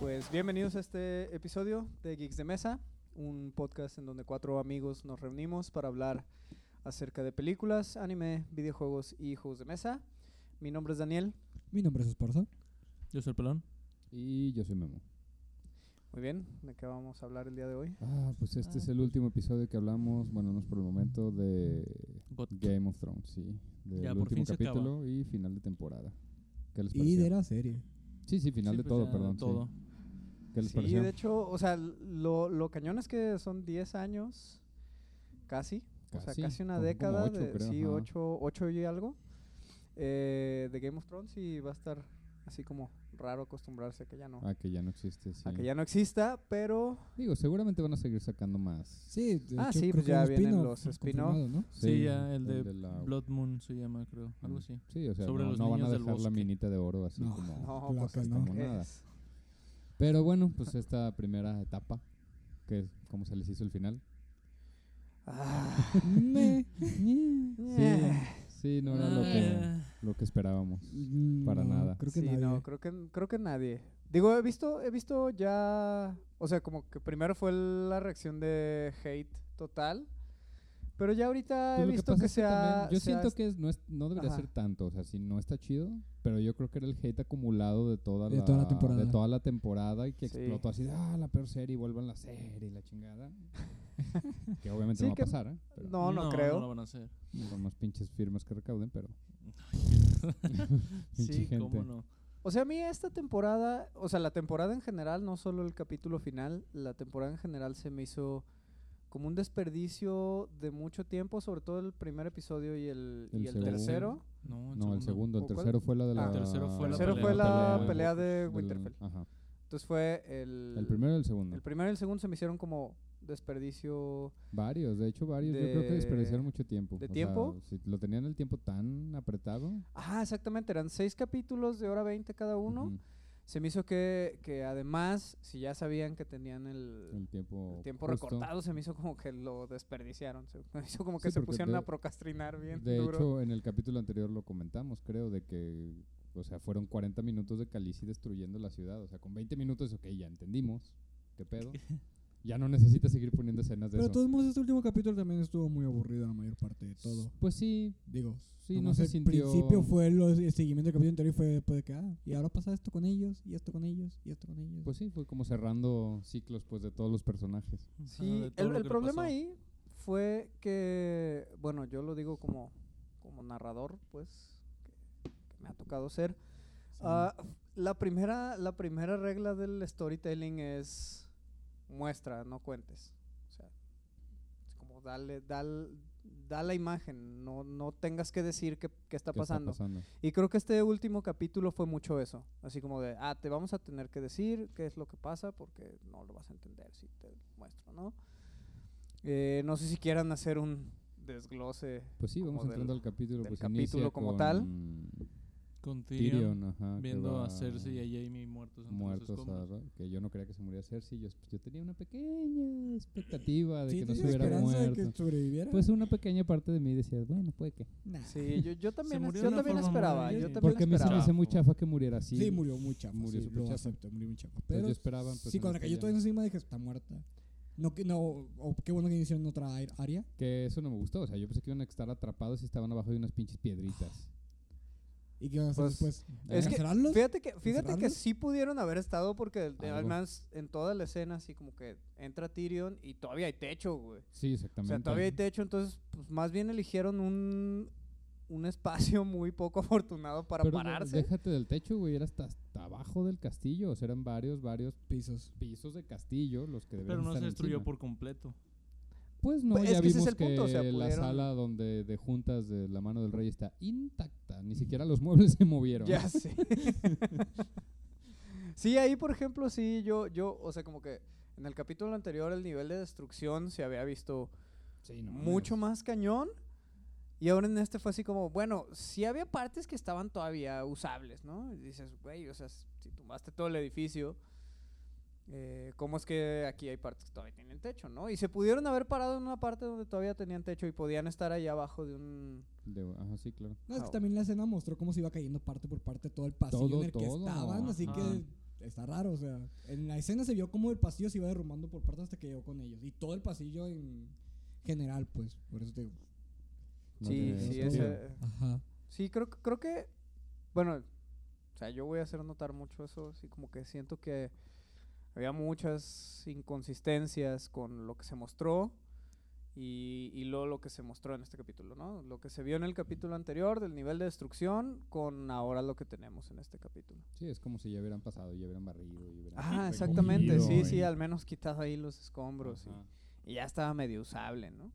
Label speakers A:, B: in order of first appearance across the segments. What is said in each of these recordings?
A: Pues bienvenidos a este episodio de Geeks de Mesa, un podcast en donde cuatro amigos nos reunimos para hablar acerca de películas, anime, videojuegos y juegos de mesa. Mi nombre es Daniel.
B: Mi nombre es Esparza.
C: Yo soy el pelón.
D: Y yo soy Memo.
A: Muy bien, ¿de qué vamos a hablar el día de hoy?
D: Ah, pues este es el último episodio que hablamos, bueno, no es por el momento, de
C: Got-
D: Game of Thrones, sí. Del
C: Ya, por
D: último
C: fin se acaba.
D: capítulo y final de temporada. ¿Qué les
B: Y
D: pareció?
B: de la serie.
D: Sí, sí, final
C: Sí,
D: de
C: pues
D: todo,
C: ya,
D: perdón. sí.
C: Todo.
D: ¿Qué les
A: Sí,
D: pareció?
A: de hecho, o sea, lo, lo cañón es que son 10 años, casi, o
D: Casi,
A: sea, pues, casi una
D: como- como
A: década,
D: ocho,
A: de,
D: creo,
A: sí,
D: ajá.
A: 8 y algo, eh, de Game of Thrones y va a estar así como raro acostumbrarse a que ya no,
D: Ah, que ya no existe, sí.
A: a que ya no exista, pero
D: Digo, seguramente van a seguir sacando más.
B: Sí, de
A: Ah,
B: hecho,
A: sí,
B: creo
A: pues
B: que
A: ya
B: hay un
A: vienen
B: spin-off
A: los
B: confirmado, ¿no?
C: Sí, ya el, de,
D: la-
C: Blood Moon se llama, creo. Algo así.
D: Sí, o sea,
C: Sobre
D: no,
C: los
D: no van a
C: niños del
D: dejar la
C: bosque.
D: minita de oro así
B: No.
D: como...
A: no,
B: claro
A: pues
B: que
A: hasta
B: no.
A: que
D: Nada.
A: es.
D: Pero bueno, pues esta primera etapa, que es como se les hizo el final.
A: Ah,
B: Me-
D: Sí, sí, no era lo que,
C: Ah,
D: lo que esperábamos.
B: Mm,
D: Para
B: no,
D: nada.
B: Creo que
A: sí,
B: nadie.
A: no, creo que, creo que nadie. Digo, he visto, he visto ya, o sea, como que primero fue la reacción de hate total, pero ya ahorita
D: Pues
A: he
D: lo
A: visto
D: pasa
A: que,
D: es
A: se ha...
D: también- yo
A: se ha-
D: siento que es- no, es- no debería
A: Ajá.
D: ser tanto, o sea, si no está chido, pero yo creo que era el hate acumulado de toda,
B: De
D: la,
B: toda la temporada.
D: de toda la temporada y que
A: Sí.
D: explotó así, de, ah, la peor serie, vuelvan la serie, y la chingada. que obviamente
A: Sí,
D: no va
A: que-
D: a pasar, ¿eh? Pero
A: No, no, creo.
C: No lo van a hacer.
D: Por más pinches firmas que recauden, pero... Pinche
C: sí, cómo
D: gente.
C: no.
A: O sea, a mí esta temporada, o sea, la temporada en general, no solo el capítulo final, la temporada en general se me hizo como un desperdicio de mucho tiempo, sobre todo el primer episodio y el,
D: El
A: y el
D: segundo.
A: tercero.
C: No,
D: No, el segundo, el
A: ¿O cuál?
D: tercero fue la de la...
A: Ah, el
C: tercero fue la
A: tercero
C: pelea.
A: fue la
C: Pelea.
A: pelea de
D: del-
A: Winterfell.
D: Ajá.
A: Entonces fue el...
D: El primero y el segundo.
A: El primero y el segundo se me hicieron como desperdicio.
D: Varios, de hecho varios. Yo creo
A: De-
D: que desperdiciaron mucho tiempo.
A: ¿de
D: O sea,
A: tiempo?
D: si lo tenían el tiempo tan apretado...
A: Ah, exactamente, eran seis capítulos de hora 20 cada uno.
D: ujú,
A: Se me hizo que, que además, si ya sabían que tenían el,
D: El tiempo,
A: el tiempo
D: justo.
A: recortado, se me hizo como que lo desperdiciaron. Se me hizo como que
D: Sí,
A: se
D: porque
A: pusieron
D: de-
A: a procrastinar bien
D: De
A: duro.
D: hecho, en el capítulo anterior lo comentamos, creo, de que, o sea, fueron 40 minutos de Calici destruyendo la ciudad. O sea, con 20 minutos, ok, ya entendimos. ¿Qué pedo? ya no necesitas seguir poniendo escenas de
B: Pero de
D: eso.
B: todos modos, este último capítulo también estuvo muy aburrido la mayor parte de todo.
D: Pues sí,
B: Digo,
D: sí, no
B: nomás
D: se
B: el
D: sintió...
B: principio fue lo- el seguimiento del capítulo anterior y fue después de que, ah, y ahora pasa esto con ellos, y esto con ellos, y esto con ellos.
D: Pues sí, fue como cerrando ciclos, pues, de todos los personajes.
C: Ajá,
A: Sí,
C: de todo
A: el,
C: lo
A: el
C: que le
A: problema
C: pasó.
A: ahí fue que, bueno, yo lo digo como, como narrador, pues, que, que me ha tocado ser. Ah, la, primera, la primera regla del storytelling es muestra, no cuentes. O sea, es como dale, dal- da la imagen, no, no tengas que decir qué, qué está
D: ¿Qué
A: pasando. Y creo que este último capítulo fue mucho eso. Así como de, ah, te vamos a tener que decir qué es lo que pasa porque no lo vas a entender si te muestro, ¿no? Eh, no sé si quieran hacer un desglose.
D: Pues sí,
A: como
D: vamos
A: del-
D: entrando al capítulo.
A: del
D: Pues
A: capítulo
D: inicia
A: como
D: con
A: tal.
C: Con Tyrion,
D: Tyrion, ajá, que
C: viendo
D: va
C: a Cersei y a Jamie muertos. entre los
D: muertos
C: escombros.
D: a- que yo no creía que se muriera Cersei yo, pues, yo tenía una pequeña expectativa de
B: sí,
D: que no se
B: tenía
D: hubiera
B: esperanza de que
D: muerto
B: sobreviviera.
D: pues una pequeña parte de mí decía bueno puede que
B: Nah.
A: Sí, yo, yo también,
C: murió
A: yo
C: de una
A: también
C: forma muy-
A: esperaba. Yo también
D: porque a mí se me
A: esperaba.
D: hace muy chafa que muriera así
B: Sí, murió mucha.
D: Murió
B: Murió sí,
D: súper
B: lo
D: chafa.
B: acepto, murió muy chafa.
D: pero
B: Pero
D: yo esperaba pues,
B: sí, cuando
D: una
B: le cayó todo
D: pequeña-
B: encima dije, está muerta. No, que- no, o qué bueno que hicieron otra air- área.
D: que eso no me gustó o sea yo pensé que iban a estar atrapados y estaban abajo de unas pinches piedritas
B: ¿Y qué van a hacer
A: Pues,
B: después?
A: es que,
B: ¿Encarcelarlos?
A: Fíjate que, fíjate que
B: ¿Encerrarlos?
A: sí pudieron haber estado porque eh,
D: Algo.
A: además en toda la escena así como que entra Tyrion y todavía hay techo, güey.
D: sí
A: O
D: exactamente
A: sea, todavía hay techo, entonces pues más bien eligieron un, un espacio muy poco afortunado para
D: Pero
A: pararse.
D: déjate del techo güey era hasta, hasta abajo del castillo o sea eran varios varios
B: pisos.
D: pisos de castillo los que
C: Pero
D: deberían
C: no se
D: estar
C: destruyó
D: encima.
C: por completo.
D: Pues no,
A: Pues es
D: ya
A: que ese es
D: vimos
A: el punto, o sea,
D: que la
A: pudieron-
D: sala donde de juntas de la mano del rey está intacta, ni siquiera los muebles se movieron.
A: Ya sé. sí, ahí por ejemplo, sí, yo, yo, o sea, como que En el capítulo anterior el nivel de destrucción se había visto
D: Sí, no,
A: mucho
D: mames.
A: más cañón. Y ahora en este fue así como, bueno, sí había partes que estaban todavía usables, ¿no? Y dices, güey, o sea, s- si tumbaste todo el edificio, eh, ¿cómo es que aquí hay partes que todavía tienen techo, ¿no? Y se pudieron haber parado en una parte donde todavía tenían techo y podían estar ahí abajo de un...
D: De- ajá, sí, claro.
B: No, es
A: Ah,
B: que también la escena mostró cómo se iba cayendo parte por parte todo el pasillo
D: Todo,
B: en el que
D: todo,
B: estaban, así
C: ajá.
B: que está raro, o sea, en la escena se vio cómo el pasillo se iba derrumbando por parte hasta que llegó con ellos y todo el pasillo en general, pues, por eso te digo.
D: No
A: sí,
D: tiene
A: sí,
D: sentido.
A: ese-
B: Ajá.
A: sí, creo, que- creo que, bueno, o sea, yo voy a hacer notar mucho eso, así como que siento que había muchas inconsistencias con lo que se mostró y, y luego lo que se mostró en este capítulo, ¿no? Lo que se vio en el capítulo anterior del nivel de destrucción con ahora lo que tenemos en este capítulo.
D: Sí, es como si ya hubieran pasado, ya hubieran barrido, ya hubieran
A: Ah,
D: recogido
A: exactamente, sí, sí,
D: y-
A: al menos quitado ahí los escombros y
D: Ajá.
A: y ya estaba medio usable, ¿no?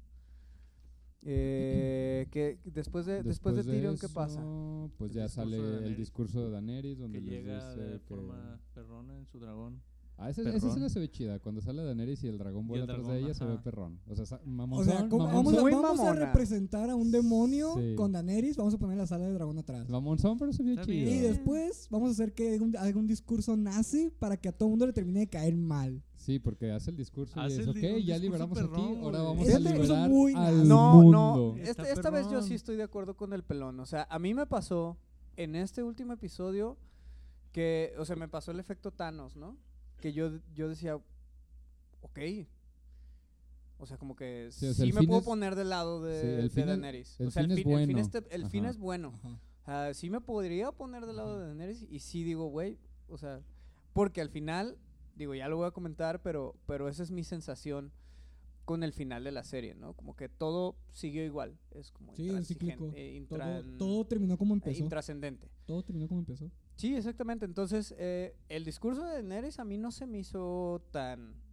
A: Eh, que después de después, de Tyrion qué pasa?
D: eso, Pues
C: El
D: ya
C: discurso
D: sale
C: de
D: el
C: Daenerys.
D: discurso de Daenerys donde
C: Que
D: les
C: llega
D: dice
C: de
D: que-
C: forma perrona en su dragón.
D: Ah, esa, esa
C: perrón.
D: escena se ve chida. Cuando sale Daenerys y el dragón
C: Y
D: vuela
C: el
D: atrás de
C: dragón,
D: ella, se ve
C: ajá.
D: perrón. O sea, sa-
B: O
D: mamonzón,
B: sea, ¿cómo- vamos,
D: mamonzón,
B: a,
A: Muy
B: vamos a
A: mamona.
B: representar a un demonio
D: Sí.
B: con Daenerys, vamos a poner la sala de dragón atrás.
D: mamonzón, pero se ve
C: Está
D: chido.
C: bien.
B: Y después vamos a hacer que haga un, haga un discurso nazi para que a todo el mundo le termine de caer mal.
D: Sí, porque hace el discurso
C: Hace
D: y es,
C: el
D: ok,
C: di- un
D: ya
C: discurso
D: liberamos aquí,
C: perrón,
D: ahora
C: güey.
D: vamos
B: Es
D: a
B: un discurso
D: liberar
B: muy
D: al
B: nace.
A: No,
D: mundo.
A: no.
C: Está
A: este- esta vez yo
C: perrón.
A: sí estoy de acuerdo con el pelón. O sea, a mí me pasó en este último episodio que, o sea, me pasó el efecto Thanos, ¿no? Que yo, yo decía, ok. O sea, como que
D: Sí,
A: sí,
D: o sea, el
A: me
D: fin
A: puedo
D: es-
A: poner del lado de,
D: sí, el
A: de
D: fin es-
A: Daenerys.
D: el
A: o sea,
D: fin es
A: el fin,
D: bueno.
A: es, te- el fin
D: Ajá.
A: es bueno.
B: Ajá.
A: Ah, sí me podría poner del lado
B: Ajá.
A: de Daenerys y sí digo, güey, o sea, porque al final, digo, ya lo voy a comentar, pero, pero esa es mi sensación con el final de la serie, ¿no? Como que todo siguió igual, es como
B: Sí, es
A: intransigente,
B: cíclico.
A: eh,
B: Todo,
A: intran-
B: todo terminó como
A: eh,
B: empezó.
A: intrascendente.
B: todo terminó como empezó.
A: Sí, exactamente. Entonces, eh, el discurso de Daenerys a mí no se me hizo tan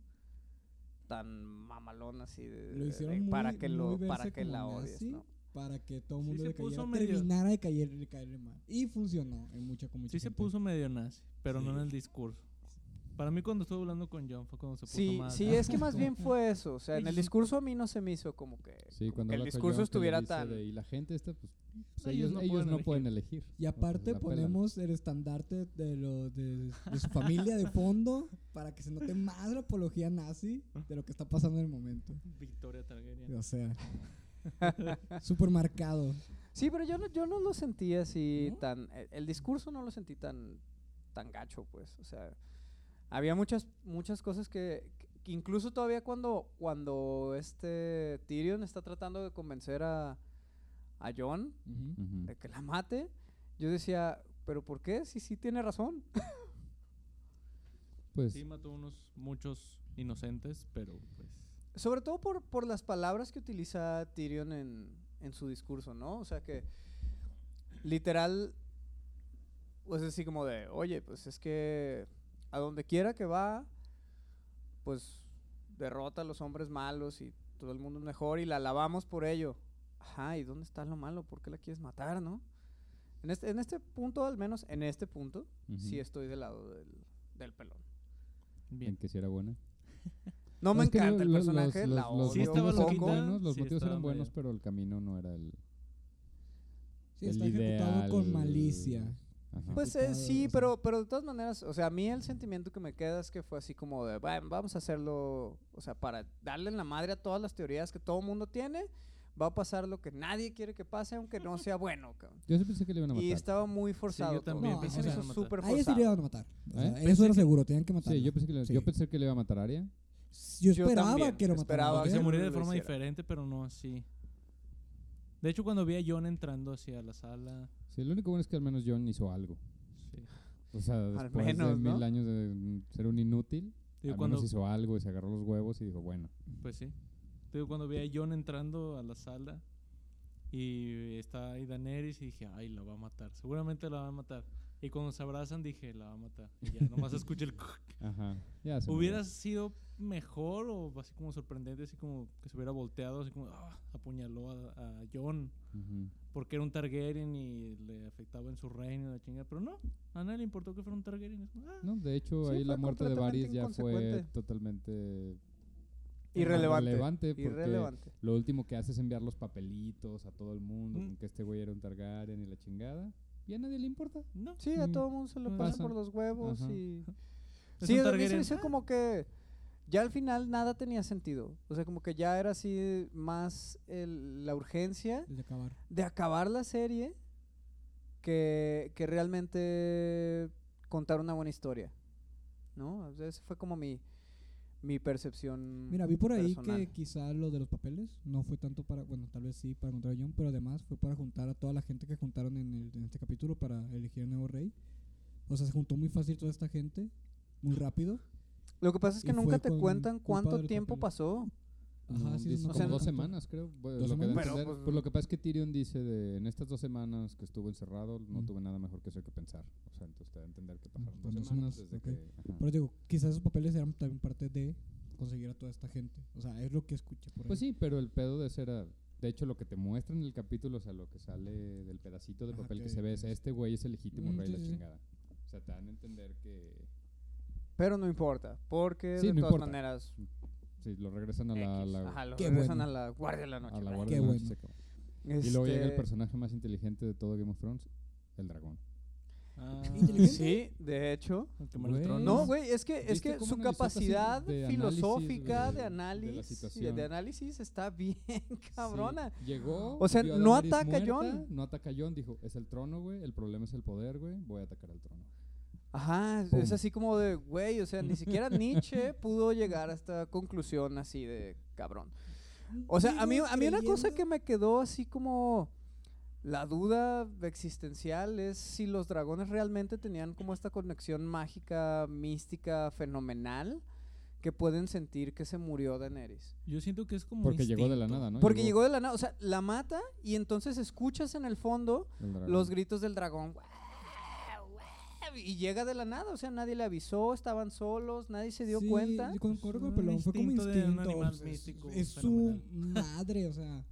A: tan mamalón así de,
B: Lo hicieron
A: de-
B: muy-
A: para que lo
B: muy
A: para
B: verse
A: que la
B: como
A: odies,
B: nazi.
A: ¿no?
B: para que todo el
C: Sí
B: mundo
C: se
B: le
C: puso
B: cayera,
C: medio-
B: terminara de caer, de caerle mal. Y funcionó en mucha con mucha
C: Sí se
B: gente.
C: puso medio nazi, pero no en
B: Sí.
C: el discurso. Para mí cuando estuve hablando con John fue cuando se puso
A: Sí,
C: más.
A: sí,
C: nazi.
A: es que más bien fue eso. O sea, en
C: Oye,
A: el
C: sí.
A: discurso a mí no se me hizo como que,
D: Sí,
A: como
D: cuando
A: que el
D: habla con
A: discurso
D: Jon, que le
A: estuviera
D: dice
A: tan...
D: de, y la gente esta pues,
C: Ellos
D: ellos, ellos
C: no
D: no,
C: pueden
D: pueden
C: elegir".
D: elegir.
B: Y
D: O sea, se
B: aparte
D: la pelan.
B: ponemos el estandarte de, lo, de, de su familia de fondo para que se note más la apología nazi de lo que está pasando en el momento.
C: Victoria Targaryen.
B: O sea, súper marcado.
A: Sí, pero yo no, yo no lo sentí así
B: ¿No?
A: tan... El, el discurso no lo sentí tan, tan gacho, pues. O sea, había muchas, muchas cosas que, que Incluso todavía cuando, cuando este Tyrion está tratando de convencer a, a John
B: Ujú.
D: Ujú.
A: de que la mate, yo decía, ¿pero por qué? Si sí tiene razón.
D: Pues,
C: Sí mató unos muchos inocentes, pero pues
A: Sobre todo por, por las palabras que utiliza Tyrion en, en su discurso, ¿no? O sea que literal, pues así como de, oye, pues es que a donde quiera que va, pues derrota a los hombres malos y todo el mundo es mejor y la alabamos por ello. Ajá, ¿y dónde está lo malo? ¿Por qué la quieres matar, no? En este, en este punto, al menos en este punto,
D: ujú.
A: sí estoy del lado del, del pelón.
D: en
C: bien.
D: que si era buena.
A: No me
D: Es que lo-
A: encanta el
D: lo- los-
A: personaje,
D: los-
A: la
D: los
A: odio
C: Sí estaba
A: un
D: motivos eran
A: poco.
C: loquita.
D: buenos, Los
C: Sí,
D: motivos
C: estaba
D: eran buenos,
C: medio.
D: pero el camino no era el.
B: Sí,
D: El
B: está ejecutado con
D: ideal.
B: malicia.
D: Ajá.
A: Pues
B: complicado,
A: eh, sí,
B: o sea.
A: pero, pero de todas maneras, o sea, a mí el sentimiento que me queda es que fue así como de, "Bueno, vamos a hacerlo, o sea, para darle en la madre a todas las teorías que todo mundo tiene, va a pasar lo que nadie quiere que pase, aunque no sea bueno. cabrón".
D: Yo sí pensé que le iban a matar.
A: Y estaba muy forzado.
C: yo
A: todo.
B: también pensé
A: Se
B: que
A: me
B: iban
A: hizo
C: a matar.
A: súper
B: A ella sí le
A: forzado.
B: iban a matar. O sea,
D: ¿Eh?
B: Eso
C: Pensé
B: era
C: que-
B: seguro, tenían que matarla.
D: Sí, yo pensé que le,
B: Sí.
D: yo pensé que le iba a matar a Arya.
B: Yo
A: Yo
B: esperaba
A: también,
B: que lo mataran.
A: esperaba
B: ¿por
C: Que
A: que
B: qué?
C: se
A: no
C: murió de
A: lo
C: forma
A: hiciera.
C: diferente, pero no así. De hecho, cuando vi a John entrando hacia la sala,
D: Sí, lo único bueno es que al menos John hizo algo.
C: sí.
D: O sea, después de
A: menos, ¿no?
D: mil años de mm, ser un inútil,
C: Digo,
D: al
C: cuando,
D: menos hizo algo y se agarró los huevos y dijo, bueno.
C: Pues sí. Digo, cuando vi a John entrando a la sala y está ahí Daenerys y dije, ay, la va a matar. Seguramente la va a matar. Y cuando se abrazan dije, la va a matar. Y ya, nomás escuché el...
D: Ajá. Ya se murió.
C: Hubiera sido mejor o así como sorprendente, así como que se hubiera volteado, así como ah, apuñaló a, a John
D: Ujú.
C: porque era un Targaryen y le afectaba en su reino, la chingada. Pero no, a nadie le importó que fuera un Targaryen. es como, ah,
D: No, de hecho,
A: Sí,
D: ahí
A: fue
D: la muerte de
A: completamente
D: Varys ya fue
A: inconsecuente.
D: totalmente
A: Irrelevante.
D: irrelevante porque
A: Irrelevante.
D: lo último que hace es enviar los papelitos a todo el mundo,
C: Mm.
D: con que este güey era un Targaryen y la chingada. Y a nadie le importa.
C: no.
A: Sí, a
D: Mm.
A: todo el mundo se lo
C: Mm.
A: pasa
D: Pasa.
A: por los huevos
D: Ajá.
A: y...
C: Es
A: Sí, a mí se
C: un
A: me
C: Targaryen.
A: hizo como que ya al final nada tenía sentido. O sea, como que ya era así más el- la urgencia
B: El de acabar.
A: de acabar la serie que, que realmente contar una buena historia. ¿No? O sea, esa fue como mi, mi percepción.
B: Mira, vi por ahí que
A: personal.
B: quizá lo de los papeles no fue tanto para, bueno, tal vez sí para encontrar a John, pero además fue para juntar a toda la gente que juntaron en, el- en este capítulo para elegir al nuevo rey. O sea, se juntó muy fácil toda esta gente, muy rápido.
A: Lo que pasa es
B: y
A: que nunca
B: fue
A: te
B: con
A: cuentan
B: culpa
A: cuánto
B: de los
A: tiempo
B: papeles.
A: pasó.
B: Ajá,
D: No,
B: sí,
D: dice
B: no
A: sé
D: como dos
B: tanto.
D: semanas, creo. Bueno,
B: ¿Dos
D: lo que da a
A: semanas? Pero,
D: entender-
A: pues,
D: pues, lo que pasa es que Tyrion dice de en estas dos semanas que estuvo encerrado no
B: Mm.
D: tuve nada mejor que hacer que pensar. O sea, entonces te da a entender que pasaron dos
B: pues, dos
D: semanas
B: semanas,
D: desde
B: ok.
D: que... ajá.
B: Pero digo, quizás esos papeles eran también parte de conseguir a toda esta gente. O sea, es lo que escuché por ahí.
D: Pues sí, pero el pedo de ese era... De hecho, lo que te muestran en el capítulo, o sea, lo que sale del pedacito de
A: Ah,
B: Ajá,
D: papel que,
B: que-
D: se ve
B: que
D: es
B: es-
D: este güey es el legítimo
B: Mm, sí,
D: rey de la
B: sí, sí.
D: chingada. O sea, te dan a entender que...
A: Pero no importa, porque
D: Sí,
A: de
D: no
A: todas
D: importa.
A: maneras.
D: Sí, lo regresan a la... a
A: X.
D: la-
A: Ajá, lo
B: Qué
A: regresan
B: bueno.
A: a la guardia de la noche.
D: a la
A: bla.
D: guardia
B: Qué
D: de la noche,
B: bueno.
D: se acabó. Y luego llega el
A: Este,
D: personaje más inteligente de todo Game of Thrones, el dragón.
C: Ah,
A: Sí, de hecho.
C: aunque me lo
D: Güey.
C: tronen.
A: No, güey, es que, es
D: ¿Viste
A: que
D: cómo
A: su
D: analizó casi
A: capacidad
D: de análisis,
A: filosófica
D: güey, de
A: de
D: la
A: análisis, y de,
D: situación?
A: análisis está bien cabrona.
D: Sí, Llegó.
A: O sea,
D: vio a
A: no
D: Daenerys
A: ataca a
D: muerta,
A: Jon.
D: No ataca a John, dijo, es el trono, güey, el problema es el poder, güey, voy a atacar al trono.
A: Ajá,
D: Pum.
A: es así como de, güey, o sea, ni siquiera Nietzsche pudo llegar a esta conclusión así de cabrón. O sea, a mí, a mí una cosa que me quedó así como la duda existencial es si los dragones realmente tenían como esta conexión mágica, mística, fenomenal, que pueden sentir que se murió Daenerys.
C: Yo siento que es como.
D: Porque llegó de la
C: instinto.
D: nada, ¿no?
A: Porque llegó de la nada, o sea, la mata y entonces escuchas en el fondo
D: el dragón.
A: los gritos del dragón. "Guau, guau", Y llega de la nada, o sea, nadie le avisó, estaban solos, nadie se dio cuenta.
B: Yo con, con,
C: Pues, un
B: pelón, fue como
C: instinto de un
B: instinto.
C: animal
B: es-
C: místico
B: es su madre, o sea. y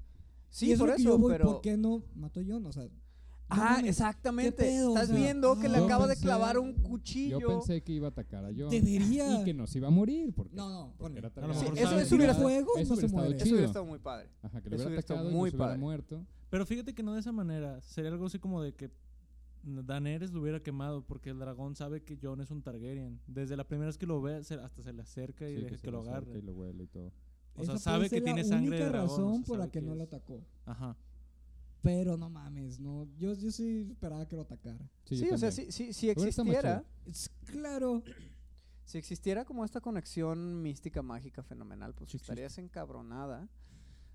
A: Sí,
B: es
A: por
B: lo que
A: eso,
B: yo voy,
A: pero.
B: ¿Por qué no mató a John? O sea. no
A: Ah,
B: mames,
A: exactamente.
B: ¿Qué pedo? O
A: Estás
B: sea,
A: viendo que le
B: yo
A: acaba de
D: pensé-
A: clavar un
D: Yo
A: cuchillo.
D: pensé que iba a atacar a John.
B: Debería.
D: Y que nos iba a morir. Porque,
B: No, no,
D: porque
B: ponle.
D: era
B: Sí,
D: Targaryen.
C: eso-
D: Estaba
A: eso hubiera-
D: chido.
B: Fuego,
D: Eso
B: no se
D: hubiera estado
B: muere.
A: eso hubiera
D: chido.
A: estado muy padre.
D: Ajá, que lo
A: eso
D: hubiera
A: hubiera estado
D: atacado y
A: muy
D: nos hubiera
A: padre.
D: muerto.
C: Pero fíjate que no de esa manera. Sería algo así como de que Daenerys lo hubiera quemado porque el dragón sabe que Jon es un Targaryen. Desde la primera vez que lo ve, se- hasta se le acerca y
D: Sí,
C: deja que,
D: se
C: lo
D: acerca
C: agarre.
D: Y lo huele y todo.
C: O sea,
B: Esa
C: sabe
B: puede
C: que
B: ser
C: tiene sangre
B: La
C: de
B: única
C: dragón. o
B: razón
C: sea,
B: por la
C: sabe
B: que no lo
C: es.
B: atacó.
C: Ajá.
B: Pero no mames, no. Yo, yo sí esperaba que lo atacara.
A: Sí,
D: yo
A: o sea,
D: también.
A: si, si, si
D: Hubiera estado más
A: existiera,
B: Es claro.
A: si existiera como esta conexión mística, mágica, fenomenal, pues
C: Sí existe.
A: estarías encabronada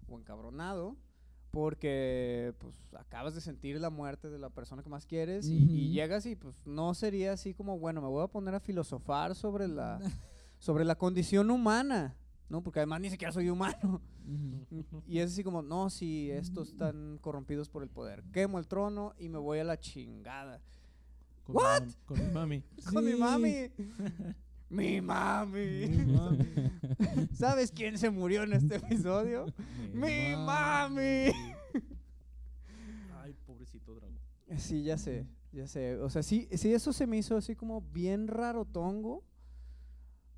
A: o encabronado porque pues acabas de sentir la muerte de la persona que más quieres y, y
B: Ujú.
A: llegas y pues no sería así como, bueno, me voy a poner a filosofar sobre la, sobre la condición humana, ¿no? Porque además ni siquiera soy humano.
B: Ujú.
A: Y es así como, no, si estos están corrompidos por el poder, quemo el trono y me voy a la chingada.
C: Con mi mam- Con mi mami.
A: Con mi
B: Sí.
A: mami. Mi mami. ¿Sabes quién se murió en este episodio? ¡Mi mami!
C: Ay, pobrecito dragón.
A: Sí, ya sé, ya sé. O sea, sí, sí, eso se me hizo así como bien rarotongo.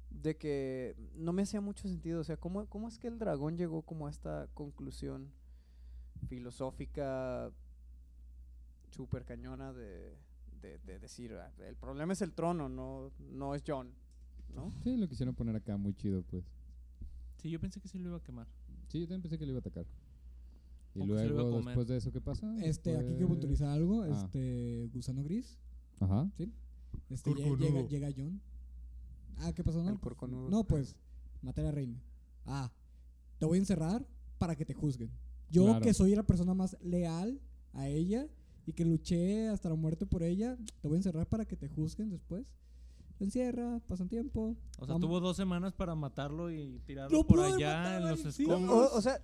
A: De que no me hacía mucho sentido. O sea, ¿cómo, cómo es que el dragón llegó como a esta conclusión filosófica super cañona de, de, de decir, "Ah, el problema es el trono, no, no es John? ¿No?
D: Sí, lo quisieron poner acá muy chido, pues.
C: Sí, yo pensé que sí lo iba a quemar.
D: Sí, yo también pensé que le iba a atacar. Y
C: O que se lo iba a
D: luego,
C: comer.
D: después de eso, ¿qué pasa?
B: Este, aquí que
D: Pues-
B: puntualizar algo.
D: Ah.
B: Este, gusano gris.
D: Ajá.
B: Sí. Este, lle-
C: Corconudo.
B: llega, llega John. Ah, ¿qué pasó? No,
A: El corconudo.
B: no pues, maté a la reina. Ah, te voy a encerrar para que te juzguen. Yo
D: Claro.
B: que soy la persona más leal a ella y que luché hasta la muerte por ella, te voy a encerrar para que te juzguen después. Te encierra, pasa un tiempo.
C: O sea,
B: Vamos.
C: tuvo dos semanas para matarlo y tirarlo
B: Lo
C: por
B: pudo haber
C: allá
B: matado
C: en los
B: ahí, sí.
C: escombros.
A: O, o sea,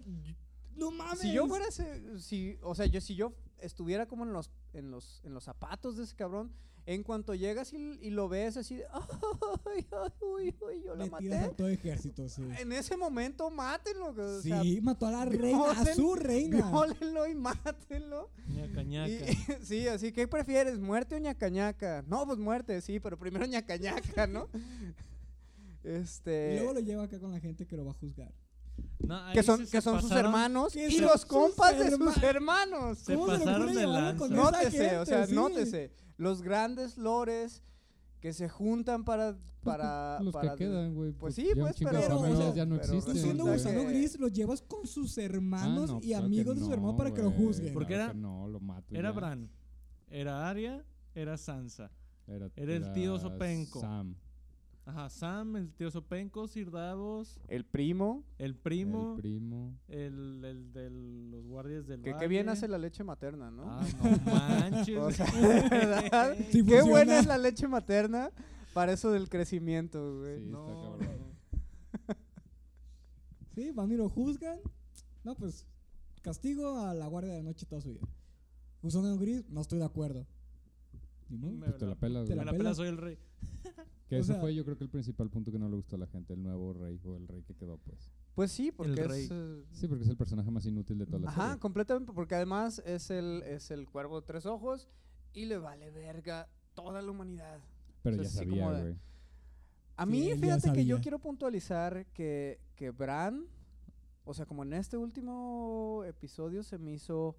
B: No mames.
A: Si yo fuera ese- si, o sea, yo si yo estuviera como en los en los, en los zapatos de ese cabrón. En cuanto llegas y, y lo ves así, de, ay, ay, uy, uy, yo la
B: Le tiras
A: maté.
B: a todo ejército, sí.
A: En ese momento, mátenlo. O sea,
B: Sí, mató a la reina, a
A: violen-
B: su reina.
A: violenlo y mátenlo.
C: ñaca,
A: Y-
C: ñaca.
A: sí, así, ¿qué prefieres? ¿Muerte o ñacañaca? No, pues muerte, sí, pero primero ñacañaca, ¿no?
B: Y
A: Este.
B: luego lo lleva acá con la gente que lo va a juzgar.
C: No, ahí
A: Que
C: sí
A: son,
C: se
A: que son sus
C: pasaron-
A: hermanos
B: que
A: y
B: son
A: los
B: sus
A: compas de
B: herma-
A: sus hermanos.
C: Se
B: ¿Cómo se le ocurre
C: pasaron de
B: llevarla
C: lanza.
B: con
C: No,
B: esa
A: Nótese, o
B: gente?
A: sea,
B: Sí.
A: nótese. Los grandes lores que se juntan para. para,
D: los
A: Ah, para
D: que quedan, güey.
A: Pues sí,
D: ya un
A: pues,
D: chingo
A: pero.
D: de
B: pero,
D: familias
B: o sea,
D: ya no
A: pero
B: Tú
D: existen,
A: resulta
B: siendo
D: güey.
A: que-
B: gusano gris, lo llevas con sus
D: Ah,
B: hermanos
D: no,
B: y
D: claro que
B: amigos de sus
D: no,
B: hermanos para que lo
D: güey,
B: juzguen.
D: claro
C: Porque
D: que
C: era-
D: No, lo mato. y
C: Era
D: ya.
C: Bran, Pues era Arya, era Sansa.
D: Era,
C: era el tío Sopenco.
D: Sam.
C: Ajá, Sam, el tío Sopenco, Sir Davos,
A: El primo,
C: el primo,
D: El
C: el,
D: primo.
C: el, de los guardias del
A: que qué bien
C: valle.
A: hace la leche materna, ¿no?
D: Pues
C: Ah, no manches.
A: O sea, ¿verdad?
B: Sí
A: Qué
B: funciona.
A: buena es la leche materna para eso del crecimiento, güey.
D: Sí, está
C: No,
D: cabrón.
B: Sí, van y lo juzgan. No, pues castigo a la guardia de la noche toda su vida. Gusano gris, no estoy de acuerdo. Ni modo.
C: Me
D: Pues te la pelas,
B: Te
C: Me
D: güey.
C: la
B: pela.
C: pela, soy el rey.
D: Que
B: O
D: ese
B: sea-
D: fue yo creo que el principal punto que no le gustó a la gente, el nuevo rey o el rey que quedó pues.
A: Pues sí, porque
C: rey.
A: es... eh,
D: Sí, porque es el personaje más inútil de toda la
A: Ajá,
D: serie.
A: completamente, porque además es el, es el cuervo de tres ojos y le vale verga toda la humanidad.
D: Pero
A: o sea,
D: ya
A: sí,
D: sabía,
A: como de-
D: güey.
A: A mí,
B: Sí, él ya
A: fíjate que yo
B: sabía.
A: quiero puntualizar que, que Bran, o sea, como en este último episodio se me hizo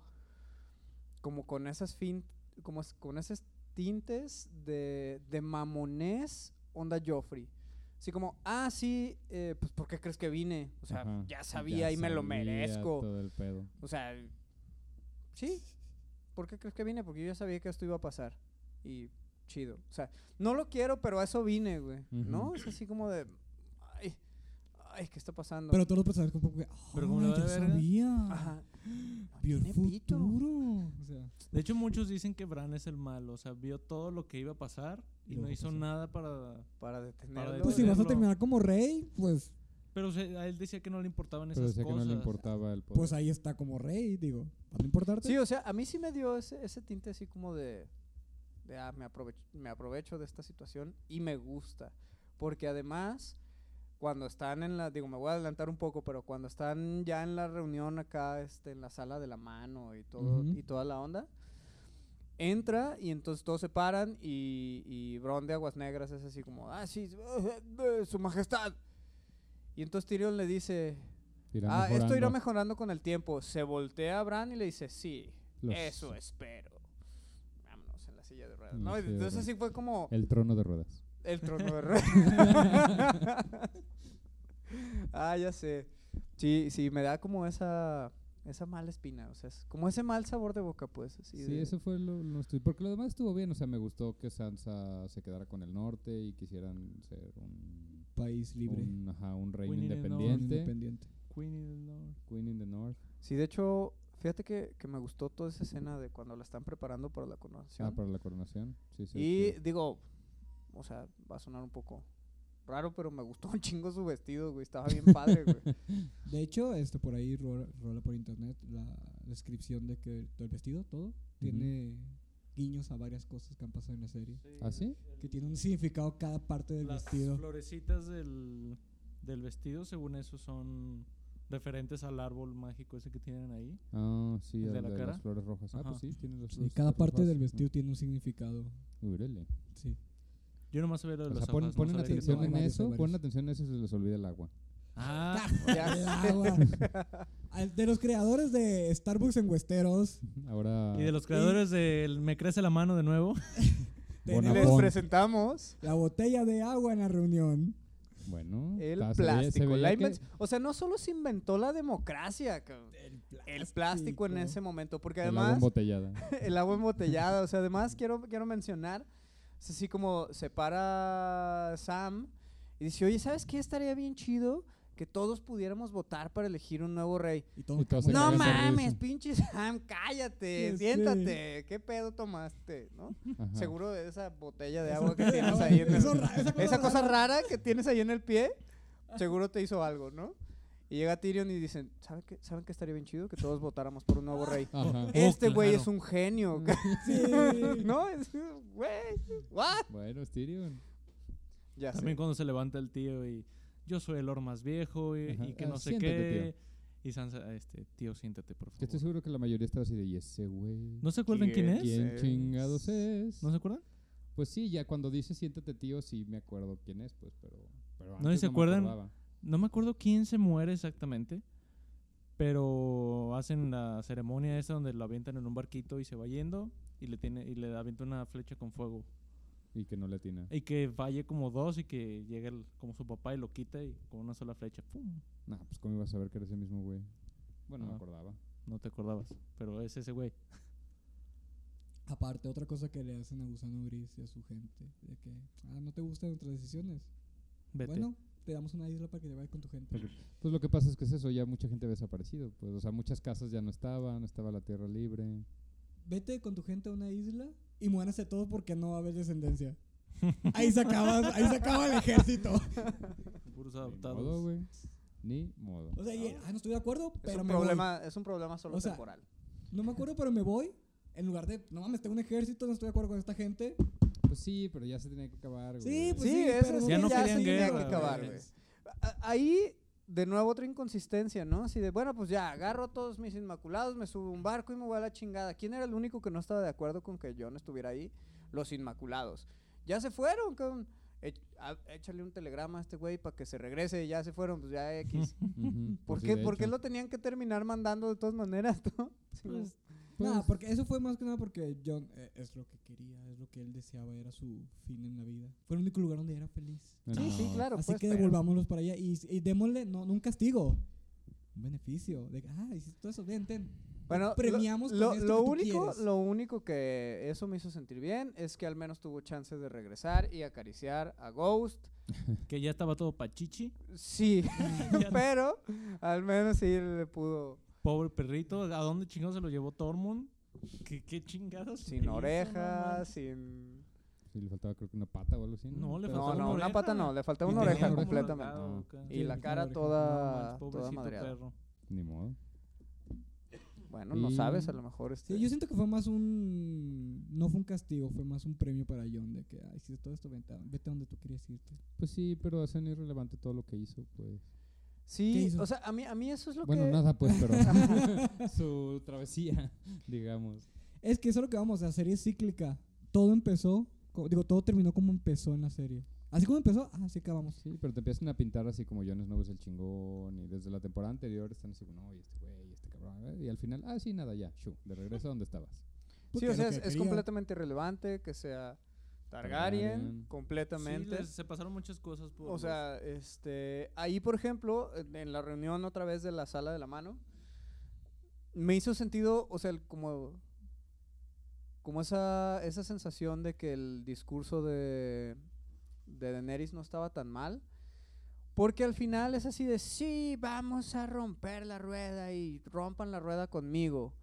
A: como con esas fin, como es- con esos tintes de, de mamonés onda Joffrey. Así como, ah, sí, eh, pues ¿por qué crees que vine? O sea,
D: Ajá,
A: ya sabía y me lo
D: sabía
A: merezco.
D: todo el pedo.
A: O sea, sí. ¿Por qué crees que vine? Porque yo ya sabía que esto iba a pasar. Y chido. O sea, no lo quiero, pero a eso vine, güey. ¿No?
D: Ujú.
A: Es así como de. Ay, ay, ¿qué está pasando?
B: Pero todos los personajes como que, "Ah,
C: Pero como le vale
B: yo
C: verga".
B: sabía.
A: Ajá. No
B: Vio el
A: tiene pito.
B: futuro. O sea,
C: De hecho, muchos dicen que Bran es el malo. O sea, vio todo lo que iba a pasar y
B: Lo
C: no
B: que
C: hizo
B: pasó.
C: nada para.
A: Para detenerlo.
C: detenerlo.
B: pues si vas a
C: verlo.
B: terminar como rey, pues,
C: Pero se- a él decía que no le importaban
D: Pero
C: esas
D: decía que no
C: cosas.
D: le importaba el poder.
B: pues ahí está como rey, digo. ¿Va a importarte?
A: Sí, o sea, a mí sí me dio ese, ese tinte así como de, de, ah, me aprovecho, me aprovecho de esta situación y me gusta. Porque además, cuando están en la, digo, me voy a adelantar un poco, pero cuando están ya en la reunión acá, este, en la sala de la mano y todo,
B: Ujú.
A: y toda la onda, entra y entonces todos se paran y, y Bron de Aguas Negras es así como, ah, sí, su majestad. Y entonces Tyrion le dice, Ah,
D: Irá
A: esto irá
D: mejorando.
A: mejorando con el tiempo. Se voltea a Bran y le dice, sí,
D: Los-
A: eso espero. Vámonos en la silla de ruedas.
D: En la
A: ¿no? Y
D: silla de
A: Entonces
D: ruedas. Eh.
A: sí fue como
D: El trono de ruedas.
A: el trono de ruedas. ah, ya sé. Sí, sí, me da como esa, esa mala espina. O sea, es como ese mal sabor de boca, pues. Así
D: Sí,
A: de-
D: eso fue lo, lo estu- Porque lo demás estuvo bien. O sea, me gustó que Sansa se quedara con el norte y quisieran ser un,
B: País libre.
D: un, ajá, un reino
C: Queen in the
B: Unión
D: independiente.
B: Independiente.
C: Queen y el Lord.
D: Queen in the North.
A: Sí, de hecho, fíjate que, que me gustó toda esa escena de cuando la están preparando para la coronación.
D: Ah, para la coronación. Sí, sí.
A: Y
D: sí.
A: digo, o sea, va a sonar un poco raro, pero me gustó un chingo su vestido, güey. Estaba bien padre, güey.
B: De hecho, este por ahí ro- rola por internet la descripción de que todo el vestido, todo, tiene guiños a varias cosas que han pasado en la serie.
D: ¿Ah, sí?
B: Que tiene un significado cada parte del
C: Las
B: vestido.
C: florecitas del, del vestido, según eso, son referentes al árbol mágico ese que tienen ahí.
D: Ah, sí,
C: ¿El
D: el
C: de
D: de,
C: la cara?
D: las flores rojas. Ah,
C: Ajá.
D: pues sí, tiene las
B: Sí,
D: flores
B: cada parte
D: rojas.
B: del
D: Ah,
B: vestido tiene un significado.
D: órale.
B: Sí.
C: Yo nomás sabía lo de
D: O
C: los
D: sea, pon-
C: hojas, no
D: ponen
C: sabía que
D: atención
B: no, hay
C: estaba-
D: en
B: varios, hay
D: eso,
B: varios.
D: ponen atención en eso y se les olvida el agua.
C: Ah,
B: El agua. Al- De los creadores de Starbucks en Westeros,
D: Ahora.
C: Ah, y de los creadores del Me Crece la Mano de nuevo.
B: Una
A: Les
D: Bonabón.
A: presentamos
B: la botella de agua en la reunión.
D: Bueno.
A: el
D: ta- Ah, se veía- se
A: plástico.
D: veía
A: La
D: que-
A: inven- O sea, no solo se inventó la democracia, cabrón, El plástico en ese momento, porque
D: el agua
A: además
D: embotellada.
A: el agua embotellada, o sea, además quiero, quiero mencionar, es así como se para Sam y dice, oye, ¿sabes qué estaría bien chido? Que todos pudiéramos votar para elegir un nuevo rey.
B: Y
D: Y todos se
A: No
D: cagan de
A: mames,
D: risa.
A: pinche Sam, cállate,
B: Ya sé.
A: siéntate, ¿qué pedo tomaste? ¿no?
D: Ajá.
A: Seguro de esa botella de agua que tienes ahí en el-
B: Eso ra-
A: Esa cosa rara que tienes ahí en el pie, seguro te hizo algo, ¿no? Y llega Tyrion y dicen, ¿saben qué, ¿saben qué estaría bien chido? Que todos votáramos por un nuevo rey.
D: Ajá.
A: Este güey
C: claro.
A: es un genio.
B: Oh, Mm. Sí.
A: ¿No? Es- Güey, ¿what?
D: Bueno, es Tyrion. Ah,
A: Ya sé.
C: También cuando se levanta el tío y yo soy el Lord más viejo y,
D: Ajá.
C: y que
D: Ah,
C: no sé
D: siéntate,
C: qué. Y Sansa, este, tío, siéntate, por
D: Que estoy
C: favor.
D: seguro que la mayoría estaba así de, ¿y ese güey?
C: ¿No se acuerdan quién es?
D: ¿Quién
A: es?
D: chingados es?
C: ¿No se acuerdan?
D: Pues sí, ya cuando dice siéntate tío, sí me acuerdo quién es, pues, pero... pero
C: ¿No? ¿Y
D: antes
C: se
D: me
C: acuerdan?
D: acordaba.
C: No me acuerdo quién se muere exactamente, pero hacen la ceremonia esa donde lo avientan en un barquito y se va yendo y le tiene y le avienta una flecha con fuego
D: Y que no le atina.
C: y que falle como dos y que llegue el- como su papá y lo quita y con una sola flecha, ¡pum!
D: Nah, pues cómo iba a saber que era ese mismo güey. Bueno, no me
C: Ah.
D: acordaba.
C: No te acordabas, pero es ese güey.
B: Aparte, otra cosa que le hacen a Gusano Gris y a su gente, de que, ah, no te gustan nuestras decisiones.
C: Vete.
B: Bueno, te damos una isla para que te vayas con tu gente.
D: Pues lo que pasa es que es eso, ya mucha gente había desaparecido. Pues, o sea, muchas casas ya no estaban, estaba la tierra libre.
B: Vete con tu gente a una isla y muéranse todos porque no va a haber descendencia. Ahí se acaba, ahí se acaba el ejército.
C: puros
D: Ni modo,
C: adoptados.
D: güey. Ni modo.
B: O sea, y, ah, no estoy de acuerdo,
A: Es
B: pero
A: un
B: me
A: problema, es un problema solo
B: O sea,
A: temporal.
B: voy. No me acuerdo, pero me voy. En lugar de, no mames, tengo un ejército, no estoy de acuerdo con esta gente.
D: Pues sí, pero ya se tenía que acabar,
B: Sí,
D: güey.
B: pues
A: Sí,
B: sí,
A: eso
B: pero
A: sí,
C: Ya no
A: ya
C: querían
A: sí tenía que
C: guerra,
A: acabar,
C: güey.
A: güey. A- Ahí, de nuevo, otra inconsistencia, ¿no? Así de, bueno, pues ya, agarro todos mis inmaculados, me subo a un barco y me voy a la chingada. ¿Quién era el único que no estaba de acuerdo con que John estuviera ahí? Los inmaculados. Ya se fueron, cabrón. Ech- a- Échale un telegrama a este güey para que se regrese, ya se fueron, pues ya X.
D: Ujú,
A: ¿Por,
D: pues sí,
A: qué,
D: de
A: ¿Por qué
D: hecho.
A: lo tenían que terminar mandando de todas maneras, no? Sí,
C: Pues,
B: Nada, porque eso fue más que nada porque John eh, es lo que quería, es lo que él deseaba, era su fin en la vida. Fue el único lugar donde era feliz.
D: Bueno,
A: sí, sí,
D: no,
A: claro.
B: Así
A: pues,
B: que
A: pero-
B: devolvámoslos para allá y, y démosle, no, no un castigo, un beneficio. De, que, ah, hiciste todo eso, ven, ten.
A: Bueno, lo-
B: premiamos con
A: lo,
B: esto
A: lo
B: que tú
A: único,
B: quieres.
A: lo único que eso me hizo sentir bien es que al menos tuvo chance de regresar y acariciar a Ghost.
C: Que ya estaba todo pachichi.
A: Sí,
C: Ya-
A: pero al menos sí le pudo
C: Pobre perrito, ¿a dónde chingados se lo llevó Tormund? ¿Qué, qué chingados? le
A: sin
C: hizo? No
A: orejas,
C: manches.
A: sin
D: Sí, le faltaba creo que una pata o algo así.
C: No, le
D: Pero-
A: No,
C: faltaba
A: no,
C: una
A: una pata
C: oreja.
A: no, le faltaba
B: Y
A: una
B: tenía
A: oreja
B: como
C: una
A: completamente.
C: rasgada
D: No.
C: acá.
A: Y la
B: Sí,
A: cara
B: una oreja.
C: No
A: toda, toda
C: manches, pobrecito
A: madreada.
C: perro.
D: Ni modo.
A: Bueno, no sabes, a lo mejor este
B: Sí, yo siento que fue más un. No fue un castigo, fue más un premio para John. De que, ah, hiciste todo esto, vete, a- vete a donde tú querías irte.
D: Pues sí, pero hacen irrelevante todo lo que hizo, pues.
B: ¿Qué
A: Sí,
B: hizo?
A: o sea, a mí a mí eso es lo
D: Bueno,
A: que
D: nada, pues, pero su travesía, digamos.
B: Es que eso es lo que vamos, la serie es cíclica. Todo empezó, co- digo, todo terminó como empezó en la serie. Así como empezó, ah, así acabamos.
D: Sí, pero te empiezan a pintar así como Jon Snow es el chingón y desde la temporada anterior están así, no, y este güey, y este cabrón, eh, y al final, ah, sí, nada, ya, shu, de regreso a donde estabas.
A: Sí, o
B: Porque era
A: sea,
B: lo
A: es,
B: que
A: es
B: quería.
A: completamente irrelevante que sea Targaryen,
D: Targaryen.
C: Sí,
A: completamente.
C: les- se pasaron muchas cosas por
A: O sea, este, ahí por ejemplo, en- en la reunión otra vez de la sala de la mano, me hizo sentido, o sea, el- como, como esa, esa sensación de que el discurso de, de Daenerys no estaba tan mal, porque al final es así de, sí, vamos a romper la rueda y rompan la rueda conmigo.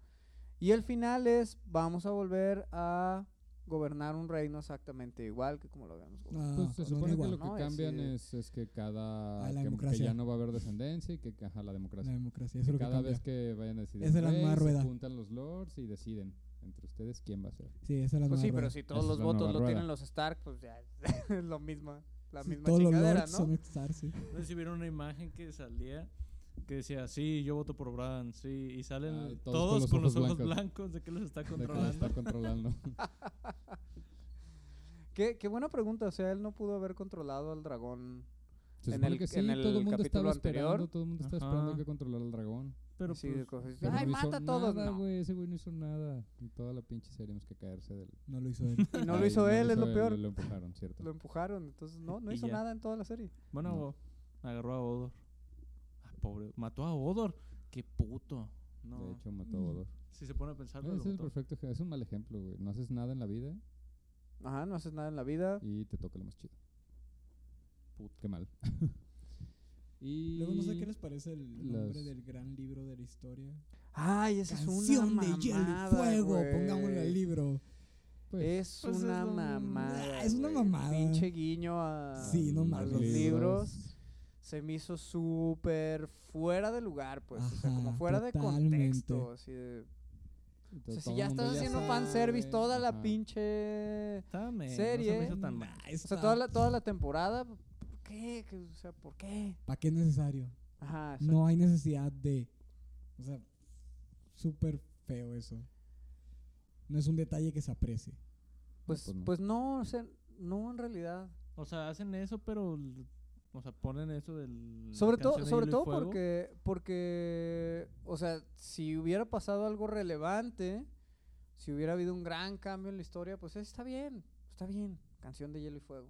A: Y el final es, vamos a volver a gobernar un reino exactamente igual que como lo habíamos gobernado.
B: Ah,
D: pues se
B: no,
D: supone
B: da igual.
D: que lo que
A: ¿no? Y así
D: cambian
A: de-
D: es, es que cada...
B: Ah, la
D: que- que,
B: democracia.
D: ya no va a haber descendencia y que ajá,
B: La
D: la democracia.
B: democracia, eso es lo que
D: cada
B: cambia.
D: vez que vayan a decidir,
B: Es de la
D: "Güey",
B: nueva
D: se
B: rueda.
D: juntan los lords y deciden entre ustedes quién va a ser.
B: Sí, esa es la
A: Pues sí,
B: nueva
A: pero
B: rueda.
A: si todos
D: Esa
A: los
D: es la
A: votos
D: nueva
A: lo
D: rueda.
A: tienen los Stark, pues ya es lo mismo, la
B: Sí,
A: misma
B: todos los
A: chingadera,
B: lords
A: ¿no?
B: son Stark, sí.
C: recibieron una imagen que salía que decía, sí, yo voto por Bran, sí, y salen
D: Ah,
C: todos, con los ojos, blancos. de que los está
D: De que la
C: controlando.
D: está controlando.
A: Qué, qué buena pregunta, o sea, él no pudo haber controlado al dragón.
D: Se
A: En
D: supone
A: el-
D: que sí,
A: en el
D: todo el mundo
A: capítulo
D: estaba
A: anterior.
D: esperando, todo el mundo estaba esperando
C: Ajá.
D: que controlara al dragón.
C: Pero
A: así de
C: pues,
A: cosas.
D: Pero
A: Ay,
D: no hizo
A: mata a todos,
D: nada,
A: no.
D: güey, ese güey no hizo nada. En toda la pinche serie tenemos que caerse del...
B: No lo hizo él.
A: Y no lo
D: Ay,
A: hizo él, es lo
D: hizo
A: peor.
D: Lo empujaron, ¿cierto?
A: Lo empujaron, entonces no, no
C: Y
A: hizo
C: ya.
A: nada en toda la serie.
C: bueno,
D: No.
C: agarró a Odor. Ah, pobre, mató a Odor. Qué puto.
D: De
C: No.
D: hecho, mató a Odor.
C: Si se pone a pensar,
D: Ese es el perfecto, ej- es un mal ejemplo, güey. No haces nada en la vida
A: Ajá, no haces nada en la vida.
D: y te toca lo más chido.
C: Puto.
D: Qué mal. y
B: Luego no sé qué les parece el nombre
D: las-
B: del gran libro de la historia.
A: Ay, esa es una
B: Canción de hielo
A: mamada,
B: y fuego,
A: güey.
B: pongámoslo al libro.
D: pues,
A: Es
C: Pues es
A: una
C: lo mismo.
A: mamada.
B: Ah, es una
A: güey.
B: mamada.
A: Pinche guiño a,
B: Sí, no
A: a
B: mames.
A: los ah, libros. se me hizo súper fuera de lugar, pues. o sea, como
B: Ajá,
A: fuera de contexto.
B: totalmente.
A: Así de- o
D: Entonces,
A: sea, si
D: todo
A: ya
D: el mundo
A: estás haciendo
D: sabe,
A: fanservice toda la
D: ajá.
A: pinche.
C: Está me, No se
A: Serie.
C: me hizo tan mal.
A: O sea, toda la, toda la temporada. ¿Por qué? Que- O sea, ¿por qué?
B: ¿Para qué es necesario?
A: Ajá. exacto.
B: No hay necesidad de. O sea, súper feo eso. No es un detalle que se aprecie.
A: Pues,
D: pues no.
A: pues no, o sea, no en realidad.
C: O sea, hacen eso, pero. l- O sea, ponen eso del. la
A: Sobre todo,
C: canción de
A: sobre
C: Hielo
A: todo
C: y Fuego.
A: porque, porque, o sea, si hubiera pasado algo relevante, si hubiera habido un gran cambio en la historia, pues eh, está bien, está bien, canción de hielo y fuego.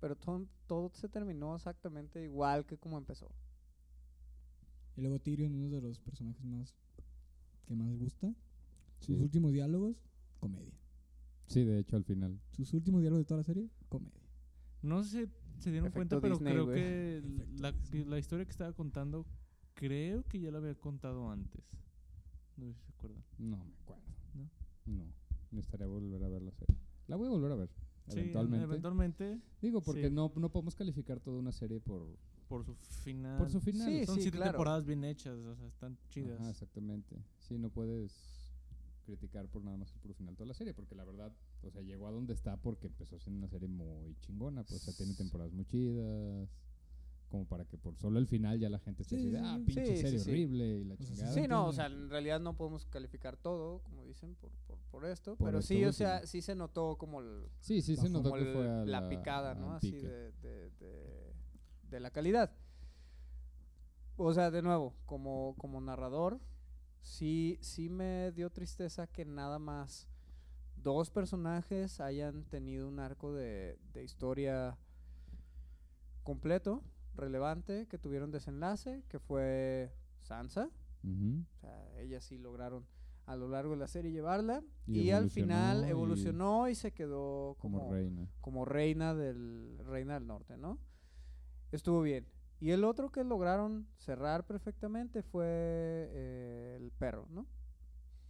A: Pero todo, todo se terminó exactamente igual que como empezó.
B: Y luego Tyrion, uno de los personajes más que más gusta. Sus
D: Sí,
B: últimos diálogos, comedia.
D: sí, de hecho, al final.
B: Sus últimos diálogos de toda la serie, comedia.
C: No sé si se dieron
A: Efecto
C: cuenta, pero
A: Disney,
C: creo
A: güey.
C: que l-
B: Efecto
C: la, que la historia que estaba contando, creo que ya la había contado antes. No sé si se acuerdan.
D: No me acuerdo.
C: ¿No?
D: No. Necesitaría volver a ver la serie. La voy a volver a ver.
C: Sí,
D: eventualmente.
C: eventualmente,
D: Digo, porque
C: sí.
D: no, no podemos calificar toda una serie por,
C: por su final.
B: Ah,
D: por su final.
A: Sí,
C: Son siete
A: claro.
C: temporadas bien hechas, o sea, están chidas.
D: Ajá, exactamente. Sí, no puedes criticar por nada más el puro final toda la serie, porque la verdad, o sea, llegó a donde está porque empezó siendo una serie muy chingona, pues, o sea, tiene temporadas muy chidas, como para que por solo el final ya la gente esté
B: Sí,
D: así de,
B: sí,
D: ah,
B: sí.
D: pinche
A: Sí,
D: serie
A: sí, sí.
D: horrible y la
B: O sea, sí,
D: chingada.
A: Sí, no, o
B: entiendo.
A: sea, en realidad no podemos calificar todo, como dicen, por, por, por esto,
D: Por
A: pero
D: esto
A: sí, o
D: último.
A: sea, sí se notó como, el-
D: Sí, sí, se
B: Bajo
D: notó
A: como
D: que
A: el-
D: fue a
A: la, picada,
D: al
A: ¿no? Así
D: pique.
A: de, de, de, de la calidad. O sea, de nuevo, como, como narrador, sí, sí me dio tristeza que nada más dos personajes hayan tenido un arco de, de historia completo, relevante, que tuvieron desenlace, que fue Sansa,
D: Ujú.
A: o sea, ellas sí lograron a lo largo de la serie llevarla.
D: Y
A: Y, al final
D: evolucionó y-
A: evolucionó y se quedó
D: Como
A: como,
D: reina.
A: como reina del reina del norte, ¿no? Estuvo bien. Y el otro que lograron cerrar perfectamente fue eh, el perro, ¿no?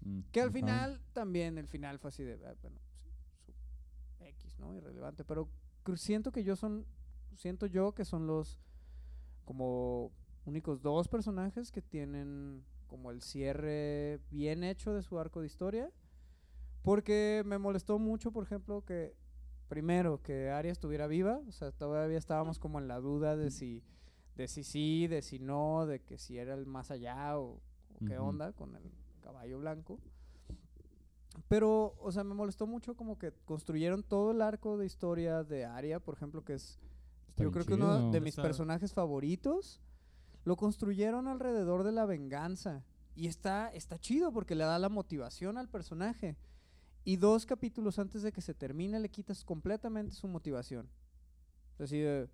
D: Mm,
A: Que al
D: ajá.
A: final también, el final fue así de, ah, bueno, sí, su X, ¿no? Irrelevante. Pero cr- siento que yo son, siento yo que son los como únicos dos personajes que tienen como el cierre bien hecho de su arco de historia. Porque me molestó mucho, por ejemplo, que primero, que Arya estuviera viva. O sea, todavía estábamos como en la duda de si, de si sí, de si no, de que si era el más allá o, o qué
D: Ujú.
A: onda con el caballo blanco. Pero, o sea, me molestó mucho como que construyeron todo el arco de historia de Arya, por ejemplo, que es
D: Está
A: yo
D: bien
A: creo que uno
D: chido.
A: de mis
C: Está-
A: personajes favoritos lo construyeron alrededor de la venganza. Y está, está chido porque le da la motivación al personaje. Y dos capítulos antes de que se termine le quitas completamente su motivación. Así de-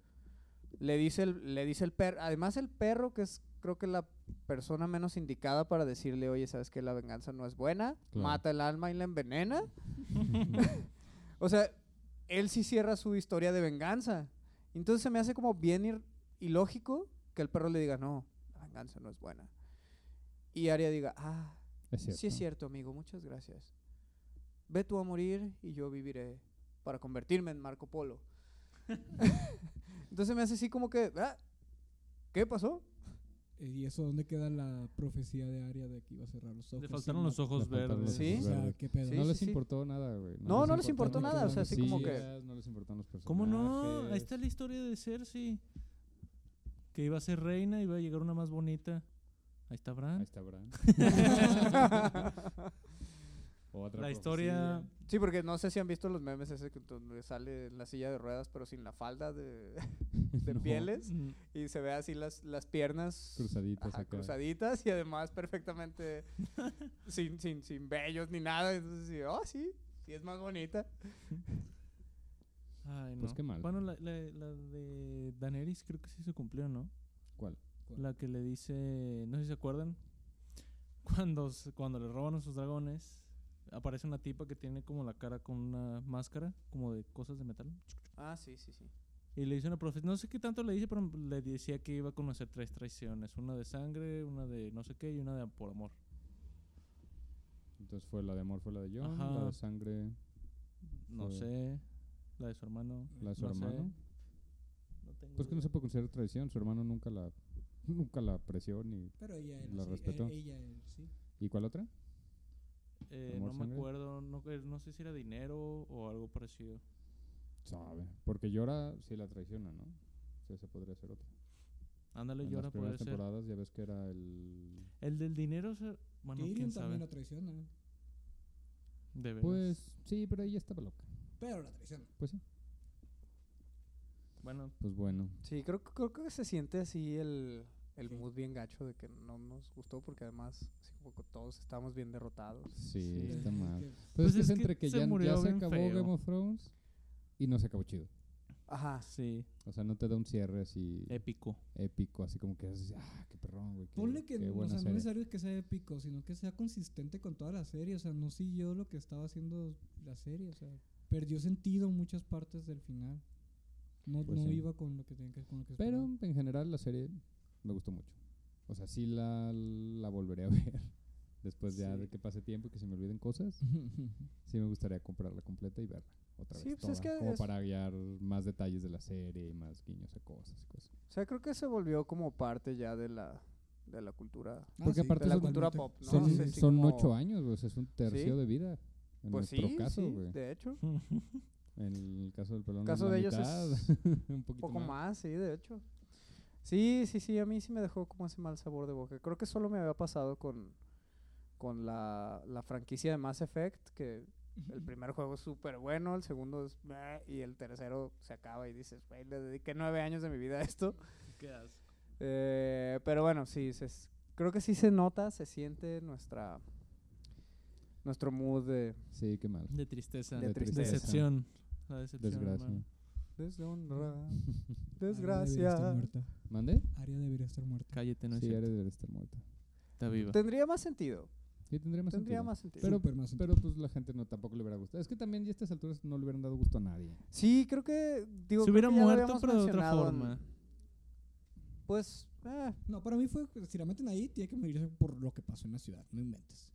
A: le dice el, le dice el perro. Además, el perro, que es creo que la persona menos indicada para decirle, oye, sabes que la venganza no es buena,
D: Claro.
A: mata el alma y la envenena. o sea, él sí cierra su historia de venganza. Entonces se me hace como bien ir- ilógico que el perro le diga, no, la venganza no es buena. Y Aria diga, ah,
D: Es cierto.
A: sí es cierto, amigo, muchas gracias. Ve tú a morir y yo viviré para convertirme en Marco Polo. Entonces me hace así como que, "Ah, ¿qué pasó?
B: Eh, ¿Y eso dónde queda la profecía de Arya de que iba a cerrar los ojos?
C: Le
B: y
C: faltaron
B: ma-
C: los ojos
D: Le faltaron
C: verdes.
D: los
A: Sí.
B: O
D: ojos
B: sea,
D: verdes.
B: qué pedo.
A: Sí,
D: no
A: sí,
D: les
A: sí.
D: importó nada, güey.
A: No, no les importó
B: nada, o sea, así como que-
D: cosillas, No les importaron los personajes.
C: ¿Cómo no? Ahí está la historia de Cersei. Que iba a ser reina, iba a llegar una más bonita. Ahí está
D: Ahí
C: Bran.
D: está Bran. Otra
C: La historia.
D: profecía.
A: Sí, porque no sé si han visto los memes ese que donde sale en la silla de ruedas, pero sin la falda de, de
D: No,
A: pieles.
C: mm,
A: Y se ve así las, las piernas
D: Cruzaditas
A: ajá,
D: acá.
A: cruzaditas y además perfectamente sin, sin, sin vellos ni nada. Entonces, sí, oh, sí, sí es más bonita.
C: Ay, no.
D: Pues qué mal.
C: Bueno, la, la- la de Daenerys creo que sí se cumplió, ¿no?
D: ¿Cuál?
B: ¿Cuál?
C: La que le dice. No sé si se acuerdan. Cuando, s- cuando le roban a sus dragones, aparece una tipa que tiene como la cara con una máscara, como de cosas de metal.
A: Ah, sí, sí, sí.
C: Y le hizo una profecía. No sé qué tanto le dice, pero le decía que iba a conocer tres traiciones: una de sangre, una de no sé qué y una de por amor.
D: Entonces fue la de amor, fue la de John, la
C: Ajá.
D: de sangre,
C: No
D: Joder.
C: sé. La de su hermano.
D: la de su
C: No sé.
D: hermano.
C: No tengo.
D: Pues que no
C: duda.
D: se puede considerar traición. Su hermano nunca la, nunca la presió ni.
B: Pero ella, él,
D: La
B: sí,
D: respetó.
B: él- ella, él, sí.
D: ¿Y cuál otra?
C: Eh,
D: ¿Amor
C: no me
D: sangre?
C: acuerdo, no, eh, no sé si era dinero o algo parecido.
D: Sabe. Porque llora si la traiciona, ¿no? O sea, se podría hacer otra.
C: Ándale,
D: en las
C: llora, puede
D: primeras
C: ser.
D: temporadas ya ves que era el.
C: El del dinero, se- bueno,
B: Tyrion también
C: quién sabe.
B: la traiciona.
C: De veras.
D: Pues sí, pero ella estaba loca.
B: Pero la traiciona.
D: Pues sí.
C: Bueno,
D: Pues bueno.
A: Sí, creo, que- creo que se siente así el, el
B: Sí.
A: mood bien gacho de que no nos gustó porque además así como que todos estábamos bien derrotados.
D: Sí,
C: Sí.
D: está mal.
B: Que-
D: Pues,
C: Pues
D: es que es
C: es que
D: entre que,
C: se
D: ya,
C: murió
D: ya se
C: bien
D: acabó
C: feo.
D: Game of Thrones y no se acabó chido.
A: Ajá.
C: sí,
D: O sea, no te da un cierre así
C: épico.
D: épico, así como que haces, ah, qué perrón, güey. Qué,
B: Ponle que
D: qué
B: no, o
D: buena
B: sea, no es
D: serie".
B: necesario que sea épico, sino que sea consistente con toda la serie. O sea, no siguió lo que estaba haciendo la serie. O sea, perdió sentido muchas partes del final. No,
D: Pues
B: no
D: sí.
B: iba con lo que tenía que, con lo
A: Pues,
B: que
D: Pero
B: esperaba.
D: en general la serie me gustó mucho. O sea, sí la, la volveré a ver. Después ya de
C: Sí.
D: que pase tiempo y que se me olviden cosas, sí me gustaría comprarla completa y verla otra
A: Sí,
D: vez.
A: pues es
D: toda,
A: que
D: como
A: es-
D: para guiar más detalles de la serie y más guiños a cosas y cosas.
A: O sea, creo que se volvió como parte ya de la, de la cultura.
B: Ah,
D: Porque
B: sí,
D: aparte
A: de la
D: son-
A: cultura
B: totalmente.
A: pop, ¿no?
D: son,
A: O sea, así
D: son
A: como-
D: ocho años, güey, o sea, es un tercio
A: Sí.
D: de vida. En
A: Pues
D: nuestro
A: sí,
D: caso,
A: sí,
D: güey.
A: de hecho.
D: En el caso del pelón.
A: El
D: es
A: caso
D: la
A: de ellos
D: mitad,
A: es
D: un
A: un
D: poquito
A: poco
D: más.
A: más, sí, de hecho. Sí, sí, sí, a mí sí me dejó como ese mal sabor de boca. Creo que solo me había pasado con, con la, la franquicia de Mass Effect, que el primer juego es súper bueno, el segundo es... meh, y el tercero se acaba y dices, güey, le dediqué nueve años de mi vida a esto.
C: Qué asco.
A: Eh, pero bueno, sí, se s- creo que sí se nota, se siente nuestra nuestro mood de...
D: Sí, qué mal.
C: De tristeza.
A: De tristeza.
C: Decepción. La decepción.
D: Desgracia.
C: hermano.
A: Deshonra,
B: Arya debería estar
A: desgracia.
B: muerta.
D: ¿Mande?
B: Aria debería estar muerta.
C: Cállate, no es
D: sí,
C: cierto.
D: Ares debería estar muerta.
C: Está viva.
A: Tendría más sentido.
D: Sí, tendría más
A: Tendría
D: sentido.
A: más sentido.
D: Pero-
B: Súper más
D: Pero pues la gente no tampoco le hubiera gustado. Es que también ya a estas alturas no le hubieran dado gusto a nadie.
A: Sí, creo que. Digo,
C: Se
A: creo
C: hubiera
A: que ya lo
C: muerto,
A: habíamos
C: pero de otra
A: mencionado en-
C: forma.
A: Pues. eh,
B: No, para mí fue, si la meten ahí, tiene que morirse por lo que pasó en la ciudad, no inventes.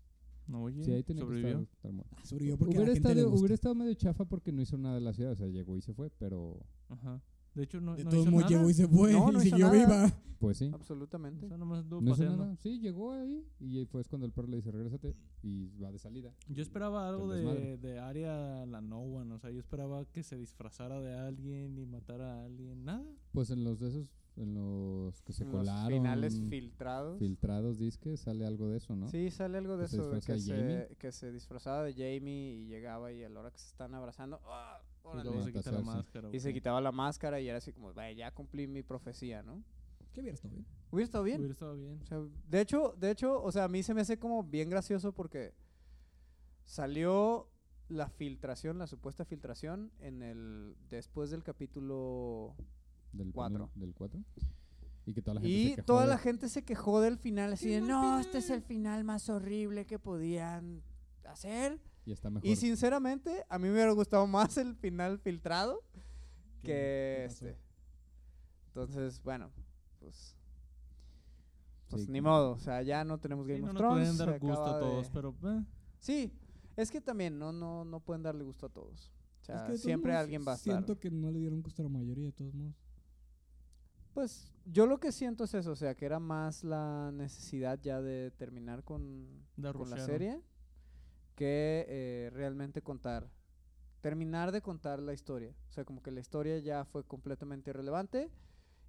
C: No, oye,
D: Sí, ahí tenía
C: sobrevivió.
D: que estar, estar muerta.
B: Ah, sobrevivió porque a la
D: hubiera,
B: gente le
D: estado,
B: gusta.
D: hubiera estado medio chafa porque no hizo nada de la ciudad. O sea, llegó y se fue, pero
C: Ajá. De hecho, no,
B: De
C: no
B: todos
C: hizo
B: modos
C: nada.
B: llegó y se fue
A: No, no hizo
B: y siguió
A: nada.
B: viva.
D: pues
A: Ah,
D: sí.
A: absolutamente.
C: O sea, nomás
A: pues,
C: anduvo
D: No hizo
C: paseando.
D: nada. Sí, llegó ahí y ahí fue cuando el perro le dice, regrésate y va de salida.
C: Yo esperaba algo
D: Del
C: de,
D: desmadre.
C: de Aria la no one, o sea, yo esperaba que se disfrazara de alguien y matara a alguien, nada.
D: Pues en los de esos, en los que se
A: en
D: colaron.
A: Los finales filtrados.
D: filtrados disques, sale algo de eso, ¿no?
A: Sí, sale algo de
D: Que se
A: eso, de
D: disfraza
A: que,
D: de Jaime.
A: se, que se disfrazaba de Jamie y llegaba y a la hora que se están abrazando. ¡ah!
C: Y
A: órale.
C: luego se
D: Mata
C: quita la
D: Cersei.
C: máscara.
A: Y se
C: ok.
A: quitaba la máscara y era así como, "Vaya, ya cumplí mi profecía, ¿no?
B: ¿Qué hubiera estado bien?
A: Hubiera estado bien.
C: Hubiera estado bien.
A: O sea, de hecho, de hecho, o sea, a mí se me hace como bien gracioso porque salió la filtración, la supuesta filtración en el después del capítulo
D: Del
A: Cuatro.
D: panel Del 4. Y que toda la gente se
A: y
D: quejó
A: toda
D: de-
A: la gente se quejó del final así de, "No, este es el final más horrible que podían hacer."
D: Y está mejor.
A: Y sinceramente, a mí me hubiera gustado más el final filtrado que
B: pasó?
A: este. Entonces, bueno, pues pues
D: Sí,
A: ni
D: que-
A: modo, o sea, ya no tenemos
C: Sí,
A: Game
C: no
A: of
C: nos
A: Thrones.
C: pueden
A: se
C: dar gusto
A: acaba
C: a
A: de-
C: todos, pero eh,
A: Sí, es que también no, no, no pueden darle gusto a todos. O sea,
B: Es que de todos
A: siempre
B: modos,
A: alguien va a estar.
B: Siento que no le dieron gusto a la mayoría de todos modos.
A: Pues yo lo que siento es eso, o sea, que era más la necesidad ya de terminar con,
C: la
A: con la
C: rushearon.
A: serie que eh, realmente contar, terminar de contar la historia. O sea, como que la historia ya fue completamente irrelevante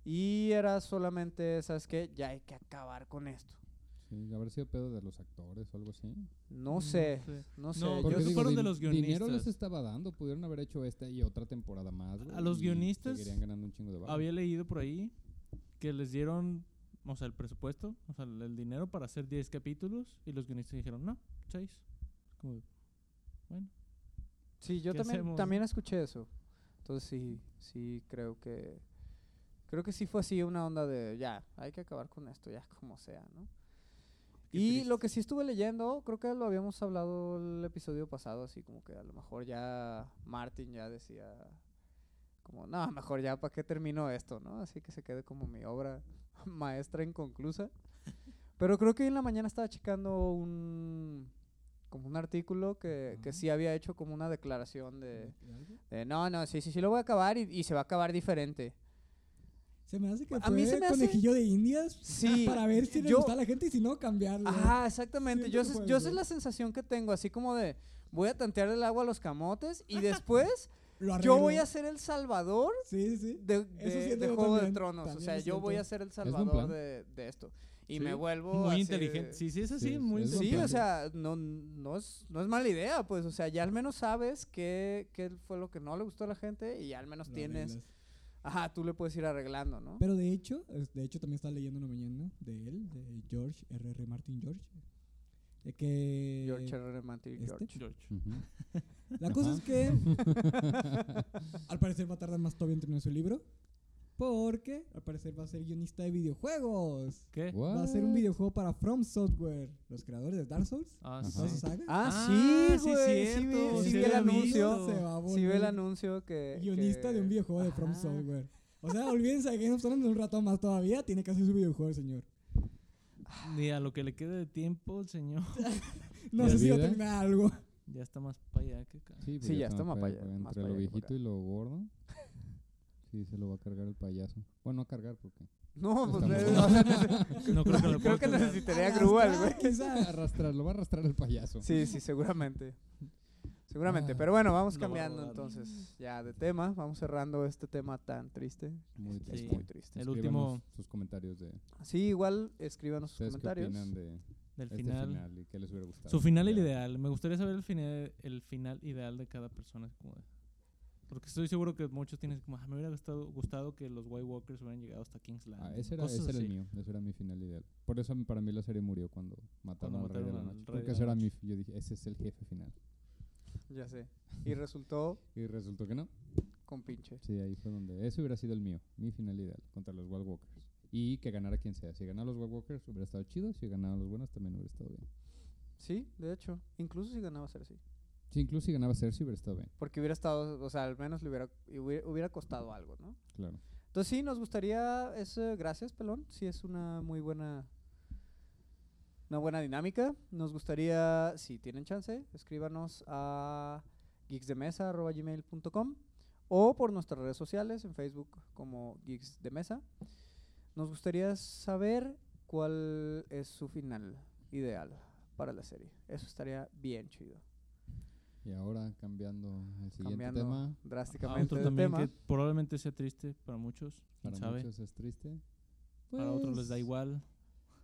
A: y era solamente, ¿sabes qué? Ya hay que acabar con esto.
D: Sí, habrá sido pedo de los actores o algo así.
A: No sé, no sé.
C: No,
A: yo-
C: porque
D: Porque
C: creo que
D: digo,
C: fueron de
D: din-
C: los
D: Dinero les
C: guionistas.
D: estaba dando, pudieron haber hecho esta y otra temporada más. güey,
C: A los
D: y
C: guionistas
D: Seguirían ganando un chingo de barro.
C: Había leído por ahí que les dieron, o sea, el presupuesto, o sea, el el dinero para hacer 10 capítulos y los guionistas dijeron, no, 6. Como,
A: Sí, yo
C: ¿Qué
A: también,
C: hacemos,
A: también escuché eso. Entonces sí, sí creo que creo que sí fue así una onda de ya, hay que acabar con esto ya como sea, ¿no?
C: Qué
A: y lo
C: triste.
A: que sí estuve leyendo, creo que lo habíamos hablado el episodio pasado, así como que a lo mejor ya Martin ya decía como, no, mejor ya para qué termino esto, ¿no? Así que se quede como mi obra maestra inconclusa. Pero creo que hoy en la mañana estaba checando un como un artículo que, que
B: Ajá.
A: sí había hecho como una declaración de,
B: ¿De algo?
A: de, no, no, sí, sí, sí lo voy a acabar y, y se va a acabar diferente.
B: Se me hace que
A: A
B: fue
A: mí se me hace-
B: conejillo de indias
A: Sí.
B: para ver si le
A: yo-
B: gusta a la gente y si no, cambiarlo.
A: Ajá, exactamente.
B: Siento
A: Yo,
B: que
A: sé-
B: fue
A: yo
B: eso.
A: esa es la sensación que tengo, así como de voy a tantear el agua a los camotes y después
B: Lo
A: yo
B: arreglo.
A: voy a ser el salvador
B: Sí, sí, sí.
A: de,
B: Eso
A: de-
B: siento
A: de
B: yo
A: Juego de
B: también,
A: Tronos. O
B: también
A: sea,
B: lo
A: yo voy
B: siento.
A: a ser el
D: buen
A: salvador
D: plan.
A: de, de esto. Y
C: Sí,
A: me vuelvo
C: Muy
A: así-
C: inteligente. Sí, sí, es así,
D: Sí,
C: muy
D: es buen
A: Sí,
C: inteligente.
A: o
D: plan.
A: sea, no, no, es, no es mala idea, pues, o sea, ya al menos sabes qué, qué fue lo que no le gustó a la gente y ya al menos
B: Lo
A: tienes,
B: arreglas.
A: ajá, tú le puedes ir arreglando, ¿no?
B: Pero de hecho, es- de hecho también estaba leyendo una mañana de él, de George R.R. Martin George, de que
A: George R. R. Martin,
B: eh, este,
A: George.
C: George.
D: Ujú.
B: la cosa es que al parecer va a tardar más todavía en terminar su libro, porque al parecer va a ser guionista de videojuegos.
C: ¿Qué?
B: Va a ser un
A: Ah.
D: What?
B: videojuego para From Software, los creadores de Dark Souls.
C: Ah,
D: Ajá.
B: toda esa
C: sí.
B: saga.
A: Ah,
C: Ah,
A: sí,
C: sí,
A: güey, sí,
C: cierto,
A: vi, sí
C: sí
A: vi
C: lo
A: el
C: he
A: anuncio.
C: visto.
B: se va a
A: Sí vi el
B: volver
A: anuncio que...
B: Ah, guionista
A: que-
B: de un videojuego de From
A: Ajá.
B: Software. O sea, olvídense de Game of Thrones en un rato más todavía, tiene que hacer su videojuego el señor.
C: Ni a lo que le quede de tiempo, el señor.
B: No
D: ¿Ya
B: sé si va a
D: vida?
B: terminar algo.
C: Ya está más para allá que acá.
D: Sí, pues
A: Sí, ya está más pa' allá,
D: acá,
A: más
D: Entre
A: pa' allá
D: lo
A: que pa'
D: viejito
A: acá.
D: y lo gordo. Sí, se lo va a cargar el payaso. Bueno, no cargar porque.
A: No, pues,
D: Estamos-
A: no,
C: No creo que
A: creo
C: lo pueda
A: que
C: tocar.
A: necesitaría
B: Ah,
A: grúa el güey.
B: Arrastrar, quizá.
D: Arrastrar, lo va a arrastrar el payaso.
A: Sí, sí, seguramente. Seguramente,
B: Ah,
A: pero bueno, vamos
C: lo va a
A: cambiando
C: rodar.
A: entonces ya de tema, vamos cerrando este tema tan triste.
D: Muy
A: Es
D: triste.
A: muy triste.
C: El
D: Escríbanos
C: último
D: Sus comentarios de.
A: Sí, igual escríbanos sus
D: ¿Ustedes qué
A: comentarios.
D: opinan de
C: del
D: este
C: final.
D: final y qué les hubiera gustado?
C: Su final el
D: Ya.
C: ideal. Me gustaría saber el final, el final ideal de cada persona. como de- Porque estoy seguro que muchos tienen como, "Ah, me hubiera gustado, gustado que los White Walkers hubieran llegado hasta King's
D: Ah,
C: Landing.
D: ese era,
C: Cosas
D: ese era
C: así.
D: el
C: Ah,
D: mío, ese era mi final ideal. Por eso para mí la serie murió cuando mataron
C: Cuando
D: al Rey de la
C: mataron al
D: Noche.
C: Rey de
D: Porque
C: la
D: ese era mi,
C: Noche.
D: yo dije, ese es el jefe final.
A: Ya sé. Y resultó
D: Y resultó que no.
A: con pinche.
D: Sí, ahí fue donde, ese hubiera sido el mío, mi final ideal, contra los Wild Walkers. Y que ganara quien sea. Si ganaba los Wild Walkers hubiera estado chido, si ganaban los buenos también hubiera estado bien.
A: Sí, de hecho. Incluso si ganaba Cersei.
D: Sí, incluso si ganaba Cersei hubiera estado bien,
A: Porque hubiera estado, o sea, al menos le hubiera, hubiera, hubiera costado algo, ¿no?
D: claro.
A: Entonces sí, nos gustaría, es, eh, gracias Pelón, sí es una muy buena, una buena dinámica. Nos gustaría, si tienen chance, escríbanos a geeksdemesa.gmail.com o por nuestras redes sociales en Facebook como Geeks de Mesa. Nos gustaría saber cuál es su final ideal para la serie. Eso estaría bien chido.
D: Y ahora cambiando al siguiente
A: Cambiando
D: tema,
C: Ah,
A: drásticamente
C: otro
A: de
C: también
A: tema.
C: que probablemente sea triste para muchos. ¿Quién
D: para
C: sabe?
D: muchos es triste.
C: Para otros les da
D: pues,
C: igual.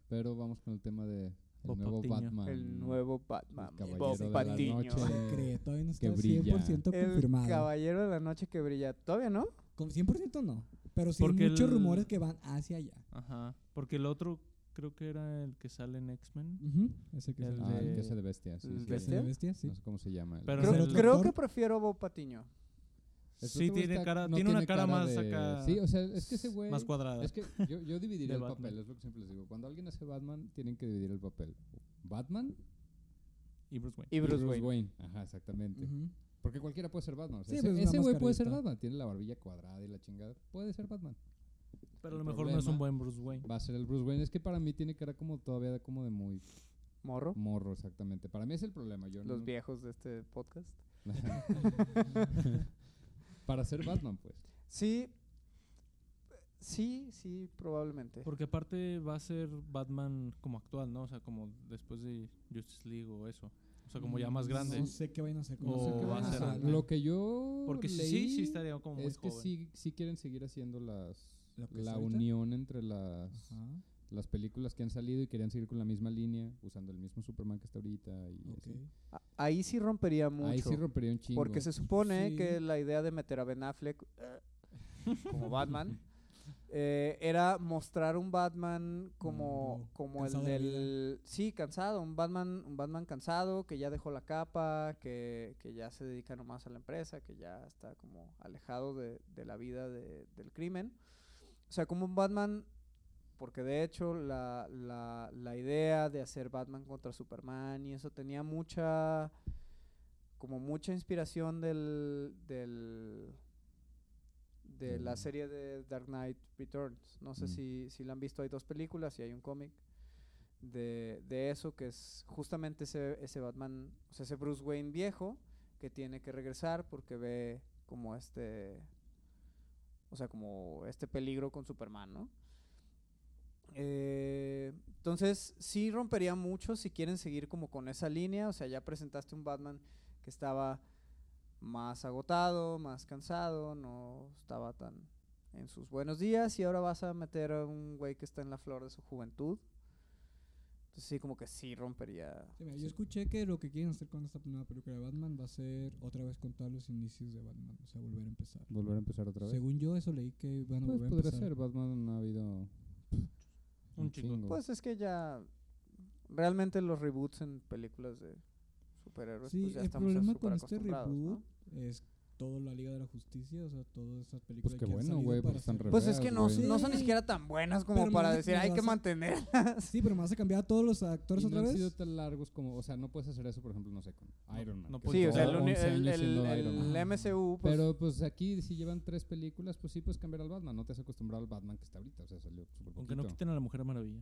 D: Pero vamos con el tema de
C: Bob
D: el nuevo
C: Patiño.
D: Batman.
A: El nuevo Batman,
D: Caballero
A: Bob
D: de la
A: Patiño.
D: Noche.
B: Se cree, todavía no
D: Que
B: está
D: brilla.
B: 100%
A: El
B: confirmado.
A: caballero de la noche que brilla. Todavía no.
B: Con 100% no, pero sí hay
C: Porque
B: muchos
C: el-
B: rumores que van hacia allá.
C: Ajá. Porque el otro creo que era el que sale en X-Men.
B: Ujú, Ese que
C: El
B: es
D: Ah, el
C: de- este
D: que hace de bestia, sí,
A: ¿El
D: sí,
B: bestia.
A: bestia?
B: bestia, sí.
D: No sé cómo se llama. el-
C: Pero
A: Creo,
C: es el
A: creo
B: doctor.
A: que prefiero a Bob Patiño.
D: El
C: Sí,
D: otro Pues este güey
C: tiene
D: está-
C: cara-
D: no
C: tiene una cara más
D: de-
C: acá,
D: Sí, o sea, es que ese güey.
C: Más cuadrada.
D: Es que yo, yo dividiría
C: de
D: el
C: Batman.
D: papel, es lo que siempre les digo. Cuando alguien hace Batman, tienen que dividir el papel. Batman
C: Y Bruce Wayne.
A: Y Bruce, Wayne.
D: Ajá, exactamente.
B: Ujú.
D: Porque cualquiera puede ser Batman. o sea,
B: Sí,
D: ese-
B: pues, una
D: ese güey puede ser
B: mascarita.
D: Batman. Tiene la barbilla cuadrada y la chingada. Puede ser Batman.
C: Pero a lo
D: el
C: mejor no es un
D: problema-
C: buen Bruce Wayne.
D: Va a ser el Bruce Wayne. Es que para mí tiene cara como todavía de- como de muy
A: Morro.
D: morro, exactamente. Para mí es el problema. Yo
A: Los
D: no-
A: viejos de este podcast.
D: para ser Batman, pues.
A: Sí. Sí, sí, probablemente.
C: Porque aparte va a ser Batman como actual, ¿no? O sea, como después de Justice League o eso. O sea, como ya
D: Mm,
C: más grande.
B: No sé qué vayan a hacer con
C: O
B: eso.
D: qué
C: va a
D: van a
C: ser
D: hacer.
C: Batman.
D: Lo que yo.
C: Porque si
D: leí
C: sí, sí estaría como muy
D: es que
C: joven.
D: sí, sí quieren seguir haciendo las
B: ¿Lo que es
D: la
B: ahorita?
D: unión entre las,
B: Ajá,
D: las películas que han salido y querían seguir con la misma línea, usando el mismo Superman que está ahorita. Y
B: ok.
D: así.
A: A- Ahí sí rompería mucho.
D: Ahí sí rompería un chingo.
A: porque se supone
B: Sí.
A: que la idea de meter a Ben Affleck eh, como Batman eh, era mostrar un Batman como,
B: no,
A: como el
B: cansado de la
A: del... Sí, cansado, un Batman, un Batman cansado, que ya dejó la capa, que, que ya se dedica nomás a la empresa, que ya está como alejado de, de la vida de- del crimen. O sea, como un Batman, porque de hecho la, la, la idea de hacer Batman contra Superman y eso tenía mucha, como mucha inspiración del, del de la
D: Del-
A: serie de Dark Knight Returns. No sé
D: Mm.
A: si, si la han visto, hay dos películas y hay un cómic de, de eso, que es justamente ese, ese Batman, o sea, ese Bruce Wayne viejo que tiene que regresar porque ve como este... O sea, como este peligro con Superman, ¿no? Eh, entonces, sí rompería mucho si quieren seguir como con esa línea. O sea, ya presentaste un Batman que estaba más agotado, más cansado, no estaba tan en sus buenos días y ahora vas a meter a un güey que está en la flor de su juventud. Entonces sí, como que sí rompería.
B: Sí, mira,
A: sí.
B: Yo escuché que lo que quieren hacer con esta nueva película de Batman va a ser otra vez contar los inicios de Batman, o sea, volver a empezar.
D: Volver a empezar otra vez.
B: Según yo, eso leí que van a
D: Pues
B: volver a
D: podría
B: empezar.
D: ser, Batman ha habido
C: Un chingo.
A: Pues es que ya realmente los reboots en películas de superhéroes
B: Sí,
A: pues ya
B: el
A: estamos
B: problema
A: súper
B: con este
A: acostumbrados, ¿no?
B: reboot es toda la Liga de la Justicia, o sea, todas esas películas
D: qué
B: que han
D: bueno,
B: salido
D: güey,
B: para
D: pues están
B: hacer-
D: re-
A: Pues es que no,
D: Reveas, güey.
A: no son ni
B: Sí.
A: siquiera tan buenas como
B: Pero me
A: para
B: vas a-
A: decir,
B: me
A: hay que
B: vas a-
A: mantenerlas.
B: Sí, pero me vas a cambiar a todos los actores
D: Y no
B: otra
D: han
B: vez.
D: sido tan largos como, o sea, no puedes hacer eso, por ejemplo, no sé, con Iron Man.
C: no
D: que
C: puedes.
A: Sí, o sea,
D: lleva
A: el, uni-
D: 11
A: el,
D: Pues años siendo
A: el-
D: Iron Man.
A: el
B: Man.
A: MCU, pues,
D: Pero pues aquí si llevan tres películas, pues sí puedes cambiar al Batman. No te has acostumbrado al Batman que está ahorita, o sea, salió súper
C: Aunque no
D: poquito.
C: quiten a la Mujer Maravilla.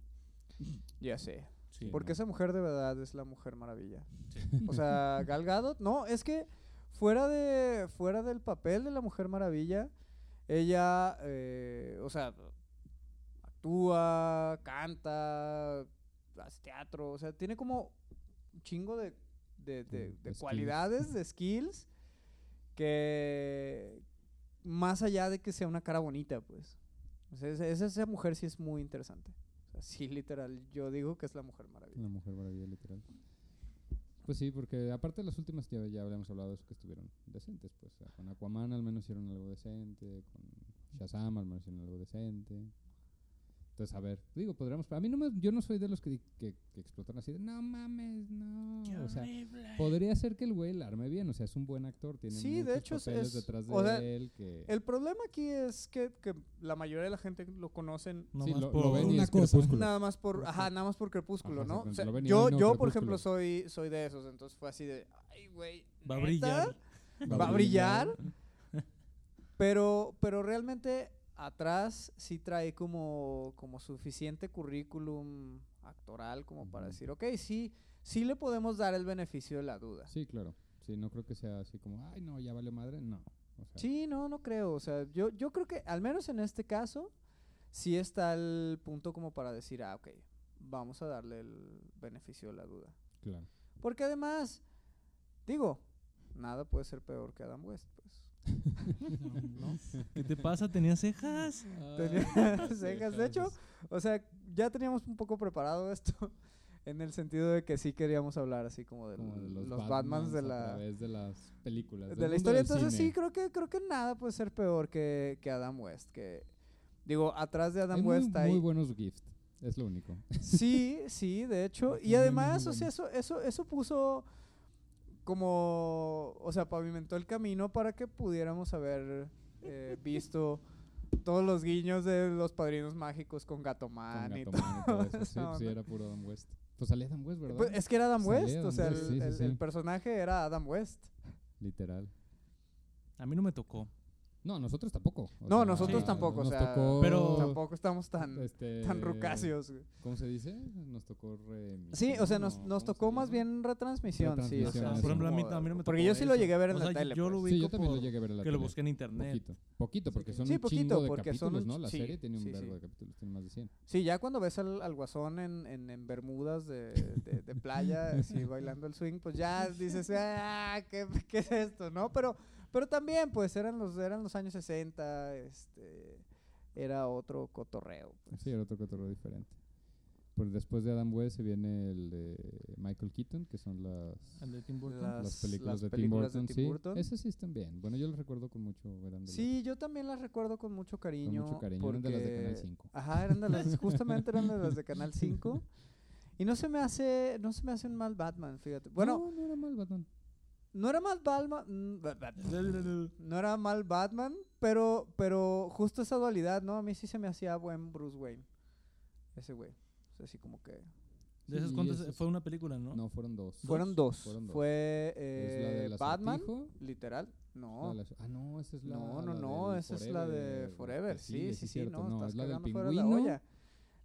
A: ya sé.
D: Sí,
A: Porque
D: no.
A: esa mujer de verdad es la mujer maravilla. O sea, Gal Gadot, no, es que fuera de fuera del papel de la mujer maravilla, ella, eh, o sea, actúa, canta, hace teatro, o sea, tiene como un chingo de, de- de-
D: Mm,
A: de
D: skills.
A: cualidades, de skills, que más allá de que sea una cara bonita, pues. O sea, esa, esa- esa mujer sí es muy interesante. O sea, sí, literal, yo digo que es la mujer maravilla.
D: La Mujer Maravilla, literal. Pues sí, porque aparte de las últimas ya, ya habíamos hablado de eso que estuvieron decentes, pues. o sea, con Aquaman al menos hicieron algo decente, con Shazam al menos hicieron algo decente. Entonces, a ver, digo, podríamos... A mí no me, yo no soy de los que, di- que, que explotan así de, no mames, no. O sea, podría ser que el güey la arme bien, o sea, es un buen actor, tiene
A: Sí, de
D: muchos
A: hecho, es-
D: papeles
A: es-
D: detrás de
A: o sea,
D: él que...
A: El problema aquí es que, que la mayoría de la gente lo conocen
C: No
D: Sí,
C: más
D: lo- lo
C: por
D: ven y
B: una
D: es
B: cosa.
D: crepúsculo.
A: nada más por ajá, nada más por crepúsculo,
D: Ajá,
A: ¿no? O
D: exactamente,
A: sea,
D: lo ven y,
A: yo
D: "Ay, no,
A: yo por
D: Crepúsculo".
A: ejemplo soy soy de esos, entonces fue así de ay, güey,
C: Va a
A: ¿neta?
C: brillar.
A: Va a brillar. Pero pero realmente atrás sí trae como como suficiente currículum actoral como para
D: Ujú.
A: decir, ok, sí sí le podemos dar el beneficio de la duda."
D: Sí, claro. Sí, no creo que sea así como, ay, no, ya valió madre. No. O sea,
A: Sí, no, no creo. O sea, yo, yo creo que, al menos en este caso, sí está el punto como para decir, ah, ok, vamos a darle el beneficio de la duda.
D: Claro.
A: Porque además, digo, nada puede ser peor que Adam West, pues.
B: No,
C: ¿Qué te pasa? ¿Tenías cejas?
A: Tenía cejas. De hecho, o sea, ya teníamos un poco preparado esto. En el sentido de que sí queríamos hablar así como de
D: Como de
A: los, Batmans de
D: A
A: la,
D: través de las películas.
A: de la historia. Entonces sí, creo que creo que nada puede ser peor que, que Adam West. Que digo, atrás de Adam
D: Hay muy,
A: West hay
D: muy buenos gifts. Es lo único.
A: Sí, sí, de hecho. Y
B: Batman
A: además,
B: es muy
A: o sea, eso, eso, eso puso como, o sea, pavimentó el camino para que pudiéramos haber eh, visto todos los guiños de los padrinos mágicos con Gatoman
D: Con
A: y todo.
D: Gatoman y todo eso. Sí,
A: esa
D: pues sí,
A: onda.
D: era puro Adam West. Pues salía Adam West, ¿verdad?
A: Pues, es que era Adam
D: Salía
A: West, o
D: Adam
A: sea, el,
D: West, sí, sí,
A: el-
D: sí.
A: el personaje era Adam West.
D: Literal.
C: A mí no me tocó.
D: No, nosotros tampoco. o
A: No, nosotros
D: nos
A: tampoco, o sea,
D: tocó,
C: Pero-
A: Tampoco estamos tan,
D: Oh, este,
A: tan rucasios. güey.
D: ¿Cómo se dice? Nos tocó. reemisión,
A: Sí, o sea, nos,
D: ¿no?
A: nos
D: ¿Cómo se
A: tocó más
D: llama?
A: bien retransmisión, sí. O
D: Retransmisión,
A: sea,
D: Ah,
A: así
D: por ejemplo,
C: a mí-
A: como-
C: a mí no me
A: Porque
C: tocó
A: yo sí lo
C: eso.
A: llegué a ver en
C: O
A: la
C: sea,
A: tele.
C: yo lo
A: pues.
C: vi
D: Sí, yo
C: ubico
D: también lo
C: por-
D: llegué a ver en la
C: Que lo
D: tele.
C: busqué en internet.
D: Poquito, poquito, porque son
A: Sí,
D: un
A: poquito,
D: chingo de
A: porque son
D: capítulos,
A: un
D: ¿no? La
A: ch- sí,
D: serie tiene un
A: sí,
D: vergo
A: sí.
D: de capítulos, tiene más de 100.
A: Sí, ya cuando ves al, al guasón en, en, en Bermudas de, de- de playa, así bailando el swing, pues ya dices, ah, ¿qué, qué es esto? ¿No? Pero, pero también, pues eran los, eran los años 60, este, era otro cotorreo. pues.
D: Sí, era otro cotorreo diferente. Pero después de Adam West se viene el de Michael Keaton, que son las,
C: El de Tim Burton.
A: La-
D: las
A: Las-
D: películas,
A: las
D: de,
A: películas de
D: Tim Burton.
A: Tim
D: sí.
A: Burton.
D: Esas sí están bien. Bueno, yo las recuerdo con mucho verán de
A: Sí, yo también las recuerdo con mucho
D: las-
A: cariño.
D: Con mucho cariño. Eran de las de Canal
A: porque-
D: 5.
A: Ajá, eran de las, justamente eran de las de Canal 5. Y no se me hace, no se me hace un mal Batman, fíjate. Bueno,
D: No, no era mal, Batman.
A: no era mal Batman, no era mal Batman, pero, pero justo esa dualidad, ¿no? A mí sí se me hacía buen Bruce Wayne. Ese güey. O sea, así como que.
C: ¿De esas
D: Sí,
C: cuántas?
D: esas-
C: Fue una película, ¿no?
D: No, fueron dos.
A: Fueron dos.
D: Fueron dos.
A: Fue
D: Es la
A: eh,
D: del
A: Batman,
D: acertijo,
A: literal.
D: la
A: No.
D: del az- Ah, no, esa es la
A: no, no,
D: la
A: no,
D: del
A: esa es la de
D: güey,
A: Forever.
D: que
A: Sí,
D: sigue,
A: sí, sí,
D: cierto,
A: no, estás
D: es la del
A: cagando fuera de la
D: pingüino.
A: olla.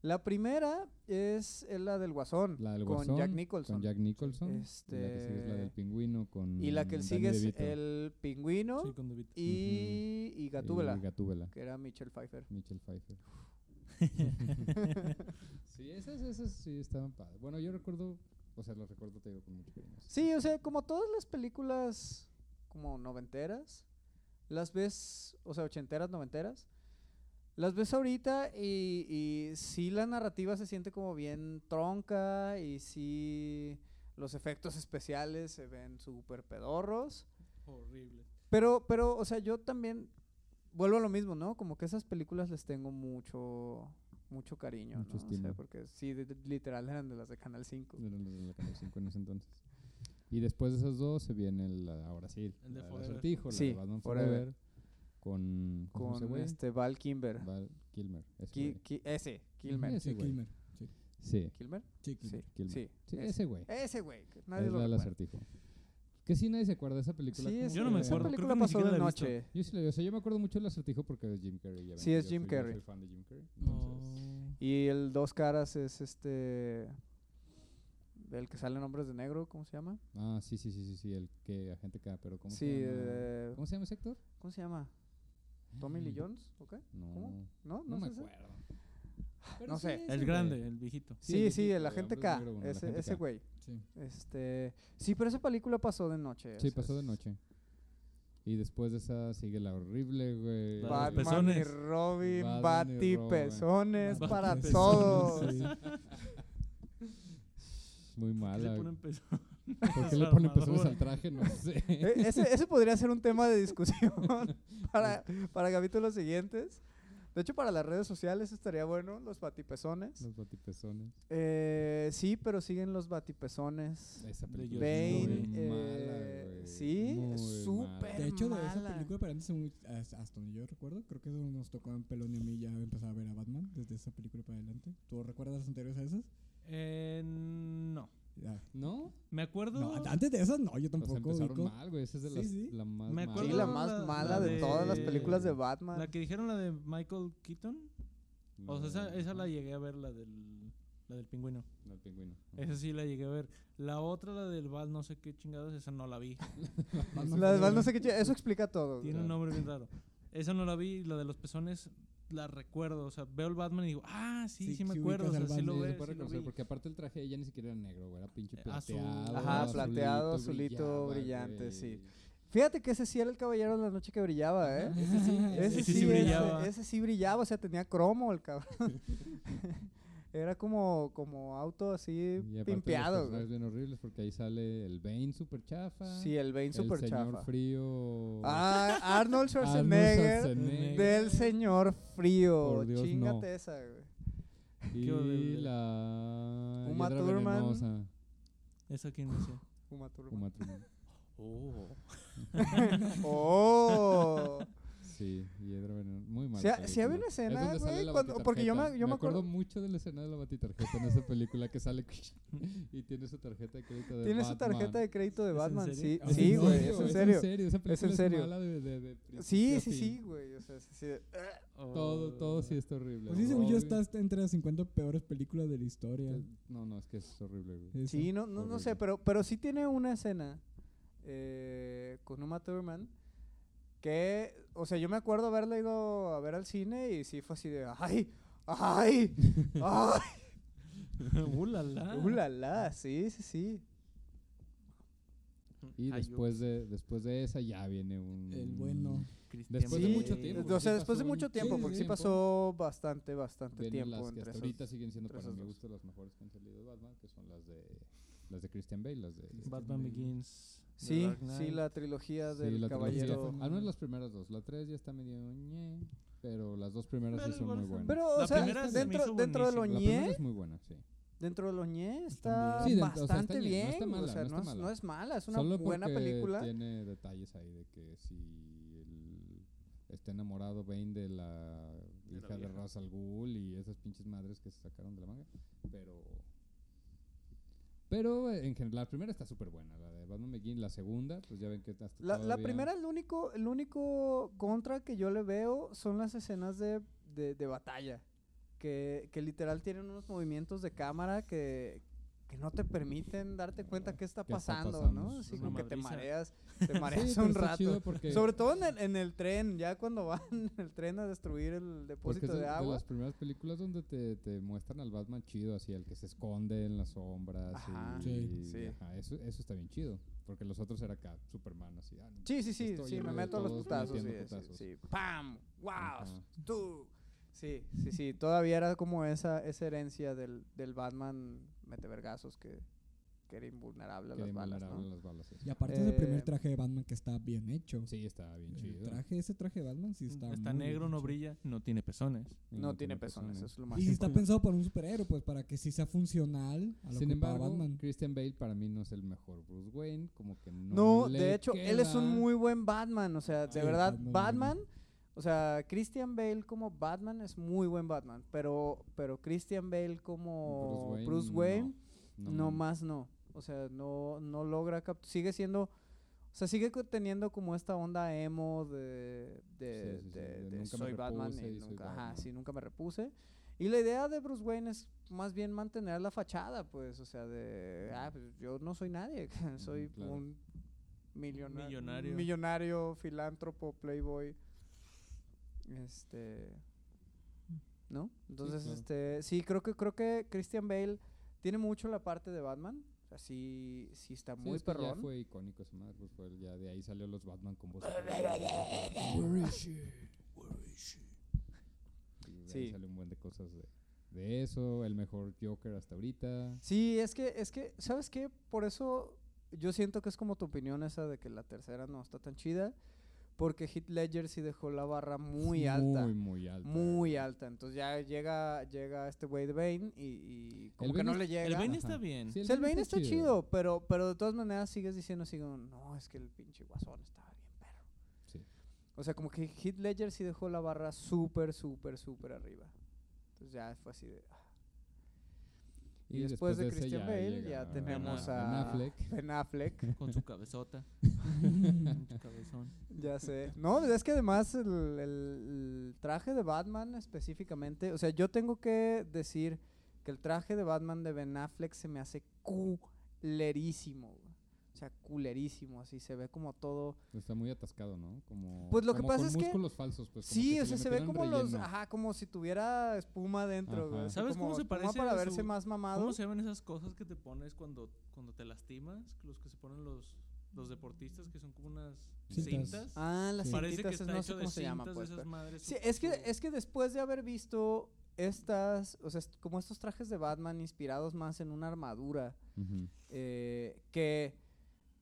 A: La primera es eh, la del Guasón,
D: La del
A: con
D: Guasón,
A: Jack Nicholson.
D: Con Jack Nicholson. y la que sigue es la del
A: Este,
D: pingüino con.
A: y la que
D: Danny
A: sigue es
D: DeVito
A: el Pingüino
C: Sí, con David.
A: y, y Gatúbela,
D: Y Gatúbela.
A: que era Michelle Pfeiffer.
D: Michelle Pfeiffer. sí, esas, esas sí estaban padres. Bueno, yo recuerdo, o sea, las recuerdo, te digo, con mucho cariño.
A: Sí, o sea, como todas las películas como noventeras, las ves, o sea, ochenteras, noventeras, las ves ahorita y, y sí la narrativa se siente como bien tronca y sí los efectos especiales se ven súper pedorros.
C: Horrible.
A: Pero, pero, o sea, yo también vuelvo a lo mismo, ¿no? Como que esas películas les tengo mucho, mucho cariño,
D: Mucho
A: ¿no? O sea,
D: estima.
A: porque sí, de- de- literal eran de las de Canal 5.
D: Eran los de la Canal 5 en ese entonces. Y después de esas dos se viene el, ahora sí,
C: El de
D: la del
C: Forever.
D: acertijo, la
A: Sí,
D: de Batman
A: Forever.
D: Forever. Con, ¿cómo se llama ese
A: Con
D: güey?
A: este Val Kimber.
D: Val Kilmer. Ese
A: Ki-
D: güey.
A: Ki- ese, Kilmer.
B: Sí,
D: Ujú. ese güey.
B: Kilmer. Sí,
D: Sí,
A: ¿Kilmer?
B: sí,
A: Sí,
B: Kilmer.
D: Kilmer.
A: sí.
D: sí,
A: ese.
D: ese güey.
A: Ese güey, que nadie
D: Es
A: lo
D: la del
A: recuerda.
D: acertijo. Que sí, nadie se acuerda de esa película.
A: Sí,
D: como
A: es-
C: Yo no me
D: que-
A: esa
C: acuerdo, creo
A: película
C: que ni
A: pasó
C: siquiera
A: de
C: la he visto.
A: noche.
D: Yo sí la vi, o sea, yo me acuerdo mucho del acertijo porque es Jim Carrey. ya ven
A: Sí,
D: que
A: es
D: yo
A: Jim
D: soy- yo
A: Carrey.
D: soy fan de Jim Carrey. entonces-
C: No.
A: Y el Dos Caras es este... El que sale en Hombres de Negro, ¿cómo se llama?
D: Ah, sí, sí, sí, sí, sí, el que agente acá, pero ¿cómo
A: sí,
D: se llama?
A: eh,
D: ¿Cómo se llama ese actor?
A: ¿cómo se llama? ¿Tommy Lee Jones? ¿Ok?
D: No,
A: ¿Cómo? ¿No?
D: no
A: ¿No,
D: me
A: es ese?
D: acuerdo. Pero
A: No
D: sí,
A: sé.
D: ese
C: El
D: güey.
C: grande, el viejito.
D: Sí,
A: Sí,
D: el
A: sí,
D: viejito
A: el
D: de
A: agente
D: Hombres
A: K,
D: Negro, bueno, el
A: ese,
D: agente
A: ese
D: K.
A: güey.
B: Sí.
A: Este, sí, pero esa película pasó de noche. o
D: Sí,
A: sea,
D: pasó de
A: es
D: noche. Y después de esa sigue la horrible,
C: La de
D: güey.
C: los
A: Batman y
C: pezones.
A: Robin,
D: Batman y
A: Bati
D: Robin.
A: pezones
C: Bati
A: para
C: pezones,
A: todos.
B: Sí.
D: Muy
C: ¿Por qué le
D: mala.
C: ponen pezones?
D: ¿Por qué
C: esas
D: le ponen
C: armaduras?
D: pezones al traje? No sé.
A: Eh, Ese, ese podría ser un tema de discusión para, para capítulos siguientes. De hecho, para las redes sociales estaría bueno los batipezones.
D: Los batipezones.
A: Eh, sí, pero siguen los batipezones.
D: Esa
C: De
D: película
A: Bane,
D: es muy
A: eh,
D: mala, güey.
A: sí,
D: Muy
A: súper.
D: mala.
B: De hecho, de
A: mala.
B: esa película, para antes, muy- as- hasta donde yo recuerdo, creo que eso nos tocó en Pelón y a mí ya empezar a ver a Batman desde esa película para adelante. ¿Tú recuerdas las anteriores a esas?
C: Eh, no.
B: Ya.
D: ¿No?
C: Me acuerdo.
B: No, antes de esas no, yo
D: O sea,
B: tampoco.
D: empezaron
B: ubico.
D: mal, güey. Esa es de
B: Sí,
D: las,
B: sí.
D: la más
C: Me
A: Sí,
C: acuerdo
A: la
D: mala.
A: más
C: la-
A: mala
D: la
A: de
D: de-
A: todas las películas de
C: la
A: Batman.
C: que dijeron la de Michael Keaton. O sea, esa, esa la llegué a ver, la del, la del pingüino.
D: No, el pingüino.
C: Esa sí la llegué a ver. La otra, la del Val, no sé qué chingados, esa no la vi.
B: Batman
A: La de
B: Forever.
A: Batman, no sé qué chi- Eso explica todo.
C: Tiene un
D: Claro.
C: nombre bien raro. Esa no la vi, la de los pezones la recuerdo. O sea, veo el Batman y digo, ah, sí, sí,
B: Sí,
C: me
B: sí
C: acuerdo. O
B: ubicas
C: sea,
B: al
C: sí
D: Sí,
C: lo,
B: Batman.
D: se
C: ve,
D: puede
C: sí lo
D: reconocer,
C: vi.
D: porque aparte el traje ella ni siquiera era negro, güey, era pinche
C: Eh, azul.
D: plateado.
A: Ajá,
D: azulito,
A: plateado, azulito,
D: brillaba,
A: brillante,
D: güey.
A: sí. Fíjate que ese sí era el caballero de la noche que brillaba, ¿eh?
D: Ese sí,
A: Ese,
C: Ese
A: sí,
C: sí
A: ese-
C: brillaba.
A: Ese, sí brillaba, o sea, tenía cromo el cabrón. Era como, como auto así
D: Y aparte
A: pimpeado.
D: los personajes
A: güey.
D: bien horribles porque ahí sale el Bane super chafa.
A: Sí, el Bane
D: el
A: super
D: señor
A: chafa.
D: frío.
A: Ah, Arnold
D: Arnold
A: Schwarzenegger,
D: Schwarzenegger,
A: del señor frío.
D: Por Dios,
A: Chingate
D: no.
A: esa, güey.
D: Y
C: Qué horrible.
D: la
A: Uma
D: hiedra
A: Thurman.
D: venenosa,
C: Esa quién decía.
A: Uma Thurman.
D: Uma Thurman.
C: Oh.
A: Oh.
D: Sí, hiedra venenosa. Muy mal.
A: Sí, ha- sí había una escena, güey, cuando- porque yo me- yo me
D: acuerdo...
A: acuerdo-
D: mucho de la escena de la batitarjeta en esa película que sale y tiene su tarjeta de crédito de
A: Tiene su
D: Batman.
A: tarjeta de crédito de
C: ¿Es en
A: Batman.
C: serio?
A: Sí,
D: Ah,
A: sí,
D: ¿en
A: güey,
D: serio?
A: es en serio.
D: Es en serio, esa película es,
A: serio.
D: mala de, de- de principio
A: Sí,
D: a
A: sí,
D: fin.
A: sí, güey. O sea, sí, sí.
C: Oh.
D: Todo, todo sí está horrible.
B: Pues sí, según yo,
D: Robin.
B: estás entre las 50 peores películas de la historia.
D: Eh, No, no, es que es horrible, güey.
B: Esa.
A: Sí, no, no, no sé,
D: horrible.
A: pero, pero sí tiene una escena eh, con Uma Thurman que, o sea, yo me acuerdo haberla ido a ver al cine y sí fue así de, ¡ay! ¡ay! ¡ay!
C: Ulala.
A: ¡Uh, la, la! Sí, sí, sí.
D: Y
A: pues.
D: después de, después de esa ya viene un...
B: El bueno.
D: Después de
A: Sí,
D: mucho
A: eh,
D: tiempo,
A: O
D: porque
A: sea,
D: sí
A: después de
D: pasó un
A: mucho tiempo,
B: chingo
A: porque
B: de
A: sí
B: tiempo.
A: pasó bastante, bastante
D: Vienen
A: tiempo
D: las que
A: entre
D: hasta
A: esos.
D: ahorita siguen siendo
A: entre
D: para
A: esos
D: mi
A: dos.
D: gusto las mejores que han salido de Batman, que son las de las de Christian Bale, las de
C: Batman Begins. The
A: Sí,
C: Dark Knight.
A: sí, la trilogía
D: Sí,
A: del
D: la trilogía.
A: caballero.
D: Al menos las primeras dos, la tres ya está medio ñe, pero las dos primeras
C: Pero
D: sí son
C: igual
D: muy
C: son-
D: buenas.
A: Pero, o
C: La
A: sea,
C: primera se me
A: dentro,
C: hizo
A: dentro de lo
D: la
A: ñe,
D: primera es muy buena, sí.
A: Dentro de los ñe
B: Están
A: está
B: bien.
D: Sí, dentro- o sea, está
A: bastante
D: ñe, no
A: bien.
D: está
A: o
D: mala,
A: sea,
D: no
A: no
D: está
A: es,
D: mala.
A: no es mala, es una
D: Solo
A: buena
D: porque
A: película.
D: tiene detalles ahí de que si el- está enamorado Bane de la
C: la
D: hija de
C: vieja.
D: Ra's al Ghul y esas pinches madres que se sacaron de la manga, pero pero eh, en general la primera está súper buena, la de Batman Begins, la segunda, pues ya ven que hasta
A: La, la
D: todavía-
A: primera, el único, el único contra que yo le veo son las escenas de, de, de batalla. que, que literal tienen unos movimientos de cámara que, que no te permiten darte cuenta qué está
D: ¿Qué está
A: pasando, ¿no?
D: pasando?
A: Así
C: Una
A: como que te
C: madriza.
A: mareas, te mareas
D: pero
A: un
D: está
A: rato.
D: chido porque-
A: Sobre todo en el, en el tren, ya cuando van en el tren a destruir el
D: Porque es
A: depósito
D: de,
A: de
D: de
A: agua.
D: las primeras películas donde te, te muestran al Batman chido, así, el que se esconde en las sombras.
A: Ajá.
D: y-
B: Sí.
D: y-
A: Sí.
D: ajá, eso, eso está bien chido. Porque los otros era acá, Superman, así. ah, no,
A: Sí, sí, sí,
D: estoy
A: sí,
D: en
A: me
D: medio de
A: meto a los
D: todos
A: putazos, sí,
D: metiendo
A: sí,
D: putazos.
A: sí. ¡Pam! ¡Wow!
D: Ajá.
A: ¡Tú! Sí, sí, sí, todavía era como esa, esa herencia del, del Batman metevergazos que, que era invulnerable a
D: queda
A: las balas, ¿no?
D: invulnerable a las balas. eso.
B: Y aparte es el
A: Eh,
B: primer traje de Batman que está bien hecho.
D: Sí, está bien
B: el
D: chido.
B: traje, ese traje de Batman sí está
C: Está,
B: muy bien
C: negro, no
B: hecho.
C: brilla, no tiene pezones.
D: Y
A: No tiene pezones, eso es lo más
B: Y si está
A: importante.
B: pensado para un superhéroe, pues para que sí sea funcional a lo
D: Sin
B: que ocupa
D: embargo,
B: Batman.
D: Christian Bale para mí no es el mejor Bruce Wayne, como que no.
A: No,
D: le
A: de hecho, él es un
D: queda.
A: muy buen Batman. O sea, de
B: Sí,
A: verdad,
B: Batman,
A: Batman. O sea, Christian Bale como Batman es muy buen Batman. Pero, pero Christian Bale como
D: Bruce Wayne,
A: Bruce Wayne,
D: no.
A: no,
D: mames.
A: más no. O sea, no, no logra capt- Sigue siendo. O sea, sigue co- teniendo como esta onda emo de. de,
D: Sí, sí, sí,
A: de-
D: de
A: de
D: nunca me
A: soy Batman
D: repuse
A: y
D: y soy
A: nunca. Ajá,
D: Batman.
A: sí, nunca me repuse. Y la idea de Bruce Wayne es más bien mantener la fachada, pues, o sea, de, ah, pues yo no soy nadie, soy
D: claro.
A: un millonario,
C: Millonario.
A: millonario, filántropo, playboy, este, ¿no? Entonces,
D: claro.
A: este, sí, creo que, creo que Christian Bale tiene mucho la parte de Batman, o sea, sí, sí está
D: Sí,
A: muy
D: es que ya
A: perrón.
D: fue icónico esa madre, pues fue el- ya de ahí salió los Batman con voz. Y de ahí
A: Sí.
D: salió un buen de cosas de, de eso, el mejor Joker hasta ahorita.
A: Sí, es que, es que, ¿sabes qué? Por eso yo siento que es como tu opinión esa de que la tercera no está tan chida, porque Heath Ledger sí dejó la barra muy alta.
D: Muy, muy alta.
A: muy
D: güey.
A: alta. Entonces ya llega, llega este güey de Bane y, y como
D: El
A: que
D: Bane
A: no
D: es-
A: le llega.
C: El Bane
D: Ajá.
C: está bien.
D: Sí,
A: O sea, Pues el Bane está, chido, pero, pero de todas maneras sigues diciendo así como, no, es que el pinche guasón estaba bien perro.
D: Sí.
A: O sea, como que Heath Ledger sí dejó la barra súper, súper, súper arriba. Entonces ya fue así de... ah. Y, después, de
D: ese
A: Christian
D: ya
A: Bale
D: llega
A: ya tenemos
D: Ben
A: a
D: Affleck.
A: Ben Affleck.
C: Con su cabezota. Con su cabezón.
A: Ya sé. No, es que además el, el- el traje de Batman específicamente, o sea, yo tengo que decir que el traje de Batman de Ben Affleck se me hace culerísimo. güey. O sea, culerísimo, así se ve como todo.
D: Está muy atascado, ¿no? Como,
A: Pues lo que
D: como
A: pasa
D: con
A: es que-
D: músculos falsos, pues. como
A: sí,
D: que
A: o sea,
D: le
A: se ve
D: metieron
A: como los,
D: relleno.
A: ajá, como si tuviera espuma dentro, güey.
D: Ajá.
A: así
C: ¿Sabes
A: como
C: cómo se
A: espuma
C: parece
A: para
C: a
A: verse
C: su-
A: más mamado?
C: ¿Cómo se llaman esas cosas que te pones cuando, cuando te lastimas? Los que se ponen los, los deportistas que son como unas
B: Cintas.
C: cintas.
A: Ah, las
C: Parece que
A: cintitas,
C: está
A: no sé
C: hecho de
A: cómo se llaman,
C: cintas de
A: pues,
C: esas
A: pero-
C: madres.
A: Sí,
C: su-
A: es que,
C: su-
A: es que después de haber visto estas, o sea, est- como estos trajes de Batman inspirados más en una armadura
D: Ujú.
A: eh, que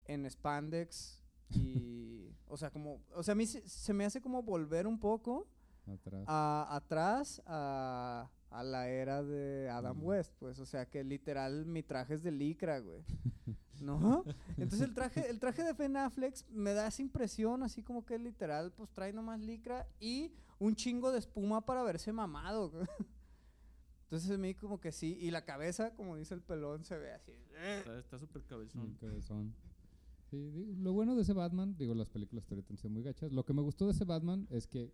A: en spandex y, o sea, como, o sea, a mí se, se me hace como volver un poco
D: Atrás.
A: a- atrás a, a la era de Adam
D: Mm.
A: West, pues, o sea, que literal mi traje es de licra, güey. ¿No? Entonces el traje, el traje de Ben Affleck me da esa impresión, así como que literal, pues trae nomás licra y un chingo de espuma para verse mamado. güey. Entonces a mí como que sí, y la cabeza, como dice el pelón, se ve así.
C: Está está súper
D: El
C: cabezón.
D: cabezón. Sí, digo, lo bueno de ese Batman, digo, las películas ahorita han sido muy gachas. Lo que me gustó de ese Batman es que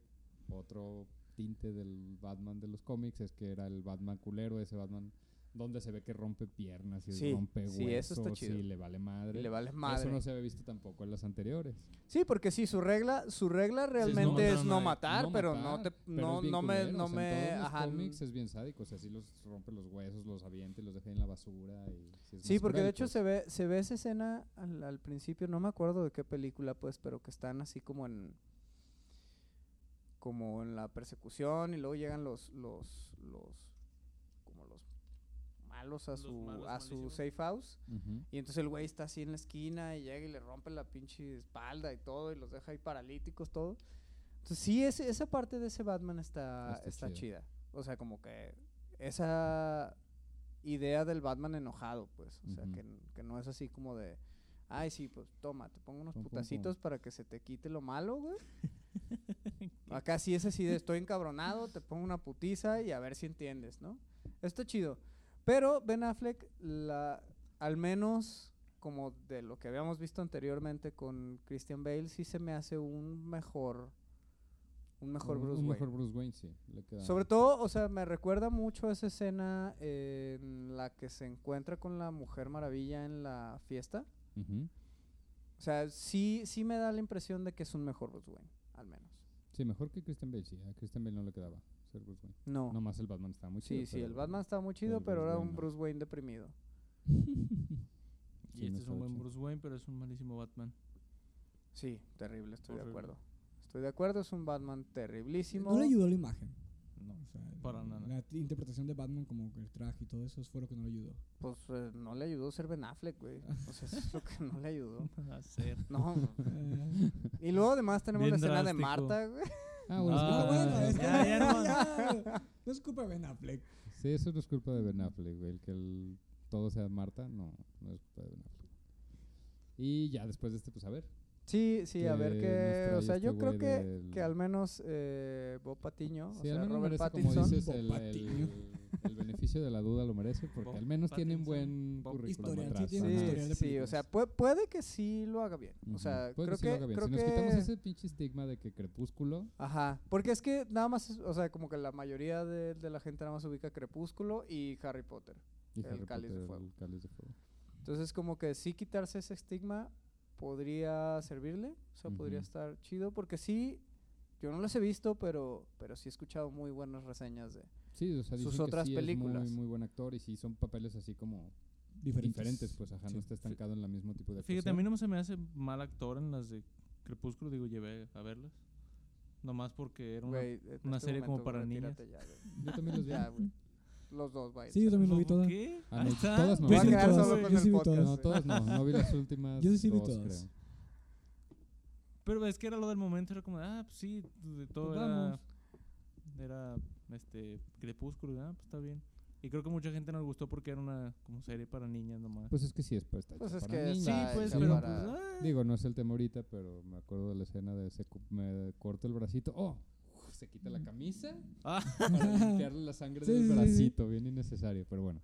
D: otro tinte del Batman de los cómics es que era el Batman culero, ese Batman donde se ve que rompe piernas y
A: Sí,
D: rompe huesos
A: sí, eso está chido.
D: y le vale
A: Y
D: madre.
A: le vale madre.
D: Eso no se había visto tampoco en las anteriores.
A: Sí, porque sí, su regla, su regla realmente
C: matar
A: es
C: a
A: no
C: nadie.
A: matar, pero no
D: matar,
A: te,
D: pero
A: no,
D: es bien
A: no me,
D: culero,
A: no
D: o sea, en
A: me,
D: todos los
A: ajá,
D: cómics es bien sádico, o sea, sí los rompe los huesos, los avienta y los deja en la basura. y sí, es
A: Sí,
D: más
A: porque
D: cruel,
A: de hecho
D: pues.
A: se ve, se ve esa escena al, al principio, no me acuerdo de qué película, pues, pero que están así como en como en la persecución y luego llegan los los los como los malos a
C: Los
A: su
C: malos
A: a su
C: malísimos.
A: safe house
D: Ujú.
A: y entonces el güey está así en la esquina y llega y le rompe la pinche espalda y todo y los deja ahí paralíticos todo. Entonces sí ese- esa parte de ese Batman está
D: Está
A: está
D: chida.
A: chida. O sea, como que esa idea del Batman enojado, pues. O sea,
D: Ujú.
A: que, n- que no es así como de, ay, sí, pues toma, te pongo unos
D: Pum, pum, pum.
A: putacitos para que se te quite lo malo, güey. Acá sí es así de, estoy encabronado, te pongo una putiza y a ver si entiendes, ¿no? Está chido. Pero Ben Affleck, la, al menos como de lo que habíamos visto anteriormente con Christian Bale, sí se me hace un mejor Un mejor
D: un,
A: Bruce
D: un
A: Wayne.
D: mejor Bruce Wayne, sí. le queda-
A: Sobre todo, o sea, me recuerda mucho esa escena en la que se encuentra con la Mujer Maravilla en la fiesta.
D: Ujú.
A: O sea, sí, sí me da la impresión de que es un mejor Bruce Wayne, al menos.
D: Sí, mejor que Christian Bale, sí. A Christian Bale no le quedaba ser Bruce Wayne.
A: No.
D: Nomás el Batman estaba muy
A: sí,
D: chido.
A: sí, el
D: pero-
A: Batman estaba muy chido,
D: el
A: pero
D: Bruce
A: era
D: Wayne
A: un
D: no.
A: Bruce Wayne deprimido.
C: Y
D: sí, no
C: este es
D: estaba
C: un buen
D: chido.
C: Bruce Wayne, pero es un malísimo Batman.
A: Sí, terrible, estoy
C: Horrible.
A: de acuerdo. Estoy de acuerdo, es un Batman terriblísimo.
B: No le ayudó la imagen.
C: No.
B: O sea,
C: Para nada.
B: La t- interpretación de Batman como que el traje y todo eso fue lo que no le ayudó.
A: Pues eh, no le ayudó ser Ben Affleck, güey. O sea, eso es lo que no le ayudó.
C: A ser.
A: No.
C: Ah,
B: Eh,
A: Y luego además tenemos
C: Bien
A: la escena de
C: drástico.
A: Marta, güey.
D: Ah, bueno, es que-
B: Ah, bueno,
C: ya,
B: es que-
C: ya, no.
B: ya, No es culpa de Ben Affleck.
D: Sí, eso no es culpa de Ben Affleck, güey. El que el- todo sea Marta, no, no es culpa de Ben Affleck. Y ya después de este, pues a ver.
A: Sí, sí, a ver
D: Que nos
A: qué.
D: trae
A: O sea,
D: este
A: yo creo
D: güey
A: que,
D: del-
A: que al menos eh, Bob Patiño, o
D: Sí, al
A: sea,
D: menos
A: Robert
D: merece,
A: Pattinson.
D: como dices, el,
B: Bob
D: el-
B: Patiño.
D: el beneficio de la duda lo merece, porque
C: Bob
D: al menos tiene un
C: Pattinson.
D: buen
C: Bob-
D: currículum
B: Historial, sí
D: atrás.
B: tiene
D: ajá.
B: historial.
A: Sí,
B: de
A: sí, o sea,
B: películas.
A: puede, puede que sí lo haga bien.
D: Ujú.
A: O sea,
D: Puede
A: creo
D: sí lo
A: que.
D: haga bien.
A: creo
D: si nos quitamos ese pinche estigma de que Crepúsculo,
A: Ajá, porque es que nada más, es- o sea, como que la mayoría de, de la gente nada más ubica Crepúsculo y Harry Potter.
D: y
A: El
D: Harry
A: Cáliz de
D: Potter,
A: Fuego.
D: el Cáliz de Fuego.
A: Entonces, como que sí quitarse ese estigma podría servirle, o sea, podría
D: Ujú.
A: estar chido, porque sí, yo no las he visto, pero, pero sí he escuchado muy buenas reseñas de...
D: Sí, o sea,
A: Sus
D: dicen que
A: otras
D: sí
A: películas.
D: Es muy, muy buen actor y sí son papeles así como
B: Diferentes.
D: diferentes, pues ajá,
B: Sí.
D: no está estancado en la mismo tipo de
C: Fíjate, a
D: actuación.
C: mí no se me hace mal actor en las de Crepúsculo, digo, llevé a verlas. Nomás porque era una...
A: güey, en
C: una
A: este
C: serie como
A: momento,
C: para
A: retírate ya, güey.
D: Yo también los vi.
A: Ya, güey. Los dos, vaya.
B: Pues Sí, yo también lo vi
C: ¿Por
B: toda.
C: ¿Qué?
D: Ah,
C: Ahí
D: no,
C: está.
D: todas me
A: Voy a
B: Yo sí vi
A: quedar
B: todas,
A: solo
B: yo
A: con
B: sí
A: el
B: vi
A: podcast.
B: todas.
D: No, todas no, no vi las últimas.
B: Yo sí vi
D: dos,
B: todas.
D: creo.
C: Pero es que era lo del momento, era como, ah, pues sí, de todo
B: Pues
C: era,
B: vamos.
C: era este, crepúsculo, ah, pues está bien. Y creo que mucha gente no le gustó porque era una como serie para niñas nomás.
D: Pues es que sí, es pues está
A: Pues
D: hecha
A: es
D: para
A: que
D: niños.
C: sí,
A: está
C: pues,
D: hecha
C: pero
A: para-
C: pues, ah,
D: Digo, no es el tema ahorita, pero me acuerdo de la escena de se cu- me corto el bracito. ¡Oh! Uf, Se quita la camisa
C: Ah.
D: para limpiarle la sangre
B: Sí,
D: del
B: sí, sí, sí.
D: bracito. Bien innecesario, pero bueno.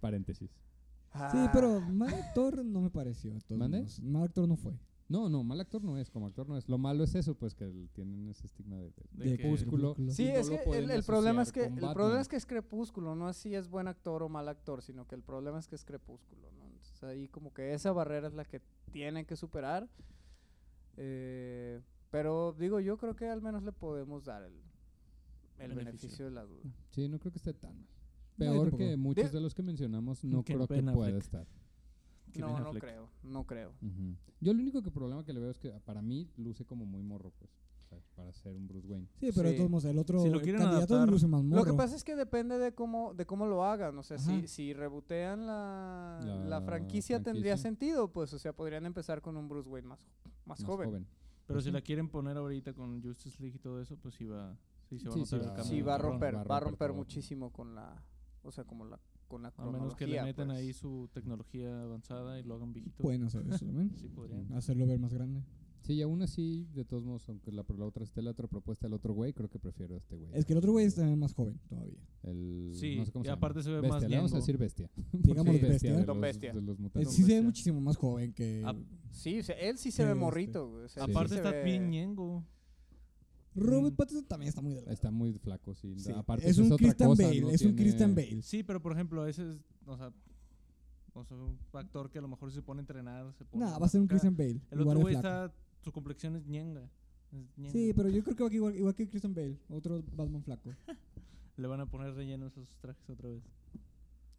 D: Paréntesis.
B: Sí,
A: Ah,
B: pero mal actor no me pareció. de todos
D: ¿Mande?
B: modos. Mal actor no fue.
D: No, no, mal actor no es, como actor no es. Lo malo es eso, pues que el- tienen ese estigma de. de-
C: de
B: De
C: que-
D: Crepúsculo.
B: Crepúsculo.
A: Sí,
D: y no
A: es
D: lo
A: que
D: pueden
A: el, el problema es que
D: asociar
A: el
D: con
A: problema
D: Batman.
A: es que es crepúsculo, no es si es buen actor o mal actor, sino que el problema es que es crepúsculo, ¿no? Entonces ahí como que esa barrera es la que tienen que superar. Eh, pero digo, yo creo que al menos le podemos dar el, el
C: Beneficio.
A: beneficio de la duda.
D: Sí, no creo que esté tan mal.
B: No, yo
D: Peor
B: tampoco.
D: que muchos
A: De-
D: de los que mencionamos, no
C: Que
D: creo que
C: Ben
D: pueda
C: Affleck.
D: estar.
C: que
A: no,
C: Ben
A: no
C: Affleck.
A: creo, no creo.
D: Ujú. Yo el único que problema que le veo es que ah, para mí luce como muy morro, pues. o sea, para ser un Bruce Wayne.
B: Sí, pero
A: Sí.
B: de todos modos, el otro
C: Si lo
B: el
C: quieren
B: candidato
C: adaptar-
B: luce más morro.
A: Lo que pasa es que depende de cómo, de cómo lo hagan. O sea, si,
B: Ajá.
A: si rebotean la, la,
D: La
A: franquicia, tendría
D: franquicia.
A: sentido, pues, o sea, podrían empezar con un Bruce Wayne más, más,
D: Más
A: joven.
C: Pero
D: Pues
C: si
D: sí.
C: la quieren poner ahorita con Justice League y todo eso, pues sí va, sí se va
D: Sí,
C: a
D: sí
C: notar el
D: va-
C: cambio.
A: Sí, va a
D: cabrón,
A: romper, va a romper,
D: todo.
A: muchísimo con la, o sea, como la, con la
C: A menos que le
A: cronología,
C: metan
A: pues.
C: ahí su tecnología avanzada y lo hagan viejito.
B: Pueden hacer eso también.
C: Sí, podrían.
B: Hacerlo ver más grande.
D: Sí, y aún así, de todos modos, aunque la, la otra esté la otra propuesta del otro güey, creo que prefiero a este güey.
B: Es que el otro güey es también más joven todavía.
D: El,
C: Sí,
D: no sé cómo
C: y
D: se llama.
C: aparte se ve
D: bestia,
C: más
D: le vamos a
C: ñengo.
D: decir bestia.
B: Digamos
A: Sí,
B: bestia.
D: de
A: Don
D: los,
A: bestia.
D: de los
B: Eh,
D: mutantes.
B: Sí se ve
C: bestia.
B: muchísimo más joven que...
C: Ah,
A: Sí, o sea, él sí se
B: Sí,
A: ve
B: este.
A: morrito, güey. o sea, sí
C: Aparte
A: se
C: está
A: ve-
C: bien ñengo.
B: Robert
C: Mm.
B: Pattinson también está muy delgado.
D: Está muy flaco, sí.
B: Sí,
D: Aparte,
B: es
D: esa
B: un
D: otra
B: Christian
D: cosa,
B: Bale,
D: no
B: es un
D: tiene-
B: Christian Bale.
C: Sí, pero por ejemplo, ese es, o sea, o sea, un actor que a lo mejor si se pone a entrenar, se pone...
B: Nah, va a ser un
C: acá.
B: Christian Bale.
C: El
B: igual
C: otro
B: de
C: güey
B: flaco.
C: está. Su complexión es ñenga. es ñengo.
B: Sí, pero yo creo que va a quedar igual, igual que Christian Bale, otro Batman flaco.
C: Le van a poner relleno a esos trajes otra vez.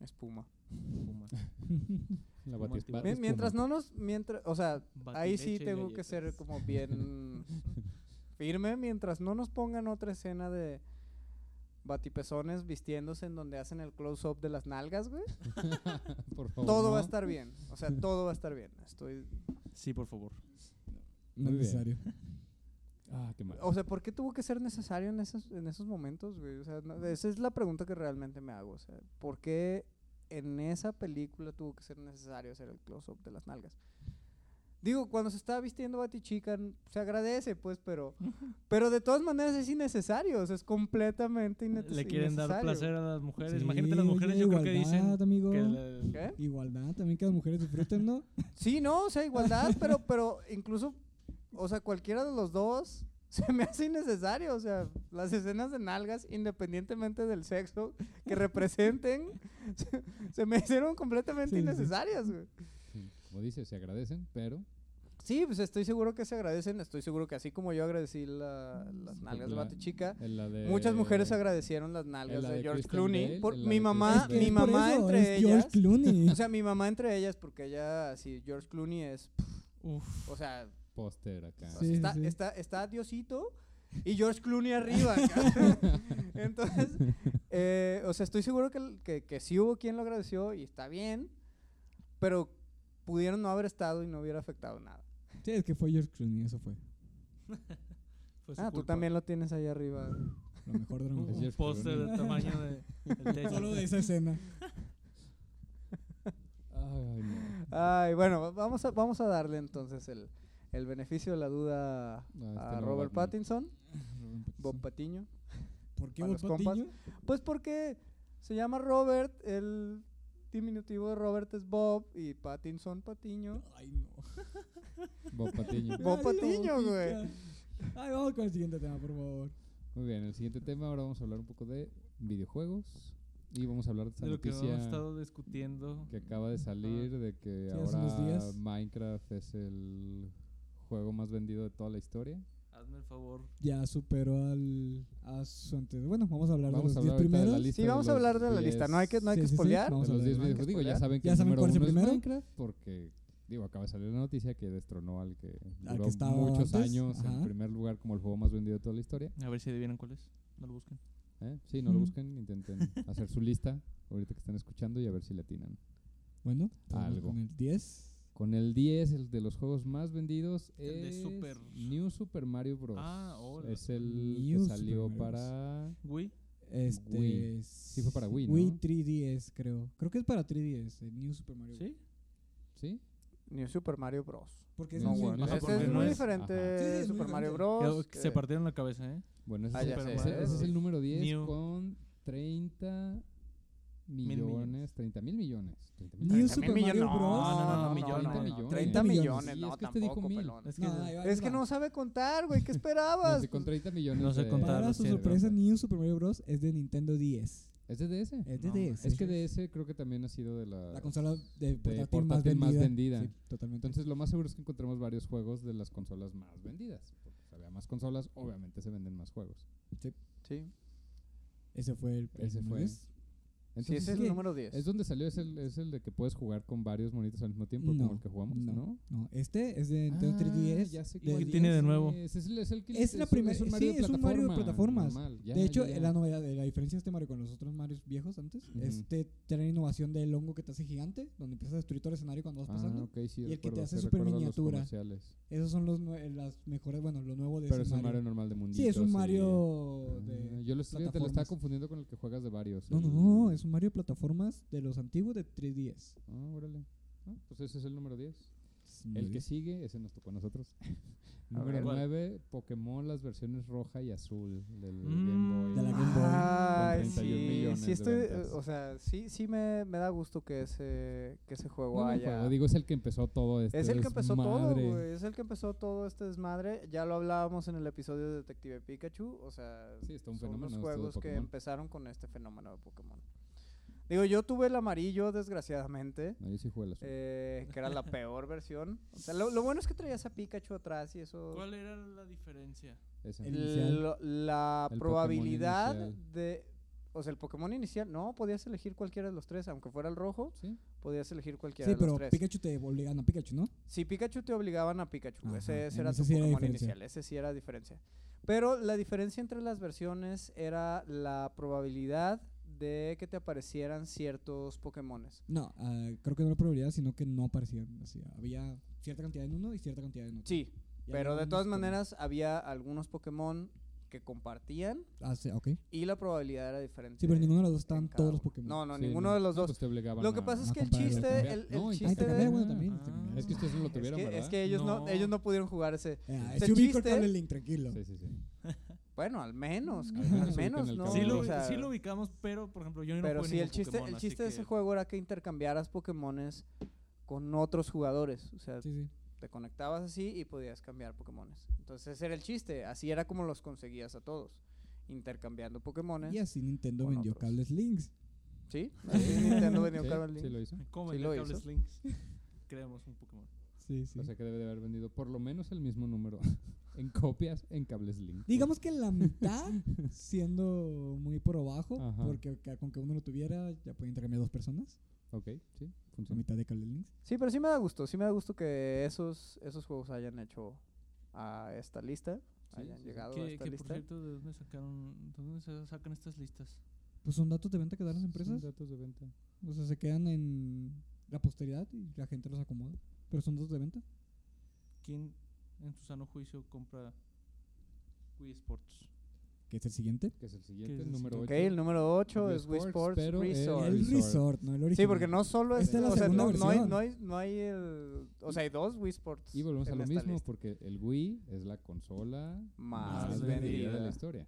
A: Espuma.
C: Puma.
D: La
C: Como
D: batispa-
C: antiguo.
A: Mien- Mientras
D: espuma.
A: no nos, mientras, o sea, ahí sí
C: Batileche y
A: tengo que
C: galletas.
A: ser como bien firme mientras no nos pongan otra escena de batipezones vistiéndose en donde hacen el close-up de las nalgas, güey.
D: Por favor,
A: Todo va a
D: no.
A: estar bien, o sea, todo va a estar bien. Estoy,
C: Sí, por favor.
B: No
D: Muy bien.
B: es necesario.
D: Ah, qué mal.
A: o sea, ¿por qué tuvo que ser necesario en esos, en esos momentos, güey? O sea, no- esa es la pregunta que realmente me hago, o sea, ¿por qué en esa película tuvo que ser necesario hacer el close-up de las nalgas? Digo, cuando se está vistiendo Batichica n- se agradece, pues, pero, pero de todas maneras es innecesario, o sea, es completamente inne- innecesario.
C: Le quieren dar placer a las mujeres. Pues, Imagínate
B: Sí,
C: las mujeres,
B: oye,
C: yo creo que dicen
B: igualdad, amigo.
C: que la-
A: ¿Qué?
B: Igualdad, también que las mujeres disfruten, ¿no?
A: Sí, no, o sea, igualdad, pero, pero incluso, o sea, cualquiera de los dos se me hace innecesario. O sea, las escenas de nalgas, independientemente del sexo que representen, se, se me hicieron completamente
B: Sí, sí, sí.
A: innecesarias, güey.
D: Sí, Como dices, se agradecen, pero
A: Sí, pues estoy seguro que se agradecen. Estoy seguro que así como yo agradecí la- las nalgas de
D: la-
A: Batichica,
D: en la de...
A: muchas mujeres agradecieron las
D: en
A: nalgas
D: la
A: de
D: de
A: George
D: Kristen
A: Clooney.
D: Bell,
A: por-
D: en la
A: mi
D: de
A: mamá, Ah,
D: Kristen Bell.
A: mi
D: Es
B: por
A: mamá
B: eso,
A: entre
B: es George
A: ellas.
B: Clooney.
A: O sea, mi mamá entre ellas, porque ella, sí, George Clooney es,
C: Uf.
A: o sea,
D: Póster acá.
A: O sea,
B: Sí,
A: está,
B: sí.
A: está- está Diosito y George Clooney arriba. cabrón. Entonces, eh, o sea, estoy seguro que, el- que, que sí hubo quien lo agradeció y está bien, pero pudieron no haber estado y no hubiera afectado nada.
B: Sí, es que fue George Clooney, eso fue.
C: Fue su
A: Ah, tú
C: culpa.
A: también lo tienes ahí arriba.
B: Lo mejor de
C: Un,
B: lo
C: un
D: Es
B: mejor.
D: George
C: póster
D: Clooney.
C: del tamaño de. el techo.
B: Solo de esa escena.
D: Ay, no. Ah,
A: Ay, bueno, va- vamos a, vamos a darle entonces el, el beneficio de la duda
D: No, este
A: a
D: no,
A: Ah, Robert
D: Batman.
A: Pattinson, Bob Patiño.
B: ¿Por qué
A: a
B: Bob
A: los compas.
B: Patiño?
A: Pues porque se llama Robert, el diminutivo de Robert es Bob y Pattinson Patiño.
B: Ay, no.
D: Bob Patiño.
A: Bob
B: Ay,
A: Patiño,
B: la
A: güey.
B: boquita. Ay, vamos con el siguiente tema, por favor.
D: Muy bien, el siguiente tema ahora vamos a hablar un poco de videojuegos y vamos a hablar de esta
C: De lo que hemos
D: noticia que,
C: estado discutiendo.
D: acaba de salir de que
B: Ah, Sí, hace unos
D: ahora
B: días.
D: Minecraft es el juego más vendido de toda la historia.
C: Hazme el favor.
B: Ya superó al. A su ante... Bueno, vamos a hablar
D: Vamos
B: de
D: a
B: los 10
D: hablar ahorita de la
B: primeros.
D: lista.
A: Sí, vamos a
D: los
A: hablar de la lista, no hay que, no hay
B: Sí,
A: que
B: sí, sí,
A: spoilear.
B: vamos
D: de
B: a
D: los
B: hablar
D: 10
B: de
D: videojuegos, digo, ya
A: Minecraft.
D: saben que
B: Ya
D: el
B: saben
D: número
B: cuál es el
D: uno
B: primero.
D: Minecraft porque digo, acaba de salir la noticia que destronó al que
B: Al que
D: duró
B: estaba
D: muchos
B: antes,
D: años en
B: ajá.
D: primer lugar como el juego más vendido de toda la historia.
C: A ver si adivinan cuál es. No lo busquen.
D: ¿eh? Sí, no lo
B: Ujú.
D: busquen, intenten hacer su lista ahorita que están escuchando y a ver si le atinan.
B: Bueno, vamos
D: Algo.
B: con el 10.
D: Con el 10, el de los juegos más vendidos
C: El de
D: es
C: Super-
D: New Super Mario Bros.
C: Ah, hola.
D: Es el
B: New
D: que
B: Super
D: salió
B: Mario Bros.
D: para...
C: Güey.
B: Este.
D: Wii. Sí fue para Wii,
B: Wii
D: ¿no?
B: 3DS, creo. Creo que es para 3DS, el eh, New Super Mario.
C: ¿Sí?
D: ¿Sí?
A: New Super Mario Bros.
B: Porque es
D: No,
B: muy
D: bueno,
B: similar.
C: ese
A: Este es
C: no
A: muy
C: es-
A: diferente
D: ajá.
B: Sí, sí, es muy
A: Super Mario
B: diferente.
A: Bros.
C: Ya Se
A: eh,
C: partieron la cabeza, ¿eh?
D: Bueno, ese,
A: Ah,
D: es,
A: ya
D: el-
A: sé.
D: ese- ese es el número 10
C: New-
D: con 30 millones,
C: millones.
D: 30 mil millones. 30 mil
B: New
D: millones.
A: 30
B: Super
A: mil
B: Mario
A: millones.
B: Bros.
C: No, no, no, millones,
A: no, no,
D: millones.
A: 30
D: Sí,
A: millones,
D: es
A: no,
D: que este dijo
A: tampoco,
D: mil.
A: pelón.
C: Es que,
B: No, ahí va, ahí
A: Es que
B: va.
A: no sabe contar, güey, ¿qué
D: No
A: esperabas?
D: sé, con 30 millones
C: No sé
D: de-
C: contar,
B: Para
C: lo
B: su
C: siento.
B: sorpresa, New Super Mario Bros. es de Nintendo 10.
D: ¿Es de DS?
B: Es de
C: No,
B: DS.
D: Es que DS creo que también ha sido de la...
B: la consola de portátil, más
D: portátil
B: vendida.
D: más vendida.
B: Sí, totalmente.
D: Entonces lo más seguro es que encontremos varios juegos de las consolas más vendidas. Porque si había más consolas, obviamente se venden más juegos.
A: Sí,
B: ese fue el. el
D: Ese fue.
B: número 10.
A: sí,
D: Entonces,
A: ese es
B: sí.
A: el número 10.
D: es donde salió, es el, es el de que puedes jugar con varios monitos al mismo tiempo,
B: No,
D: como el que jugamos, ¿no?
B: no. No, este es de Nintendo
D: Ah,
B: 3DS.
D: ya sé
B: de-
D: cuál
C: ¿Qué tiene de nuevo?
D: Es, es el, es el que-
B: Es la
D: un-
B: primera-
D: un Mario
B: sí,
D: de
B: es un Mario de
D: plataforma,
B: plataformas.
D: normal, ya,
B: de hecho,
D: ya,
B: eh,
D: ya.
B: la novedad, eh, la diferencia de este Mario con los otros Marios viejos antes,
D: Ujú.
B: este tiene la innovación del hongo que te hace gigante, donde empiezas a destruir todo el escenario cuando vas pasando.
D: Ah, ok, sí,
B: y el que te
D: recuerdo,
B: hace
D: sí,
B: súper
D: recuerdo los
B: miniatura.
D: comerciales.
B: Esos son los nue- las mejores, bueno, lo nuevo de
D: Pero es
B: ese
D: un Mario
B: Mario.
D: normal de munditos.
B: Sí, es un
D: y-
B: Mario
D: Ah,
B: de
D: yo lo, fíjate, lo estaba
B: plataformas.
D: confundiendo con el que juegas de varios.
B: No, no,
D: el-
B: no, es un Mario de plataformas de los antiguos de 3DS.
D: Ah, órale. Ah, pues ese es el número 10. El que sigue, ese nos tocó a nosotros. Número
A: ver,
C: ¿cuál?
D: 9, Pokémon, las versiones roja y azul del Game Boy.
B: De la Game Boy.
A: Ay,
D: Con 31
A: sí,
D: millones
A: sí
D: de
A: estoy,
D: ventas.
A: o sea, sí, sí me, me da gusto que ese, que ese juego
D: No, no,
A: haya...
D: juego, digo, es el que empezó todo este
A: es el que empezó todo,
D: desmadre.
A: güey, es el que empezó todo este desmadre. Ya lo hablábamos en el episodio de Detective Pikachu, o sea,
D: Sí, está un
A: son
D: fenómeno
A: los
D: esto de
A: juegos que
D: Pokémon.
A: empezaron con este fenómeno de Pokémon. Digo, yo tuve el amarillo, desgraciadamente,
D: No, yo sí jugué el azul.
A: eh, que era la peor versión. O sea, lo, lo bueno es que traías a Pikachu atrás y eso...
C: ¿Cuál era la diferencia?
D: Ese.
B: el inicial?
A: lo- la
D: El Pokémon
A: probabilidad
D: inicial.
A: de... O sea, el Pokémon inicial, no, podías elegir cualquiera de los tres, aunque fuera el rojo,
D: ¿Sí?
A: podías elegir cualquiera
B: Sí,
A: de
B: pero
A: los tres.
B: Pikachu te obligan a Pikachu, ¿no?
A: Si Pikachu te obligaban a Pikachu, pues,
B: Ajá,
A: ese, ese
B: en
A: era
B: ese
A: tu
B: sí era
A: Pokémon
B: diferencia.
A: inicial, ese sí era diferencia. Pero la diferencia entre las versiones era la probabilidad de que te aparecieran ciertos Pokémones.
B: No, ah, creo que no era probabilidad, sino que no aparecían. Así, había cierta cantidad en uno y cierta cantidad en otro.
A: Sí,
B: Y
A: pero
B: había
A: de
B: unos
A: todas
B: con-
A: maneras había algunos Pokémon que compartían
B: Ah, sí, ok.
A: y la probabilidad era diferente.
B: Sí, pero ninguno de los dos
A: en
B: estaban
A: cada
B: todos los
A: uno.
B: Pokémon. Ah,
A: No, no,
D: Sí,
A: ninguno de los
D: no,
A: dos.
D: pues te obligaban
A: Lo que
D: a-
A: pasa es
B: a
A: que el
B: compararlo,
A: chiste,
D: cambiar.
A: el, el
D: No, y
B: Ah,
A: chiste
D: cambiar,
A: de...
B: también, bueno,
D: Ah,
B: también.
C: ah,
B: también.
D: Es que ustedes no lo
A: Es
D: tuvieron,
A: que,
D: ¿verdad?
A: es que ellos no.
C: No.
A: ellos no pudieron jugar ese.
B: Ah,
A: el
B: sí ubico el
A: Este chiste-
B: cable link, tranquilo.
D: Sí, sí, sí.
A: Bueno, al menos,
D: Al
A: ca-
D: menos
A: al
D: ubican
A: menos,
D: el
A: ¿no?
D: cabrón.
C: sí, lo,
A: O sea,
C: sí lo ubicamos, pero por ejemplo, yo no
A: Pero
C: jugué
A: sí,
C: ningún
A: el chiste,
C: Pokémon,
A: el
C: así
A: chiste de
C: que
A: ese juego era que intercambiaras Pokémones con otros jugadores. O sea,
B: Sí, sí.
A: te conectabas así y podías cambiar Pokémones. Entonces ese era el chiste, así era como los conseguías a todos, intercambiando Pokémones.
B: Y así Nintendo
A: con
B: vendió
A: otros.
B: cables Links.
A: Sí, así Nintendo vendió
D: Sí,
A: Carol
D: sí
A: Link.
D: lo hizo.
C: ¿Cómo
A: Sí
C: el
A: lo
C: cable
A: hizo.
C: Slinks? Creamos un Pokémon.
B: Sí, sí.
D: O sea que debe de haber vendido por lo menos el mismo número en copias en cables link.
B: Digamos que la mitad, siendo muy por abajo,
D: Ajá.
B: porque ca- con que uno lo tuviera, ya pueden intercambiar dos personas.
D: Ok, sí,
B: La
D: funciona.
B: mitad de cables Links.
A: Sí, pero sí me da gusto, sí me da gusto que esos, esos juegos hayan hecho a esta lista,
D: Sí,
A: hayan
D: sí, sí.
A: llegado a
C: Que,
A: esta
C: que, por
A: lista.
C: cierto, ¿de dónde sacaron, de dónde se sacan estas listas?
B: Pues son datos de venta que dan las
D: Son
B: empresas.
D: datos de venta.
B: O sea, se quedan en la posteridad y la gente los acomoda. Pero son datos de venta.
C: ¿Quién en su sano juicio compra Wii Sports?
B: Que es el siguiente.
D: Que es el siguiente,
C: es
D: el
C: el
D: número 8.
A: Ok, el número 8
D: Wii
A: es Wii
D: Sports,
A: Sports
D: pero Oh, el-
A: Resort.
B: El
D: Resort.
B: resort, no el original.
A: Sí, porque no solo es,
B: Esta es la
A: o sea,
B: segunda
A: no, no hay,
B: versión.
A: no hay, no hay el, o sea, hay dos Wii Sports.
D: Y volvemos a
A: en
D: lo
A: esta
D: mismo,
A: lista.
D: porque el Wii es la consola
A: Más
C: vendida.
D: de la
A: vendida.
D: historia.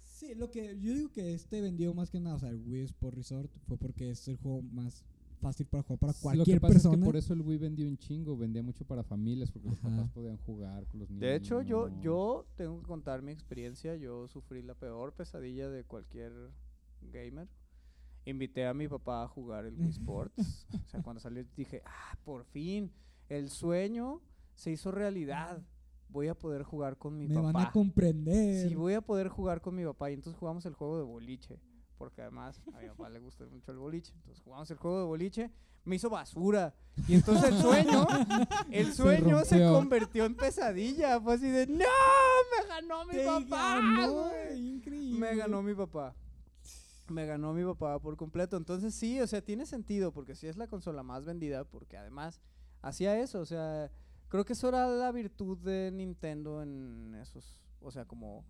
B: Sí, lo que yo digo que este vendió más que nada, o sea, el Wii Sport Resort fue porque es el juego más fácil para jugar para
D: lo que
B: cualquier
D: pasa
B: persona.
D: es que por eso el Wii vendió un chingo, vendía mucho para familias, porque los
B: Ajá.
D: papás podían jugar con
B: pues,
D: los niños.
A: De hecho, yo, yo tengo que contar mi experiencia. Yo sufrí la peor pesadilla de cualquier gamer. Invité a mi papá a jugar el Wii Sports. o sea, cuando salió dije, ah, por fin, el sueño se hizo realidad. Voy a poder jugar con mi
B: me
A: papá.
B: van a comprender.
A: Sí, voy a poder jugar con mi papá. Y entonces jugamos el juego de boliche. Porque además a mi papá le gusta mucho el boliche. Entonces jugamos el juego de boliche. Me hizo basura. Y entonces el sueño, el
D: Se
A: sueño se,
D: rompió.
A: convirtió en pesadilla. Fue así de, ¡No! Me ganó mi
B: Te
A: papá.
B: ganó,
A: güey".
B: increíble.
A: Me ganó mi papá. Me ganó mi papá por completo. Entonces sí, o sea, tiene sentido porque sí es la consola más vendida porque además hacía eso, o sea, creo que eso era la virtud de Nintendo en esos, o sea, como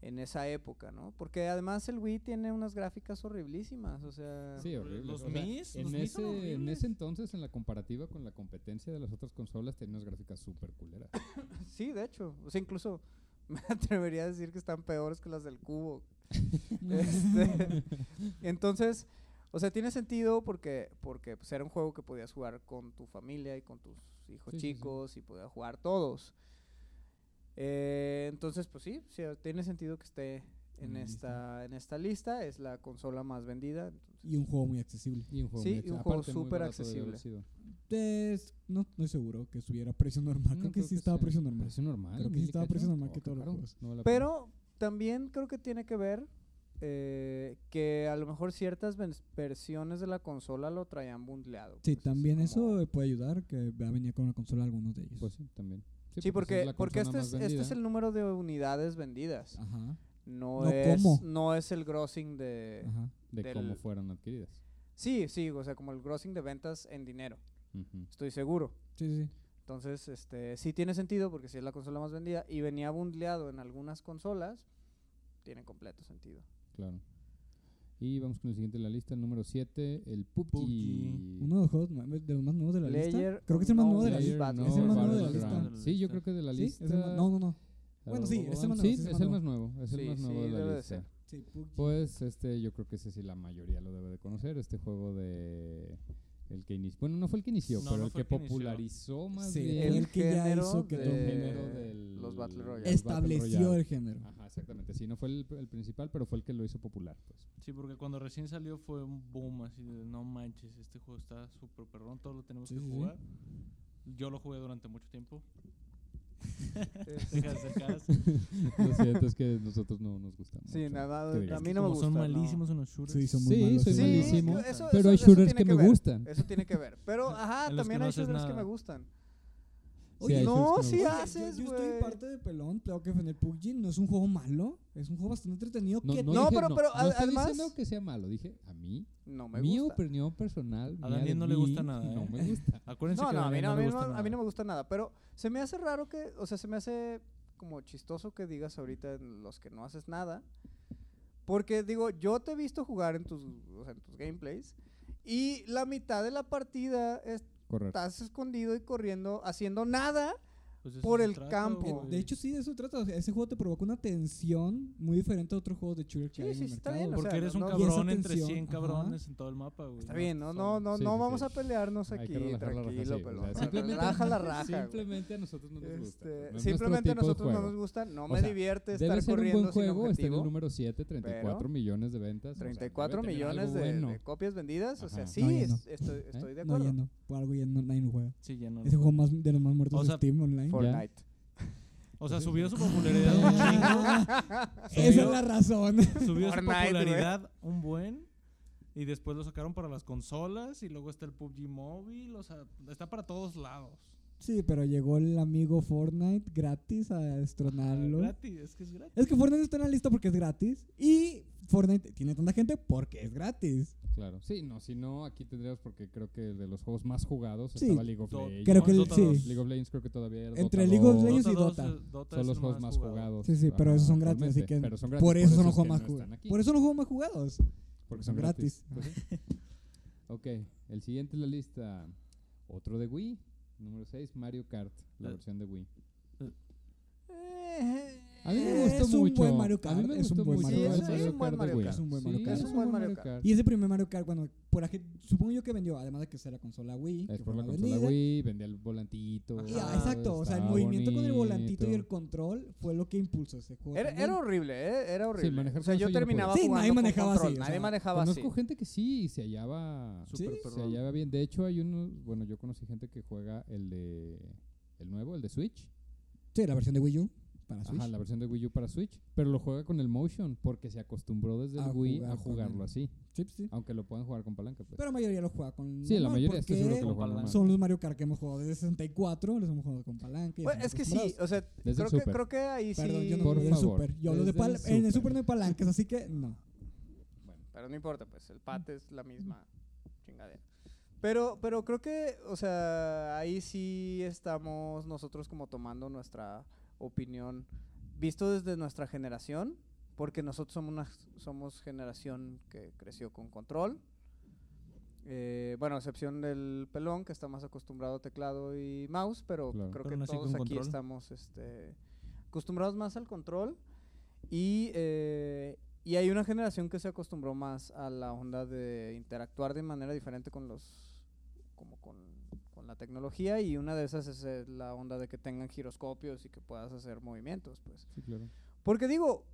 A: en esa época, ¿no? Porque además el Wii tiene unas gráficas horriblísimas, o sea,
D: Sí, horrible.
C: Los
D: O sea,
C: Mis,
D: en,
C: los Mis son
D: ese, en
C: horribles.
D: ese entonces, en la comparativa con la competencia de las otras consolas, tenía unas gráficas súper culeras.
A: sí, de hecho, o sea, incluso me atrevería a decir que están peores que las del cubo. Este, entonces, o sea, tiene sentido porque, porque pues, era un juego que podías jugar con tu familia y con tus hijos
D: Sí, sí, sí.
A: chicos y podías jugar todos. Eh, entonces, pues sí, sí, tiene sentido que esté en,
B: En
D: Mm,
B: la
A: esta, en esta lista. Es la consola más vendida. entonces-
B: Y un juego muy accesible.
D: Y un juego,
A: Sí,
D: muy
A: y
D: acce-
A: un juego
D: aparte, muy
A: súper
D: barato debió haber
A: accesible.
D: sido.
B: Es- no estoy seguro que estuviera a precio normal.
D: No,
B: Ah, creo que sí estaba a
D: sea
B: precio normal.
D: Precio normal.
B: Creo que sí
D: mil y
B: estaba a
D: cacho.
B: precio normal
D: Oh,
B: que
D: qué
B: todos los
D: caro.
B: juegos.
D: No vale la pena.
A: Pero también creo que tiene que ver eh, que a lo mejor ciertas vers- versiones de la consola lo traían bundleado.
B: Sí,
A: pues, así
B: también
A: como-
B: eso eh, puede ayudar, que va a venir con una consola algunos de ellos.
D: Pues sí, también.
A: Sí,
D: pues es
A: porque,
D: la
A: porque este,
D: consola
A: es,
D: más
A: este es
D: vendida.
A: el número de unidades vendidas.
B: Ajá,
A: No,
B: Ah, No,
A: es,
B: ¿cómo?
A: no es el grossing de...
B: ajá.
D: de
A: del-
D: cómo fueron adquiridas.
A: Sí, sí, o sea, como el grossing de ventas en dinero,
D: Ujú.
A: estoy seguro.
B: Sí, sí, sí.
A: Entonces, este, sí tiene sentido porque si es la consola más vendida y venía bundleado en algunas consolas, tiene completo sentido.
D: Claro. Y vamos con el siguiente de la lista, el número 7, el PUBG.
C: PUBG.
B: Uno de los juegos ma- de los más nuevos de la
A: Player
B: lista. Creo que es el más nuevo de la
A: Unknown's
B: lista.
D: Player
A: Battleground.
B: Es el más nuevo de la
D: Battleground.
C: lista.
D: Sí, yo creo que de la
B: ¿Sí?
D: lista.
B: Es el ma- no, no, no.
D: Ah,
B: Bueno, sí,
D: Bobo
B: es el más
D: Bobo.
B: nuevo,
D: Sí,
B: es el
D: es
B: más
D: el más nuevo. Es el
A: Sí,
D: más
A: sí,
D: nuevo de
A: debe
D: la
A: de
D: lista.
A: ser.
B: Sí, PUBG.
D: Pues este, yo creo que ese sí la mayoría lo debe de conocer, este juego de el que inició, bueno, no fue el que inició,
C: No,
D: pero
C: no
D: el
C: fue
D: que
C: el que inició.
D: popularizó más
B: Sí,
D: bien
B: fue
A: El
B: el que ya
A: género
B: hizo que
A: de-
D: el
B: todo el
D: género
B: mundo
D: del
A: los Battle Royale.
D: los Battle
B: estableció
D: Royale. Ah,
B: el género.
D: Ajá, exactamente. Sí, no fue el, el principal, pero fue el que lo hizo popular, pues.
C: Sí, porque cuando recién salió fue un boom así de no manches, este juego está súper perrón, todos lo tenemos
B: Sí,
C: que
B: sí, sí.
C: jugar. Yo lo jugué durante mucho tiempo.
A: Es-
C: Deja de hacer caras.
D: Lo siento, es que nosotros no nos gusta mucho.
A: sí, nada,
D: ¿Qué digas?
A: a mí
C: Es
A: no me
C: como
A: gusta.
C: Son
A: no.
C: malísimos unos shooters.
B: Sí, son muy
D: Sí,
B: malos.
D: soy
A: Sí,
D: malísimo,
A: es que eso-
D: pero hay
A: eso- eso
D: shooters
A: tiene
D: que me
A: ver,
D: gustan.
A: Eso tiene que ver. Pero, ajá,
C: En los
A: también
C: que no
A: hay
C: haces
A: shooters que
C: nada.
A: me gustan.
D: Sí, hay
A: no,
D: shooters que me
A: sí
D: gustan.
B: Oye,
A: haces,
B: yo, yo estoy
A: güey.
B: parte de pelón, tengo que defender PUBG, no es un juego malo, es un juego bastante entretenido que
A: no. pero- pero
D: no
A: ad-
D: estoy
A: además-
D: diciendo que sea malo, dije a mí,
A: No me
D: mi
A: gusta.
D: opinión personal.
C: A
D: mía
C: Daniel
D: de
C: no le gusta
D: mí,
C: nada,
D: No
C: ¿eh?
D: me gusta.
C: Acuérdense
A: No,
C: que
A: no, a mí no, a
C: le
A: mí no,
C: gusta
A: a mí no
C: nada.
A: me gusta nada, pero se me hace raro que, o sea, se me hace como chistoso que digas ahorita en los que no haces nada, porque digo, yo te he visto jugar en tus, o sea, en tus gameplays y la mitad de la partida
D: Correcto.
A: estás escondido y corriendo, haciendo nada
C: Pues de eso
A: Por
C: se
A: el
C: trata,
A: campo.
C: güey.
B: De hecho, sí, de eso trata. o sea, ese juego te provoca una tensión muy diferente a otros juegos de shooter
A: Sí,
B: que hay en
A: sí,
B: el
A: está
B: mercado.
A: bien, o
B: güey.
A: sea,
C: porque eres
A: no-
C: un
A: no-
B: Y esa
C: cabrón entre
B: tensión,
C: 100
B: ajá.
C: cabrones en todo el mapa, güey.
A: Está bien, no, no, no,
D: Sí,
A: no
D: sí,
A: vamos
D: sí.
A: a pelearnos
D: Hay que
A: aquí,
D: relajar la raja,
A: tranquilo,
D: sí, o sea,
A: pelón.
D: simplemente-
A: Relaja la raja. güey.
D: Simplemente a nosotros no nos gusta.
A: Este,
D: no es nuestro
A: simplemente a
D: tipo de
A: nosotros no
D: juego.
A: nos gusta, no
D: O
A: me
D: sea,
A: divierte
D: Debe
A: estar
D: ser un
A: corriendo sin
D: buen juego, está en el
A: objetivo.
D: número 7, 34
A: pero-
D: millones de ventas. o sea, debe
A: 34
D: tener
A: millones
D: algo
A: de,
D: bueno.
A: de copias vendidas, o sea,
D: Ajá.
A: sí,
B: No, ya no.
A: es- estoy,
D: ¿Eh?
A: estoy de
B: No,
A: acuerdo.
B: ya no. Por algo ya no, nadie lo juega.
C: Sí, ya no.
B: Ese juego más de los más muertos
C: O sea,
B: de Steam online.
A: Fortnite.
C: O sea,
D: Sí, sí.
C: subió su popularidad un chingo.
B: Esa es la razón.
C: Subió su
A: Fortnite, güey.
C: popularidad un buen. Y después lo sacaron para las consolas. Y luego está el PUBG Mobile. O sea, está para todos lados.
B: sí, pero llegó el amigo Fortnite gratis a
C: Ah,
B: destronarlo.
C: gratis, es que es gratis.
B: Es que Fortnite está en la lista porque es gratis. Y Fortnite tiene tanta gente porque es gratis.
D: Claro. Sí, no, si no, aquí tendríamos porque creo que de los juegos más jugados
B: Sí.
D: estaba League of
C: Do-
D: Legends.
B: Creo que el-
C: Dota
B: sí.
C: 2.
D: League of Legends creo que todavía era
B: Entre
D: Dota
B: League of
D: 2,
B: Legends y
C: 2
B: Dota.
C: es- Dota
D: son
C: es
D: los
C: el
D: juegos más
C: jugado.
D: jugados.
B: Sí, sí, pero
D: Ajá,
B: esos son gratis. Así
D: actualmente.
B: que
D: Pero son gratis,
B: por eso son los
D: es que
B: juegos más
D: no están
B: jugados.
D: aquí,
B: Por eso son los juegos más jugados.
D: porque
B: son
D: son
B: gratis.
D: gratis. Pues sí. ok, el siguiente en la lista, otro de Wii, número 6, Mario Kart, la
C: Eh.
D: versión de Wii.
A: Eh,
B: A mí me gustó
D: es un
B: mucho.
D: buen Mario Kart.
B: A mí me gustó mucho.
A: Sí, es-
D: el
A: es un buen
D: de
A: Mario
D: Wii.
A: Kart.
B: Es un buen
D: Sí,
B: Mario Kart.
D: Es un buen Mario Kart.
B: Y ese primer Mario Kart, bueno, por la gente- supongo yo que vendió, además de que sea la consola Wii. que
D: Es
B: fue
D: por la
B: una
D: consola
B: vendida.
D: Wii, vendía el volantito.
B: Y, ah,
C: Ajá.
D: todo,
B: exacto, o sea, el
D: estaba
B: movimiento con el volantito y
D: bonito.
B: el control fue lo que impulsó ese juego.
A: Era,
B: también.
A: era horrible, ¿eh? Era horrible.
D: manejar
A: o sea,
D: con
A: yo
D: eso yo no
A: terminaba
B: podía. Sí,
A: jugando
B: nadie
A: con
B: manejaba
A: control,
B: así, o
A: Nadie
B: sea,
A: manejaba así.
D: Conozco gente que sí, se hallaba,
C: Súper
B: Sí,
D: se
C: perrón.
D: hallaba bien. De hecho, hay uno, bueno, yo conocí gente que juega el de, el nuevo, el de Switch.
B: Sí, la versión de Wii U para Switch.
D: Ajá, la versión de Wii U para Switch, pero lo juega con el motion porque se acostumbró desde
B: A
D: el Wii
B: jugar
D: a
B: con
D: jugarlo
B: el-
D: así,
B: Sí, sí.
D: aunque lo pueden jugar con palanca. Pues.
B: Pero la mayoría lo juega con.
D: sí, la
B: normal,
D: mayoría estoy seguro que
B: porque
D: lo
C: con
D: juegan
C: palanca.
B: Son los Mario Kart que hemos jugado desde 64, los hemos jugado con palanca. y
A: Bueno, Pues,
B: estamos
A: es que sí,
B: acostumbrados.
A: o sea,
D: Desde
A: creo
D: el
A: que,
D: Super.
A: creo que ahí
B: Perdón,
A: sí.
B: yo no
D: Por
B: hablo del
D: favor,
B: Super. Yo hablo de
D: desde el
B: pal- En el Super
D: Super.
B: no hay palancas, así que no.
A: Pero no importa, pues el pat es la misma chingadera. Pero, pero creo que, o sea, ahí sí estamos nosotros como tomando nuestra opinión, visto desde nuestra generación, porque nosotros somos, una, somos generación que creció con control. Eh, bueno, a excepción del pelón, que está más acostumbrado a teclado y mouse, pero
D: Claro.
A: creo
C: Pero
A: que
C: nací con
A: todos aquí
C: control.
A: estamos este, acostumbrados más al control. Y, eh, y hay una generación que se acostumbró más a la onda de interactuar de manera diferente con los como con, con la tecnología y una de esas es eh, la onda de que tengan giroscopios y que puedas hacer movimientos, pues.
D: Sí, claro.
A: Porque digo,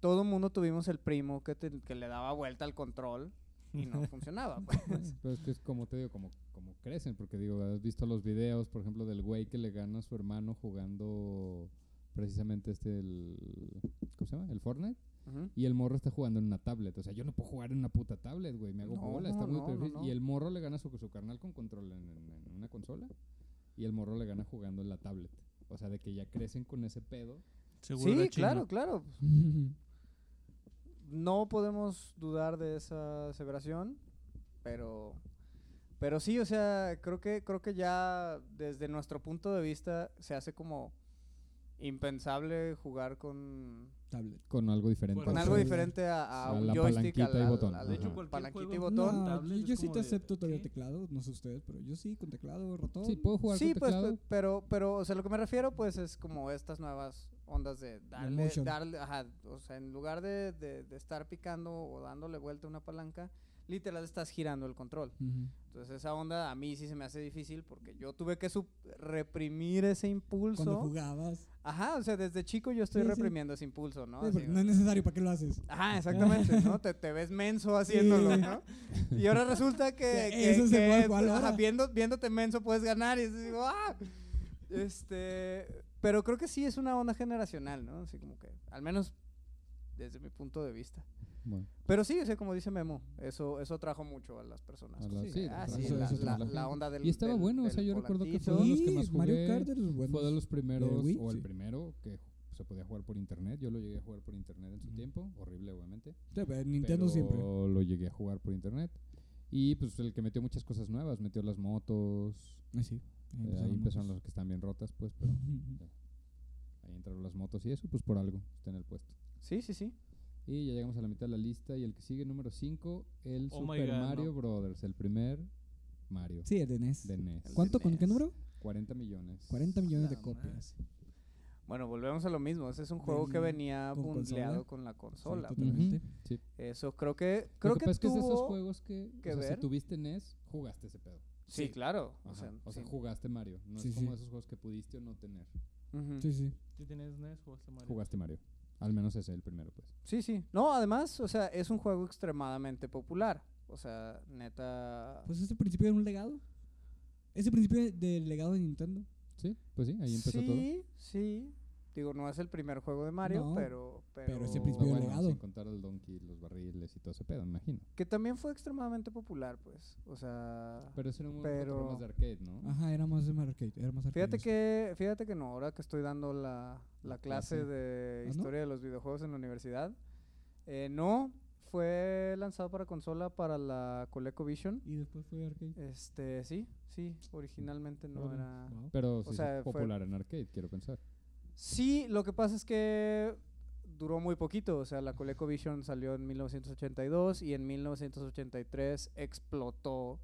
A: todo mundo tuvimos el primo que, te- que le daba vuelta al control y no funcionaba, pues.
D: Pero es que es como te digo, como, como crecen, porque digo, has visto los videos, por ejemplo, del güey que le gana a su hermano jugando precisamente este, el, ¿cómo se llama? El Fortnite.
A: Ujú.
D: Y el morro está jugando en una tablet. O sea, yo no puedo jugar en una puta tablet, güey. Me hago
A: No,
D: bola, está muy
A: no, no,
D: difícil.
A: no.
D: Y el morro le gana a su, su carnal con control en, en- en una consola. Y el morro le gana jugando en la tablet. O sea, de que ya crecen con ese pedo.
C: Seguro
A: Sí,
C: era chino.
A: claro, claro. No podemos dudar de esa aseveración, pero pero sí, o sea, creo que creo que ya desde nuestro punto de vista se hace como impensable jugar con,
B: Tablet.
D: Con algo diferente.
A: con
C: Por
A: algo
B: celular.
A: diferente a, a
D: A
A: un
D: la
A: joystick,
D: palanquita y
A: al-
D: botón,
A: al-
D: De
A: al
D: hecho,
C: cualquier
A: palanquita y
C: juego-
A: botón.
B: No,
C: tablet
B: yo, yo
C: es
B: sí
C: como
B: te
C: de,
B: acepto todavía
C: ¿qué?
B: teclado, no sé ustedes, pero yo sí con teclado, ratón.
D: Sí, puedo jugar
A: Sí,
D: con
A: pues,
D: teclado.
A: pe- pero, pero, o sea, lo que me refiero, pues, es como estas nuevas ondas de darle,
B: motion.
A: darle, ajá, o sea, en lugar de, de- de estar picando o dándole vuelta a una palanca, literal estás girando el control.
B: Ujú.
A: Entonces, esa onda a mí sí se me hace difícil porque yo tuve que sup- reprimir ese
B: Cuando
A: impulso.
B: jugabas. Sí,
A: Ajá, o sea, desde chico yo estoy
B: Sí, sí.
A: reprimiendo ese impulso, ¿no? Así,
B: porque no es necesario, ¿para qué lo haces?
A: Ajá, exactamente, ¿no? Te, te ves menso haciéndolo, ¿no? Y ahora resulta que,
B: Sí,
A: que-
B: eso se
A: que,
B: puede jugar
A: ajá,
B: ahora.
A: viendo- viéndote menso puedes ganar y digo, ¡ah! Este, pero creo que sí es una onda generacional, ¿no? Así como que, al menos desde mi punto de vista.
D: Bueno,
A: Pero sí, o sea, como dice Memo, eso eso trajo mucho a las personas.
D: a
A: con-
D: la-
B: sí,
D: sí,
A: Ah,
D: trajo-
A: sí,
B: eso-
A: la,
B: eso
A: la-
B: trajo la
A: la
D: gente.
A: onda del
D: Y estaba
A: del-
D: bueno, o sea,
A: del
D: yo recuerdo que
A: volantito.
D: fue de los que más jugué.
B: Mario Kart de los buenos.
D: Fue de los primeros,
B: Wii,
D: o el
B: sí.
D: primero que se podía jugar por internet. Yo lo llegué a jugar por internet en su
B: Ujú.
D: tiempo. Horrible, obviamente.
B: Sí, pero Nintendo
D: pero
B: siempre.
D: lo llegué a jugar por internet. Y pues el que metió muchas cosas nuevas, metió las motos,
B: Ah, sí.
D: eh, ahí empezaron las que están bien rotas, pues, pero ahí entraron las motos y eso, pues por algo está en el puesto.
A: Sí, sí, sí.
D: Y ya llegamos a la mitad de la lista y el que sigue, número 5, el
C: Oh my
D: Super
C: God,
D: Mario
C: no.
D: Brothers, el primer Mario
B: Sí, el de NES.
D: de E NES.
A: El
B: ¿Cuánto?
A: de
B: ¿Con qué
A: NES.
B: número?
D: 40 millones.
B: 40 millones de
A: La
B: copias.
A: Bueno, volvemos a lo mismo. Ese es un juego que
B: Venía
A: venía
B: con
A: bundleado
B: consola.
A: con la
B: Sí,
A: consola.
D: total.
B: totalmente.
D: Sí.
A: Eso creo que
D: Lo
A: creo
D: que,
A: que,
D: pasa es que es de esos
A: tuvo-
D: juegos que, o
A: que
D: sea,
A: ver.
D: si tuviste NES, jugaste ese pedo.
A: Sí, claro.
D: Ajá.
A: O sea, sí.
D: jugaste Mario. No
B: Sí,
D: es como
B: sí.
D: esos juegos que pudiste o no tener.
A: Ujú.
B: Sí, sí.
C: Si tienes NES, jugaste Mario.
D: Jugaste Mario. Al menos ese, el primero, pues.
A: Sí, sí. No, además, o sea, es un juego extremadamente popular. O sea, neta.
B: Pues ese principio era un legado. Ese principio del legado de Nintendo.
D: Sí, pues sí, ahí empezó todo.
A: sí, sí. Digo, no es el primer juego de Mario,
B: No,
A: pero, pero.
B: pero ese
D: Ah,
B: principio
D: bueno,
B: legado.
D: sin contar el donkey, los barriles y todo ese pedo, me imagino.
A: Que también fue extremadamente popular, pues. O sea.
D: Pero ese era un
A: Pero-
D: otro más de arcade, ¿no?
B: Ajá, era más de Mario Arcade. Era más
A: Fíjate
B: arcade.
A: que, fíjate que no, ahora que estoy dando la, la
D: La
A: clase
D: clase.
A: de
B: ¿Ah, no?
A: historia de los videojuegos en la universidad, eh, no, fue lanzado para consola para la ColecoVision.
B: Y después fue arcade.
A: Este, sí, sí, originalmente no
B: Órale,
A: era...
B: wow.
D: Pero sí, es
A: sea, fue-
D: popular en arcade, quiero pensar.
A: Sí, lo que pasa es que duró muy poquito, o sea, la ColecoVision salió en 1982 y en 1983 explotó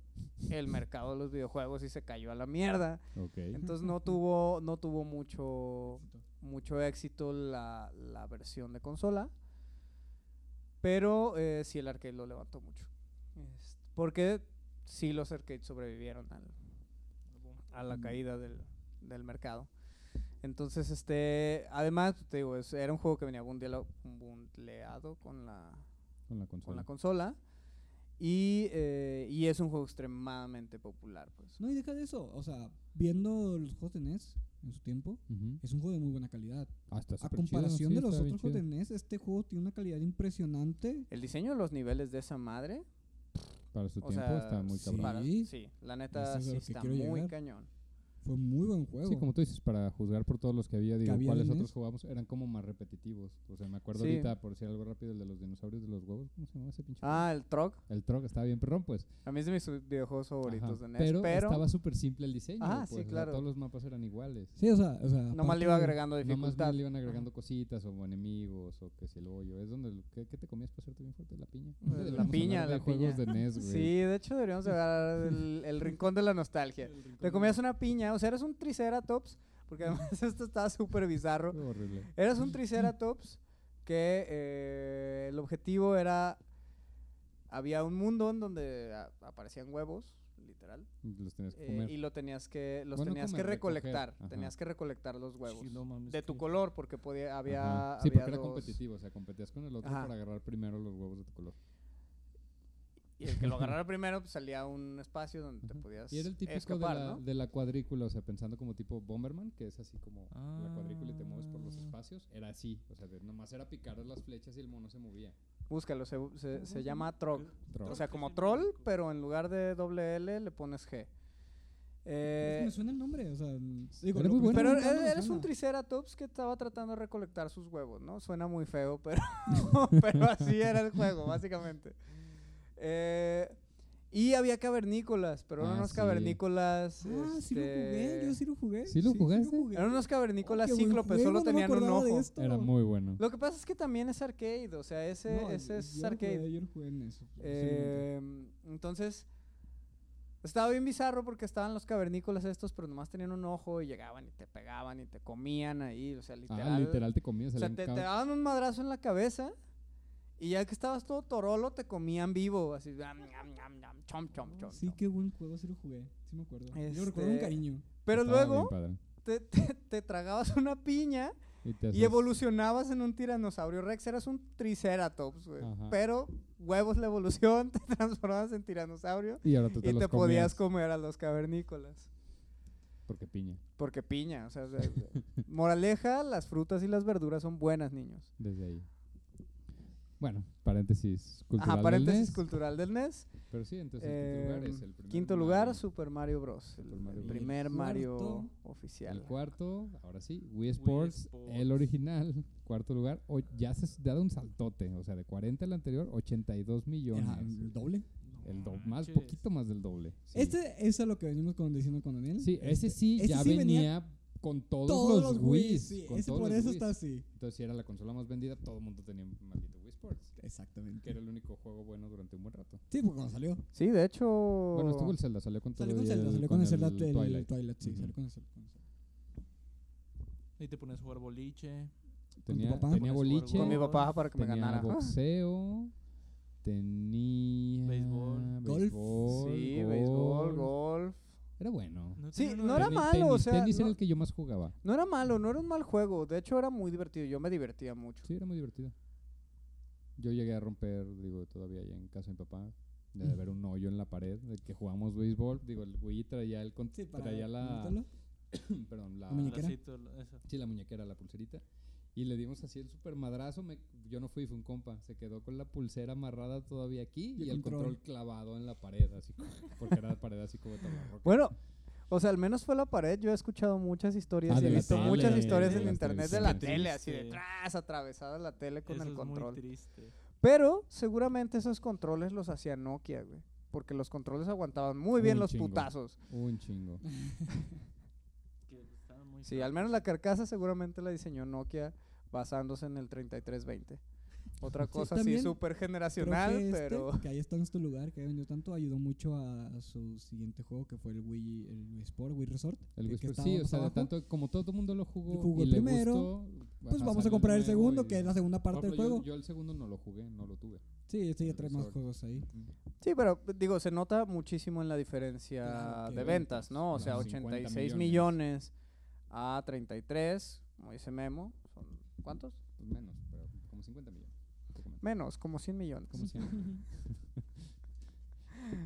A: el mercado de los videojuegos y se cayó a la mierda.
D: Ok.
A: Entonces no tuvo, no tuvo mucho, mucho éxito la, la versión de consola. Pero eh, sí el arcade lo levantó mucho. Es- porque sí los arcades sobrevivieron al, a la
B: Mm.
A: caída del, del mercado. Entonces, este, además, te digo, es- era un juego que venía bundleado, bundleado con la
D: Con la consola.
A: con la consola. Y, eh, y es un juego extremadamente popular, pues.
B: No, y deja de eso. O sea, viendo los juegos de NES en su tiempo,
D: Ujú.
B: es un juego de muy buena calidad.
D: Ah, está
B: A
D: superchido,
B: comparación
D: sí,
B: de los
D: está bien
B: otros juegos de
D: chido.
B: NES, este juego tiene una calidad impresionante.
A: El diseño de los niveles de esa madre
D: Para su
A: O
D: tiempo
A: sea,
D: está muy
B: sí.
D: cabrón.
A: Para-
B: Sí.
A: sí, la neta
B: Eso es a
A: sí
B: lo que
A: está
B: quiero
A: muy
B: llegar.
A: cañón.
B: Fue muy buen juego.
D: Sí, como tú dices, para juzgar por todos los que había, digo,
B: había E
D: cuáles
B: del
D: otros
B: NES?
D: jugamos eran como más repetitivos. O sea, me acuerdo
A: Sí.
D: ahorita, por si algo rápido, el de los dinosaurios de los huevos, ¿cómo se llamaba ese pinche?
A: Ah, el Trog.
D: juego? El Trog estaba bien perrón, pues.
A: A mí es de mis videojuegos favoritos
D: Ajá,
A: de NES. Pero,
D: Pero, estaba súper simple el diseño.
A: Ajá, sí,
D: pues, o sea,
A: claro.
D: todos los mapas eran iguales.
B: Sí, o sea, o sea.
A: nomás
B: aparte
A: le iba
B: de-
A: agregando
D: Nomás
A: dificultad.
D: más le iban agregando cositas o enemigos o que si el hoyo. Es donde. ¿qué, qué te comías para hacerte bien fuerte? La piña.
A: Eh, La
D: Deberíamos
A: piña,
D: hablar de
A: la
D: juegos
A: piña.
D: de NES, güey.
A: Sí, de hecho deberíamos agarrar el, el rincón de la nostalgia. Te comías una piña, o sea, eras un Triceratops, porque además esto estaba súper bizarro.
D: Fue horrible.
A: Eras un Triceratops que eh, el objetivo era... Había un mundo en donde a- aparecían huevos, literal,
D: Los tenías que
A: eh,
D: comer.
A: y lo tenías que, los
D: Bueno,
A: tenías que
D: comer, recoger,
A: recolectar,
D: ajá.
A: tenías que recolectar los huevos.
C: Sí, no mames,
A: de
C: que-
A: tu color porque podía había,
D: Ajá. Sí,
A: había
D: porque era
A: dos-
D: competitivo. O sea, competías con el otro
A: Ajá.
D: para agarrar primero los huevos de tu color.
A: y el que lo agarrara primero pues, salía a un espacio donde te
D: Ajá.
A: podías
D: Y era el típico
A: escapar
D: de, la,
A: ¿no?
D: de la cuadrícula, o sea, pensando como tipo Bomberman, que es así como la cuadrícula y te mueves por los
C: Ah.
D: espacios. Era así, o sea, de- nomás era picar las flechas y el mono se movía.
A: búscalo se, se- se llama Trog
D: Trog.
A: o sea como
C: Sí,
A: troll
C: búscalo.
A: pero en lugar de doble L le pones G
B: Es que
A: Eh,
B: me suena el nombre, o sea. Digo,
D: Era
B: lo
D: muy
B: que-
D: bueno.
A: pero
B: me suena,
A: él-
B: me
A: él es un
B: suena.
A: triceratops que estaba tratando de recolectar sus huevos, ¿no? Suena muy feo, pero, pero así era el juego, básicamente. Eh, y había cavernícolas, pero eran
D: Ah,
A: unos
D: sí.
A: cavernícolas.
B: Ah, sí lo jugué, yo
A: este,
B: sí lo jugué.
D: ¿Sí lo jugaste?
B: jugué.
A: Eran unos cavernícolas
B: Oh, qué buen
A: cíclopes, pues, solo
B: juego, no me
A: tenían un
B: acordaba de
A: ojo.
B: esto.
D: Era muy bueno.
A: Lo que pasa es que también es arcade, o sea, ese,
B: No,
A: ese
B: yo-
A: es
B: yo lo
A: arcade.
B: jugué, yo lo jugué en eso.
A: Eh, entonces, estaba bien bizarro porque estaban los cavernícolas estos, pero nomás tenían un ojo y llegaban y te pegaban y te comían ahí, o sea, literal.
D: ah, literal te comías.
A: O sea,
D: salían
A: te, te
D: cab-
A: daban un madrazo en la cabeza y ya que estabas todo torolo, te comían vivo, así, am, am, am, am, chom, chom, chom,
B: Sí,
A: chom.
B: qué buen juego, sí lo jugué. Sí me acuerdo. Yo lo recuerdo
A: Este,
B: con cariño.
A: Pero
D: estaba bien
A: luego
D: padre.
A: te, te- te tragabas una piña
D: Y, te
A: y
D: hacías-
A: evolucionabas en un tiranosaurio rex, eras un triceratops, güey.
D: Ajá.
A: Pero huevos la evolución, te transformabas en tiranosaurio
D: y ahora tú te
A: y
D: los
A: te podías
D: comías
A: comer a los cavernícolas.
D: Porque piña,
A: Porque piña, o sea, o sea, moraleja, las frutas y las verduras son buenas, niños.
D: desde ahí. Bueno, paréntesis cultural
A: Ajá,
D: del
A: paréntesis
D: NES,
A: cultural del NES.
D: Pero sí, entonces el quinto
A: Em,
D: lugar es el primer
A: quinto lugar,
D: Mario.
A: Super Mario Bros. El,
D: Super Mario
A: el
D: Bros.
A: primer
B: El
A: Mario
B: cuarto.
A: oficial.
D: El cuarto, ahora sí, Wii Sports, el
C: Sports.
D: original, cuarto lugar, o- ya se ha dado un saltote, o sea, de 40 al anterior, 82 millones.
B: Era el doble.
D: el do-
C: No
D: más,
C: manches.
D: poquito más del doble. sí.
B: Este es a lo que venimos con, diciendo con Daniel.
D: sí, ese sí
B: Este
D: ya
B: sí venía
D: venía con todos,
B: todos
D: los
B: los
D: Wii.
B: Wii. Sí, ese por eso está así.
D: Entonces, si era la consola más vendida, todo el mundo tenía un maldito Wii Sports, que
B: Exactamente.
D: era el único juego bueno durante un buen rato.
B: Sí, porque cuando salió.
A: Sí, de hecho.
D: Bueno, estuvo el Zelda, salió con todo
B: Oh. Salió con
D: y
B: Zelda,
D: el-
B: salió con el Zelda del Twilight.
D: Twilight.
B: sí,
D: Ujú.
B: salió con el Zelda. con el Zelda.
C: Y te pones a jugar boliche.
D: Tenía,
B: papá?
D: tenía
C: Con su
D: boliche,
A: con mi
C: Che.
A: papá para que me
D: tenía
A: ganara.
D: boxeo, tenía
C: Béisbol.
B: Golf.
D: béisbol,
A: Sí,
D: golf.
A: béisbol, golf.
D: Era bueno.
A: Sí,
C: tiene
A: no
C: de-
A: era
D: Teni-
A: malo,
D: tenis,
A: o sea,
D: Tenis era
A: no-
D: el que yo más jugaba.
A: No era malo, no era un mal juego. De hecho, era muy divertido. Yo me divertía mucho.
D: Sí, era muy divertido. Yo llegué a romper, digo, todavía allá en casa de mi papá, de haber un hoyo en la pared, de que jugamos béisbol. Digo, el güey traía, el, con-
B: Sí, para
D: traía la,
B: montarlo.
D: perdón, la,
B: La muñequera.
C: lacito, la- eso.
D: sí, la muñequera, la pulserita. Y le dimos así el super madrazo. Me, yo no fui, fue un compa. Se quedó con la pulsera amarrada todavía aquí
B: Y
D: y,
B: el
D: el
B: control.
D: control. clavado en la pared, así como- porque era la pared así como de tabarroca.
A: Bueno, o sea, al menos fue la pared. Yo he escuchado muchas historias
D: Ah,
A: y he
D: de la
A: visto
D: tele,
A: muchas
D: de
A: historias
D: las
A: en internet de
D: televisiones.
A: la
D: Qué
A: tele, así
C: triste.
A: detrás, atravesada la tele con
C: Eso
A: el
C: es
A: control.
C: muy triste.
A: Pero seguramente esos controles los hacía Nokia, güey. Porque los controles aguantaban muy bien
D: Un
A: los
D: chingo.
A: putazos.
D: Un chingo.
C: Que estaba muy
A: Sí,
C: feo.
A: al menos la carcasa seguramente la diseñó Nokia basándose en el 3320. Otra cosa así
B: también
A: súper
B: Creo que
A: generacional,
B: este,
A: pero...
B: que ahí está en este lugar, que ha vendido tanto, ayudó mucho a, a su siguiente juego, que fue el Wii, el Wii Sport, Wii Resort.
D: El
B: que- que
D: Whisper,
B: estaba
D: sí, o
B: más
D: sea, de
B: abajo.
D: tanto como todo el mundo lo jugó,
B: Jugó
D: y
B: el
D: le
B: primero,
D: gustó,
B: Pues
D: ajá,
B: vamos a
D: sale
B: comprar el
D: nuevo
B: segundo,
D: y-
B: que es la segunda
D: Por
B: parte del
D: ejemplo, yo-
B: juego.
D: Yo, el segundo no lo jugué, no lo tuve.
B: sí, este ya
D: el
B: trae más
D: Resort.
B: juegos ahí.
A: Sí, pero digo, se nota muchísimo en la diferencia
B: Claro, que
A: de ventas,
D: ventas,
A: ¿no? O
D: claro.
A: sea,
D: 50
A: 86 millones.
D: millones.
A: a 33, como dice Memo, son ¿cuántos?
D: Pues menos, pero como 50 millones. un poco menos,
A: Menos, como 100 millones.
D: como 100.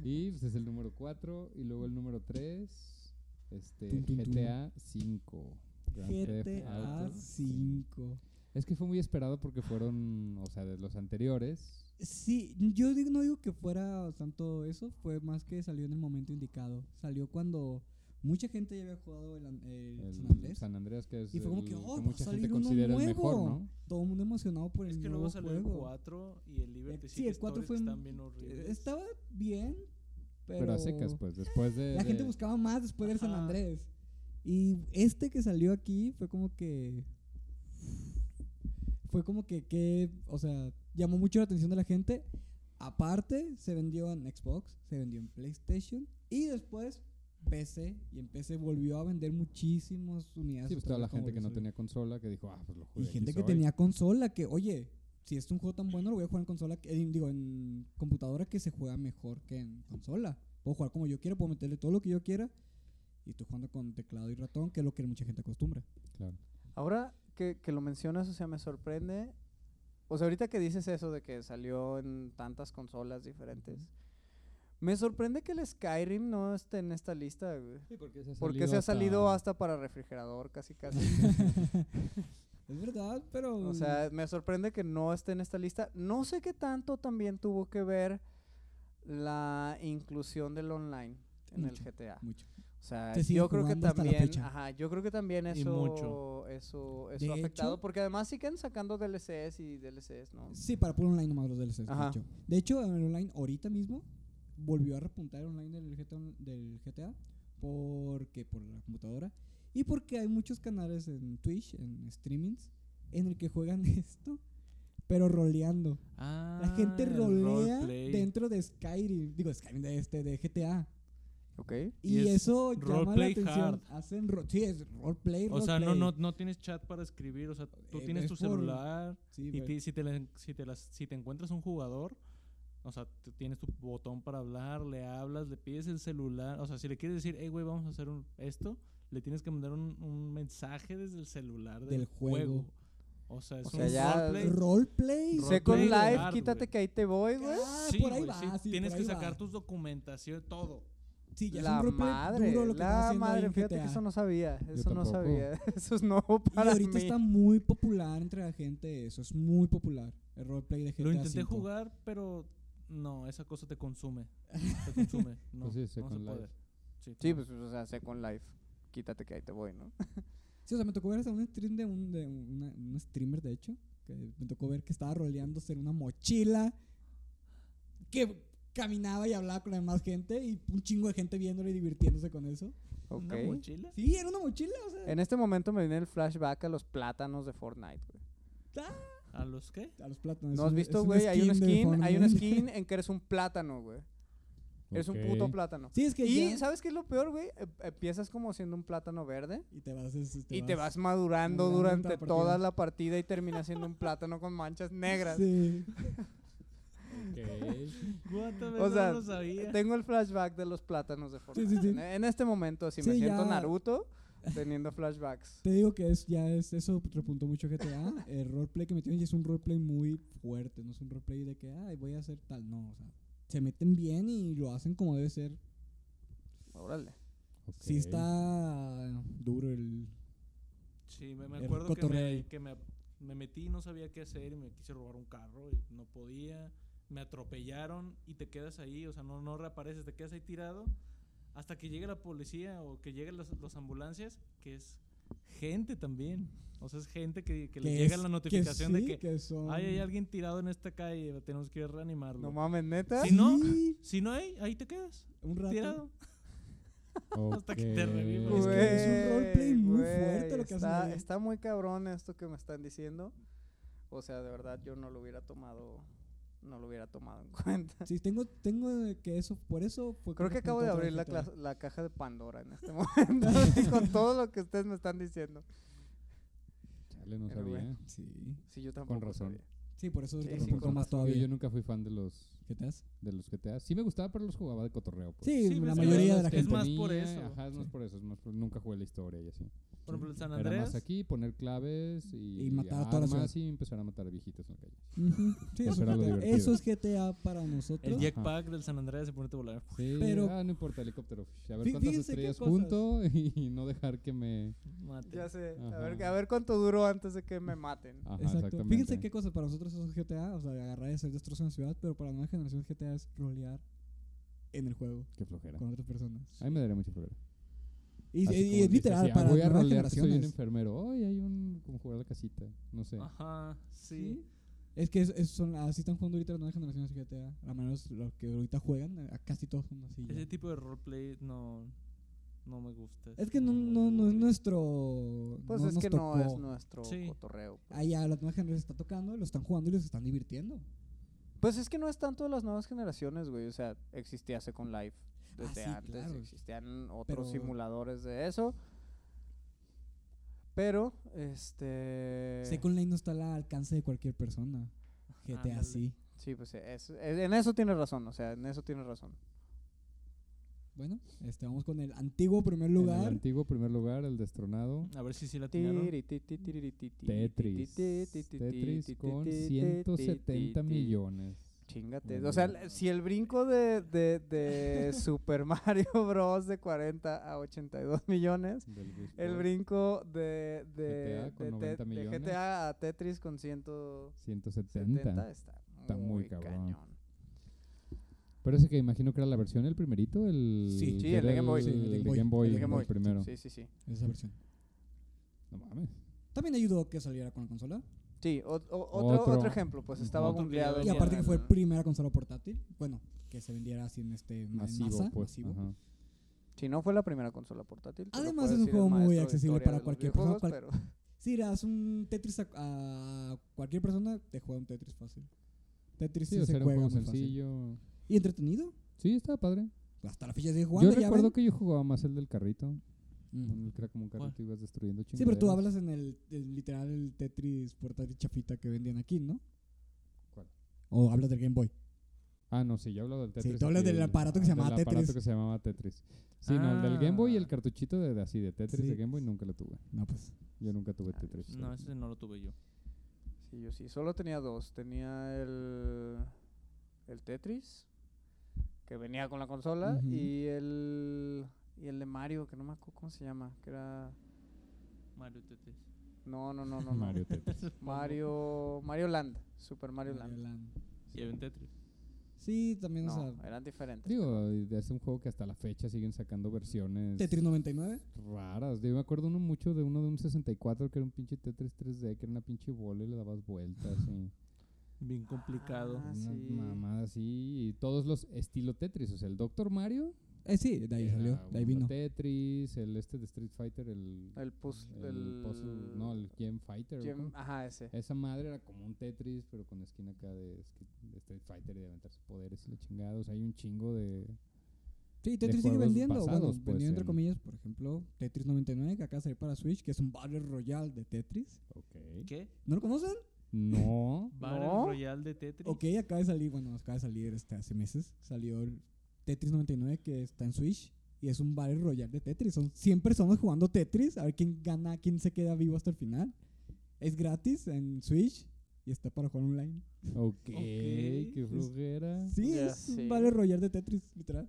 D: y pues es el número 4 y luego el número 3 este
B: Tun, tun, tun.
D: GTA 5.
B: GTA 5.
D: Es que fue muy esperado porque fueron, o sea, de los anteriores.
B: Sí, yo digo- no digo que fuera tanto eso, fue más que salió en el momento indicado. Salió cuando mucha gente ya había jugado el, an- el
D: El
B: San Andrés.
D: San Andrés, que es
B: y fue como
D: el
B: que, oh, va a
D: mucha gente
B: salir uno
D: considera
B: nuevo.
D: el mejor, ¿no?
B: Todo el mundo emocionado por el
C: Es que
B: nuevo
C: luego salió el
B: juego.
C: 4 y el Liberty
B: sí, el 4
C: Stories
B: fue
C: que
B: un-
C: están bien horribles.
B: Eh, Estaba bien, pero.
D: Pero, a secas, pues, después de...
B: La gente
D: de-
B: buscaba más después del San
C: Ajá.
B: Andrés. Y este que salió aquí fue como que. Fue como que, que. O sea, llamó mucho la atención de la gente. Aparte, se vendió en Xbox, se vendió en PlayStation y después PC. Y en PC volvió a vender muchísimas unidades.
D: Sí, pues
B: otra
D: toda
B: vez
D: la
B: como
D: gente que no
B: volvió a subir.
D: tenía consola que dijo, ah, pues lo jugué.
B: Y gente que tenía consola que, oye, si es un juego tan bueno, lo voy a jugar en consola, que- en- digo, en computadora que se juega mejor que en consola. Puedo jugar como yo quiera, puedo meterle todo lo que yo quiera. Y estoy jugando con teclado y ratón, que es lo que mucha gente acostumbra.
D: Claro.
A: Ahora que, que lo mencionas, o sea, me sorprende. O sea, ahorita que dices eso de que salió en tantas consolas diferentes, me sorprende que el Skyrim no esté en esta lista, güey.
D: porque se ha
A: Porque se ha salido hasta para refrigerador, casi casi.
B: Es verdad, pero...
A: O sea, me sorprende que no esté en esta lista. No sé qué tanto también tuvo que ver la inclusión del online en
B: Mucho.
A: el GTA.
B: Mucho.
A: O sea,
B: Se sigue
A: yo creo que
B: jugando hasta la
A: también,
B: fecha.
A: ajá, yo creo que también
C: Y
A: eso
C: mucho.
A: eso
B: De
A: eso ha afectado
B: hecho-
A: porque además siguen sacando DLCs y DLCs, ¿no?
B: Sí, para puro online nomás los DLCs, de
A: Ajá.
B: hecho. De hecho, en el online ahorita mismo volvió a repuntar el online del GTA, on- del GTA porque por la computadora y porque hay muchos canales en Twitch, en streamings, en el que juegan esto, pero roleando.
C: Ah,
B: La gente
C: el
B: rolea
C: roleplay.
B: dentro de Skyrim, digo Skyrim de este de GTA.
A: Ok.
B: Y,
C: Y es
B: eso llama la
C: roleplay
B: atención.
C: hard.
B: Hacen ro- sí, es roleplay,
C: O sea, no,
B: roleplay.
C: no, no tienes chat para escribir, o sea, tú
B: Eh,
C: tienes
B: es
C: tu
B: por-
C: celular
B: Sí,
C: y
B: güey.
C: ti- si, te la- si, te las- si te encuentras un jugador, o sea, tú tienes tu botón para hablar, le hablas, le pides el celular, o sea, si le quieres decir, hey, güey, vamos a hacer un- esto, le tienes que mandar un, un mensaje desde el celular del,
B: Del juego.
C: O sea, es
A: O sea,
C: un
A: ya-
C: roleplay.
B: roleplay.
C: Ro-
A: Second
C: Roleplay
A: Life,
C: hard,
A: quítate
C: güey.
A: que ahí te voy, güey.
B: Ah,
C: Sí,
B: por ahí
C: güey,
B: va,
C: sí,
B: sí,
C: tienes
B: por
C: que
B: ahí va.
C: sacar tus documentaciones, todo.
B: Sí, ya es un
A: la
B: roleplay
A: madre,
B: duro lo que está
A: la
B: haciendo ahí
A: madre,
B: en
A: fíjate que
B: GTA.
A: eso no sabía, eso no
D: tampoco.
A: sabía, eso es nuevo
B: Y
A: para
B: ahorita
A: mí.
B: está muy popular entre la gente eso, es muy popular el roleplay de GTA.
C: Lo intenté
B: V.
C: jugar, pero no, esa cosa te consume. Te consume. No,
D: Pues sí,
C: no se
D: Second
C: puede.
D: Life.
C: Sí,
A: Sí,
C: no.
A: pues o sea, Second Life, quítate que ahí te voy, ¿no?
B: Sí, o sea, me tocó ver hasta un stream de un, de una, un streamer, de hecho, que me tocó ver que estaba roleándose en una mochila, que caminaba y hablaba con la demás gente y un chingo de gente viéndolo y divirtiéndose con eso.
A: Ok.
C: ¿Una mochila?
B: Sí, era una mochila, o sea,
A: En este momento me viene el flashback a los plátanos de Fortnite, güey.
C: ¿A los qué?
B: A los plátanos.
A: ¿No
B: es
A: has
B: un-
A: visto,
B: es
A: güey? Hay un
B: de
A: skin,
B: Fortnite.
A: hay un skin en que eres un plátano, güey. Eres un puto
D: Ok.
A: plátano.
B: Sí, es que
A: y,
B: ya-
A: ¿sabes qué es lo peor, güey? Eh, Empiezas como siendo un plátano verde.
B: y te vas. es-
A: y te vas madurando
B: madurando
A: durante
B: toda la
A: toda
B: partida.
A: la partida y terminas siendo un plátano con manchas negras.
B: Sí.
D: Ok.
C: ¿Cuántas
A: O
C: veces
A: sea,
C: no lo sabía?
A: Tengo el flashback de los plátanos de Fortnite.
B: sí, sí.
A: En- En este momento, si me
B: Sí,
A: siento
B: ya.
A: Naruto, teniendo flashbacks.
B: Te digo que es, ya es, eso repuntó mucho GTA. El roleplay que metieron y es un roleplay muy fuerte. No es un roleplay de que, ay, voy a hacer tal. No, o sea, se meten bien y lo hacen como debe ser.
A: Órale.
B: Sí está duro el.
C: Sí, me, me
B: el
C: acuerdo que,
B: cotorreo ahí.
C: me, que me, me metí, no sabía qué hacer y me quise robar un carro y no podía. Me atropellaron y te quedas ahí, o sea, no, no reapareces, te quedas ahí tirado hasta que llegue la policía o que lleguen las las ambulancias, que es gente también. O sea, es gente que, que le llega
B: es-
C: la notificación
B: sí,
C: de que,
B: son-
C: "Ay, hay alguien tirado en esta calle, tenemos que ir a reanimarlo.
A: No mames, neta.
C: Sí, no.
B: Ah, Sí,
C: si no hay, ahí te quedas,
B: un rato.
C: tirado. Hasta que te
D: Ok.
C: revives.
B: Es que es un roleplay muy
A: Güey,
B: fuerte lo que hacen
A: está,
B: ahí.
A: está muy cabrón esto que me están diciendo. O sea, de verdad yo no lo hubiera tomado no lo hubiera tomado en cuenta.
B: Sí, tengo, tengo eh, que eso, por eso. fue
A: Creo que acabo de
B: repuntó otra
A: abrir la,
B: vez GTA.
A: clas- la caja de Pandora en este momento así, con todo lo que ustedes me están diciendo.
D: Chale, no
A: Pero
D: sabía. ¿eh?
A: bueno.
B: Sí.
A: Sí, yo tampoco
D: razón.
A: sabía.
B: Sí, por eso
A: Sí,
B: te
A: sí,
B: repuntó
A: con
B: más
A: razón.
D: Yo,
B: todavía.
D: yo nunca fui fan de los
B: GTAs.
D: de los GTA. Sí me gustaba, pero los jugaba de cotorreo. Pues.
B: Sí,
C: Sí,
B: la
C: pues,
B: mayoría de
C: es
B: la
C: que
B: gente.
C: más por
D: Tenía,
C: eso.
D: Ajá, es más
B: Sí.
D: por eso. Es más por- nunca jugué la historia y así.
C: Por ejemplo, el San
D: Era
C: Andreas.
D: más aquí, poner claves y,
B: Y matar a toda la
D: armas y empezar a matar viejitos en la calle.
B: Ujú. Sí,
D: Eso
B: eso,
D: era
B: es
D: lo
B: GTA.
D: divertido.
B: Eso es GTA para nosotros.
C: El
D: Ajá.
C: jetpack del San Andreas se pone a volar.
D: Sí,
B: Pero-
D: ah, no importa, helicóptero. A ver
B: Fí- fíjense
D: cuántas
B: qué
D: estrellas
B: cosas.
D: junto y, no dejar que me...
C: Mate.
A: Ya sé, a ver,
D: Ajá.
A: a ver cuánto duró antes de que me maten.
B: Ah,
D: Ajá,
B: Exacto.
D: exactamente.
B: Fíjense qué cosa para nosotros eso es GTA, o sea, agarrar y hacer destrozo en la ciudad, pero para la nueva generación GTA es rolear en el juego
D: Qué flojera.
B: con otras personas.
D: A mí me daría mucha flojera.
B: Y,
D: Así
B: y- y es
D: como dices,
B: literal,
D: sí, ah,
B: para
D: voy a
B: las nuevas
D: rolear que soy un
B: generaciones.
D: enfermero. Hoy hay un... como jugar a la casita. No sé.
A: Ah.
C: Ajá, sí.
B: Sí. Es que es, es- son, así están jugando ahorita las nuevas generaciones de GTA. A menos los que ahorita juegan, eh, casi todos son así. ya.
C: Ese tipo de roleplay no, no me gusta.
B: Es que no, no, no es nuestro.
A: Pues
B: no
A: es
B: nos
A: que no es
B: tocó.
A: nuestro
C: Sí.
A: cotorreo. pues.
B: Ah, ya, las nuevas generaciones están tocando, lo están jugando y los están divirtiendo.
A: Pues es que no es tanto de las nuevas generaciones, güey. O sea, existía Second Life desde
B: sí,
A: antes,
B: claro.
A: existían otros
B: Pero-
A: simuladores de eso. Pero, este.
B: Second Life no está al alcance de cualquier persona. GTA
C: Ándale.
B: sí.
A: Sí, pues eh, es- eh, en eso tienes razón, o sea, en eso tienes razón.
B: Bueno, este, vamos con el antiguo primer
D: En
B: lugar.
D: el antiguo primer lugar, el destronado.
A: Ah.
C: A ver si sí la atinaron.
D: Tetris.
A: Tetris.
D: Tetris con 170 millones.
A: Chingate. O sea, l- si el brinco de, de, de Super Mario Bros. de 40 a 82 millones,
D: del Wii
A: el
D: Sport,
A: brinco de, de,
D: GTA con
A: de te-
D: 90
A: de
D: millones.
A: GTA a Tetris con 170
D: 170.
A: está,
D: Está muy
A: muy
D: cabrón.
A: cañón.
D: Pero ese que imagino que era la versión, el primerito, el...
B: Sí,
A: sí,
D: que
A: el de
D: era
A: Game Boy.
D: El,
B: Sí, el de
D: de
B: Game
D: Game Boy,
B: Boy.
A: El Game Boy,
D: primero.
A: Sí, sí, sí.
B: Esa versión.
D: No mames.
B: También ayudó que saliera con la consola.
A: Sí, o- o- otro, otro
D: Otro.
A: ejemplo, pues
D: Ujú.
A: estaba
C: Otro que
A: bumbleado.
B: Y
C: ya Venía
B: aparte que fue
A: el-
B: primera consola portátil. Bueno, que se vendiera así en este en
D: Masivo,
B: masa,
D: pues.
B: masivo.
D: ajá.
A: Si no fue la primera consola portátil. te lo puede
B: Además, es un
A: decir el
B: juego muy
A: maestro de
B: accesible
A: historia
B: para
A: de los
B: cualquier persona,
A: videojuegos,
B: cual- Si le das un Tetris a, a cualquier persona, te juega un Tetris fácil. Tetris
D: Sí,
B: sí
D: o
B: se
D: sea, era un
B: juega
D: juego
B: muy
D: sencillo.
B: fácil. Y entretenido.
D: Sí, estaba padre.
B: Hasta la fecha sigue
D: Yo
B: jugando. ¿ya
D: recuerdo
B: ven?
D: que yo jugaba más el del carrito.
B: Mm.
D: El que era como un
C: ¿Cuál?
D: carrito y ibas destruyendo chingaderas.
B: Sí, pero tú hablas en el, el literal el Tetris portátil chafita que vendían aquí, ¿no?
D: ¿Cuál?
B: O hablas del Game Boy.
D: Ah, no, sí, yo hablo del Tetris.
B: tú hablas
D: aquí,
B: del
D: el-
B: aparato que se
D: del
B: llamaba
D: aparato
B: Tetris.
D: que se llamaba Tetris. Sí, no, el del Game Boy y el
C: Ah.
D: cartuchito de, de así, de Tetris
B: Sí.
D: de Game Boy nunca lo tuve.
B: No, pues.
D: Yo nunca tuve
A: Ah, yo
D: Tetris.
C: No, ese no lo tuve yo.
A: pero- Sí, yo sí. Solo tenía dos. Tenía el, el Tetris, que venía con la consola,
B: Ujú.
A: y el y el de Mario, que no me acuerdo cómo se llama. Que era...
C: Mario Tetris.
A: No, no, no, no. no.
D: Mario Tetris.
A: Mario, Mario Land. Super Mario
B: Mario
A: Land.
B: Land.
C: Y había un Tetris.
B: Sí, también, o
A: No,
B: sea,
A: eran diferentes.
D: Digo, es un juego que hasta la fecha siguen sacando versiones
B: Tetris 99.
D: raras. Yo me acuerdo uno mucho de uno de un 64 que era un pinche Tetris 3D, que era una pinche bola y le dabas vueltas y
C: Bien complicado.
A: Ah,
D: una
A: sí.
D: mamada así. Y todos los estilo Tetris, o sea, el Doctor Mario
B: Eh, sí, de ahí
D: Era
B: salió, de ahí
D: uno
B: vino.
D: Tetris, el este de Street Fighter, el.
A: El puz-
D: el
A: pues, el-
D: puzzle- No, el Eh, Game Fighter. ¿o
A: Gem- ah,
D: cómo?
A: ajá, ese.
D: Esa madre era como un Tetris, pero con esquina acá de, esqui- de Street Fighter y de aventar sus poderes y la chingada. O sea, hay un chingo de.
B: Sí, Tetris sigue
D: juegos
B: vendiendo,
D: basados,
B: bueno,
D: pues,
B: vendiendo entre
D: en-
B: comillas, por ejemplo, Tetris 99, que acá sale para Switch, que es un Battle Royale de Tetris.
D: Ok.
C: ¿Qué?
B: ¿No lo conocen?
D: No.
C: ¿Battle
A: No.
C: Royale de Tetris?
B: Ok, acaba de salir, bueno, acaba de salir este, hace meses, salió el Tetris 99 que está en Switch y es un Battle Royale de Tetris. Son 100 personas jugando Tetris, a ver quién gana, quién se queda vivo hasta el final. Es gratis en Switch y está para jugar online.
D: Ok. Qué
C: Es-
D: flojera.
B: Sí,
A: Ya
B: es
A: sé.
B: un Battle Royale de Tetris, literal.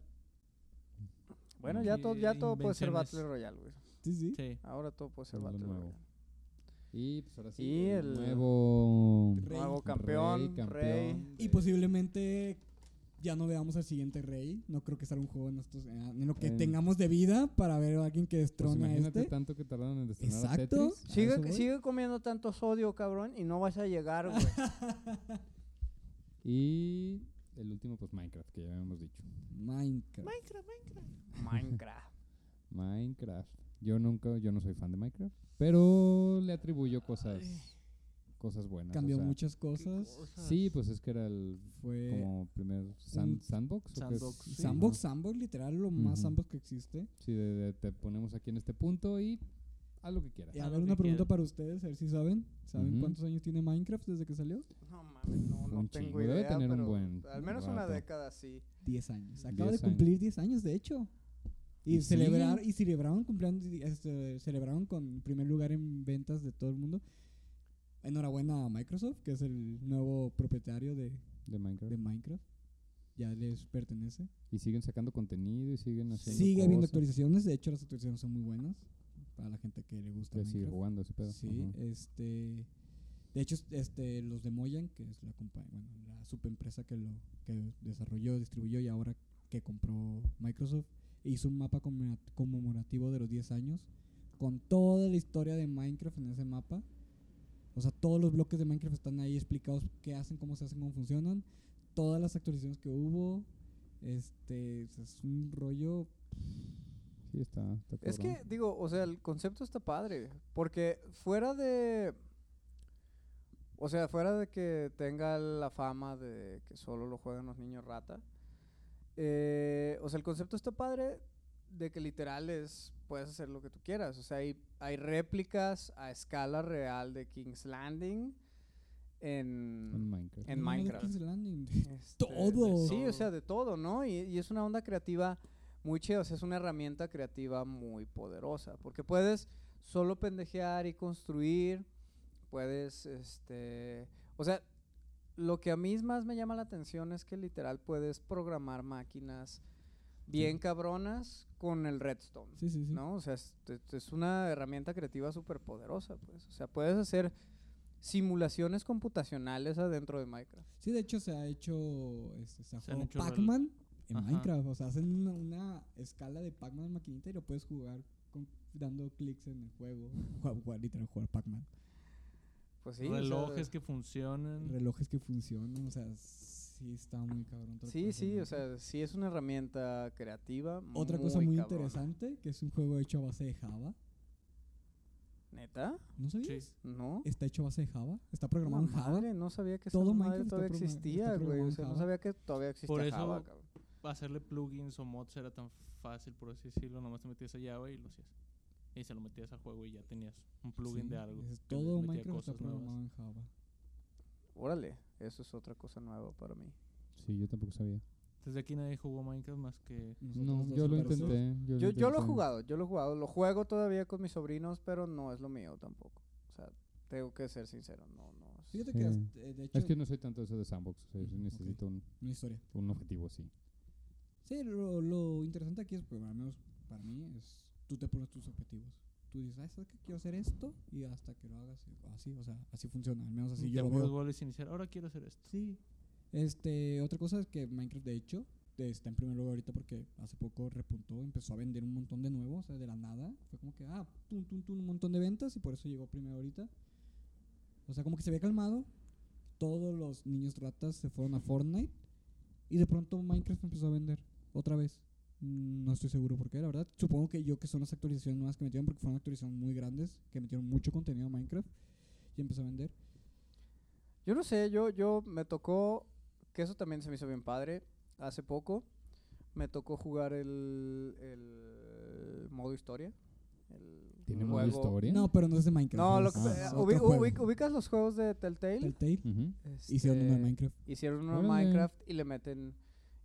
A: Bueno, ya todo, ya todo puede ser
C: Invenciones.
A: Battle Royale, güey.
B: Sí, sí.
C: Sí.
A: Ahora todo puede ser
D: Es lo
A: Battle
D: nuevo.
A: Royale.
D: Y pues ahora sí.
A: Y el-
D: nuevo.
B: Rey.
A: Nuevo campeón,
D: campeón
A: rey.
D: de-
B: Y pues, posiblemente ya no veamos al siguiente rey. No creo que salga un juego en, estos, en lo que
D: Eh.
B: tengamos de vida para ver a alguien que
D: Pues
B: destrone a
D: imagínate
B: este.
D: tanto que tardaron en destrenar a
B: Exacto.
D: Tetris.
B: a
A: Sigue,
B: eso voy.
A: sigue comiendo tanto sodio, cabrón, y no vas a llegar, güey.
D: Y el último, pues Minecraft, que ya habíamos dicho.
B: Minecraft.
A: Minecraft.
D: Minecraft. Yo nunca, yo no soy fan de Minecraft, pero le atribuyo cosas, cosas buenas. o
B: Cambió
D: sea,
B: muchas cosas.
D: Sí, pues es que era el
B: Fue
D: como primer san-
B: Eh, un-
D: sandbox. ¿o qué es?
C: Sandbox, sí.
B: Sandbox, Sandbox, literal, lo más
D: Ujú.
B: Sandbox que existe.
D: Sí, de- de- te ponemos aquí en este punto y haz lo que quieras.
B: Y
C: Haz
B: a
C: lo
B: ver,
C: que
B: una pregunta
C: quieras.
B: para ustedes, a ver si saben. ¿Saben
D: Ujú.
B: cuántos años tiene Minecraft desde que salió?
A: No mames, no, no
D: Un
A: tengo
D: chingo, debe
A: idea,
D: tener un
A: pero
D: buen
A: al menos una
D: rato.
A: década sí.
B: 10 años. Acaba
D: 10
B: de cumplir 10 años, de hecho. Y,
D: ¿Y
B: celebrar, y celebraron cumpliendo, este, celebraron con primer lugar en ventas de todo el mundo. Enhorabuena a Microsoft, que es el nuevo propietario de,
D: De Minecraft.
B: de Minecraft. Ya les pertenece.
D: Y siguen sacando contenido y siguen haciendo.
B: Sigue habiendo
D: cosas.
B: actualizaciones, de hecho las actualizaciones son muy buenas para la gente que le gusta
D: Ya sigue
B: Minecraft.
D: jugando ese pedo.
B: Sí,
D: Ajá.
B: este. De hecho, es- este, los de Mojang, que es la compañía, bueno, la subempresa que lo que desarrolló, distribuyó y ahora que compró Microsoft, hizo un mapa conmemora- conmemorativo de los 10 años con toda la historia de Minecraft en ese mapa. O sea, todos los bloques de Minecraft están ahí explicados qué hacen, cómo se hacen, cómo funcionan, todas las actualizaciones que hubo. Este, es un rollo
D: Sí, está. está
A: Es
D: cabrón.
A: que, digo, o sea, el concepto está padre. Porque fuera de. O sea, fuera de que tenga la fama de que solo lo juegan los niños rata. eh, o sea, el concepto está padre de que literal es. Puedes hacer lo que tú quieras. O sea, hay, hay réplicas a escala real de King's Landing
D: En
A: en, en
B: no,
D: Minecraft.
B: de
A: Minecraft.
B: King's Landing.
A: Este, de-
B: Todo.
A: Sí, o
C: Todo.
A: sea, de todo, ¿no? Y, y es una onda creativa muy chida, o sea, es una herramienta creativa muy poderosa, porque puedes solo pendejear y construir, puedes, este, o sea, lo que a mí más me llama la atención es que literal puedes programar máquinas bien cabronas con el redstone.
B: Sí, sí, sí.
A: ¿no? O sea, es, te- te- es una herramienta creativa súper poderosa, pues. O sea, puedes hacer simulaciones computacionales adentro de Minecraft.
B: Sí, de hecho se ha hecho, este, se ha
C: Se han
B: jugado
C: hecho
B: Pac-Man en
C: Ajá.
B: Minecraft. O sea, hacen una, una escala de Pac-Man en maquinita y lo puedes jugar con- dando clics en el juego. Jugar, jugar literal, jugar Pac-Man.
A: Pues sí. o sea,
C: Relojes que funcionan.
B: Relojes que funcionan, o sea, sí está muy cabrón. todo el
A: Sí,
B: proceso
A: sí,
B: de
A: o sea, sí es una herramienta creativa.
B: Minecraft. Otra cosa muy
A: cabrona.
B: interesante, que es un juego hecho a base de Java.
A: ¿Neta?
B: ¿No
C: Sí.
B: sabías?
A: ¿No?
B: Está hecho a base de Java. Está programado en
A: La
B: Java.
A: madre, no sabía que
B: Todo
A: esa madre
B: Minecraft está
A: todavía
B: programa- está
A: existía, güey.
B: programado
A: O
B: en
A: sea, no
B: Java.
A: sabía que todavía existía
C: Por eso-
A: Java, cabrón.
C: hacerle plugins o mods era tan fácil, por así decirlo. Nomás te metías a Java y lo hacías. Y se lo metías al juego y ya tenías un plugin
B: Sí,
C: de algo.
B: es-
C: que les
B: todo
C: metía
B: Minecraft está
C: cosas nuevas.
B: programado en Java.
A: Órale, eso es otra cosa nueva para mí.
D: Sí, yo tampoco sabía.
C: Desde aquí nadie jugó Minecraft más que.
B: Nosotros
D: No,
B: dos
D: yo lo
B: superhéroes.
D: intenté. Yo,
A: Yo, yo lo he
D: intenté.
A: jugado, yo lo he jugado. Lo juego todavía con mis sobrinos, pero no es lo mío tampoco. O sea, tengo que ser sincero, no, no. es-
B: Fíjate que,
D: Sí.
B: hasta- eh, de hecho,
D: Es que no soy tanto eso de sandbox. o sea, yo
B: Ujú, ok.
D: necesito un,
B: una historia.
D: un objetivo así.
B: Sí, lo, lo interesante aquí es, pues, al menos para mí, es tú te pones tus objetivos. Tú dices, ah, ¿sabes qué? Quiero hacer esto y hasta que lo hagas así, o sea, así funciona, al menos así
C: ya
B: yo lo
C: puedes
B: veo.
C: vuelves a iniciar. Ahora quiero hacer esto.
B: Sí. Este, otra cosa es que Minecraft, de hecho, eh, está en primer lugar ahorita porque hace poco repuntó, empezó a vender un montón de nuevo, o sea, de la nada. Fue como que, ah, tum, tum, tum, un montón de ventas y por eso llegó primero ahorita. O sea, como que se había calmado. Todos los niños ratas se fueron a Fortnite y de pronto Minecraft empezó a vender otra vez. Mm, No estoy seguro por qué, la verdad. Supongo que yo que son las actualizaciones nuevas que metieron, porque fueron actualizaciones muy grandes, que metieron mucho contenido a Minecraft y empezó a vender.
A: Yo no sé, yo, yo me tocó, que eso también se me hizo bien padre, hace poco me tocó jugar el, el modo historia. el
D: ¿Tiene modo
A: juego-
D: historia?
B: No, pero no es de Minecraft.
A: No, lo
B: es-
A: que-
D: Ah,
A: eh,
B: es
A: ubi-
B: otro
A: ubic-
B: juego.
A: ubicas los juegos de Telltale.
B: Telltale.
D: Ujú.
B: Hicieron uno de
A: Este,
B: Minecraft.
A: hicieron uno de
D: Órale.
A: Minecraft y le meten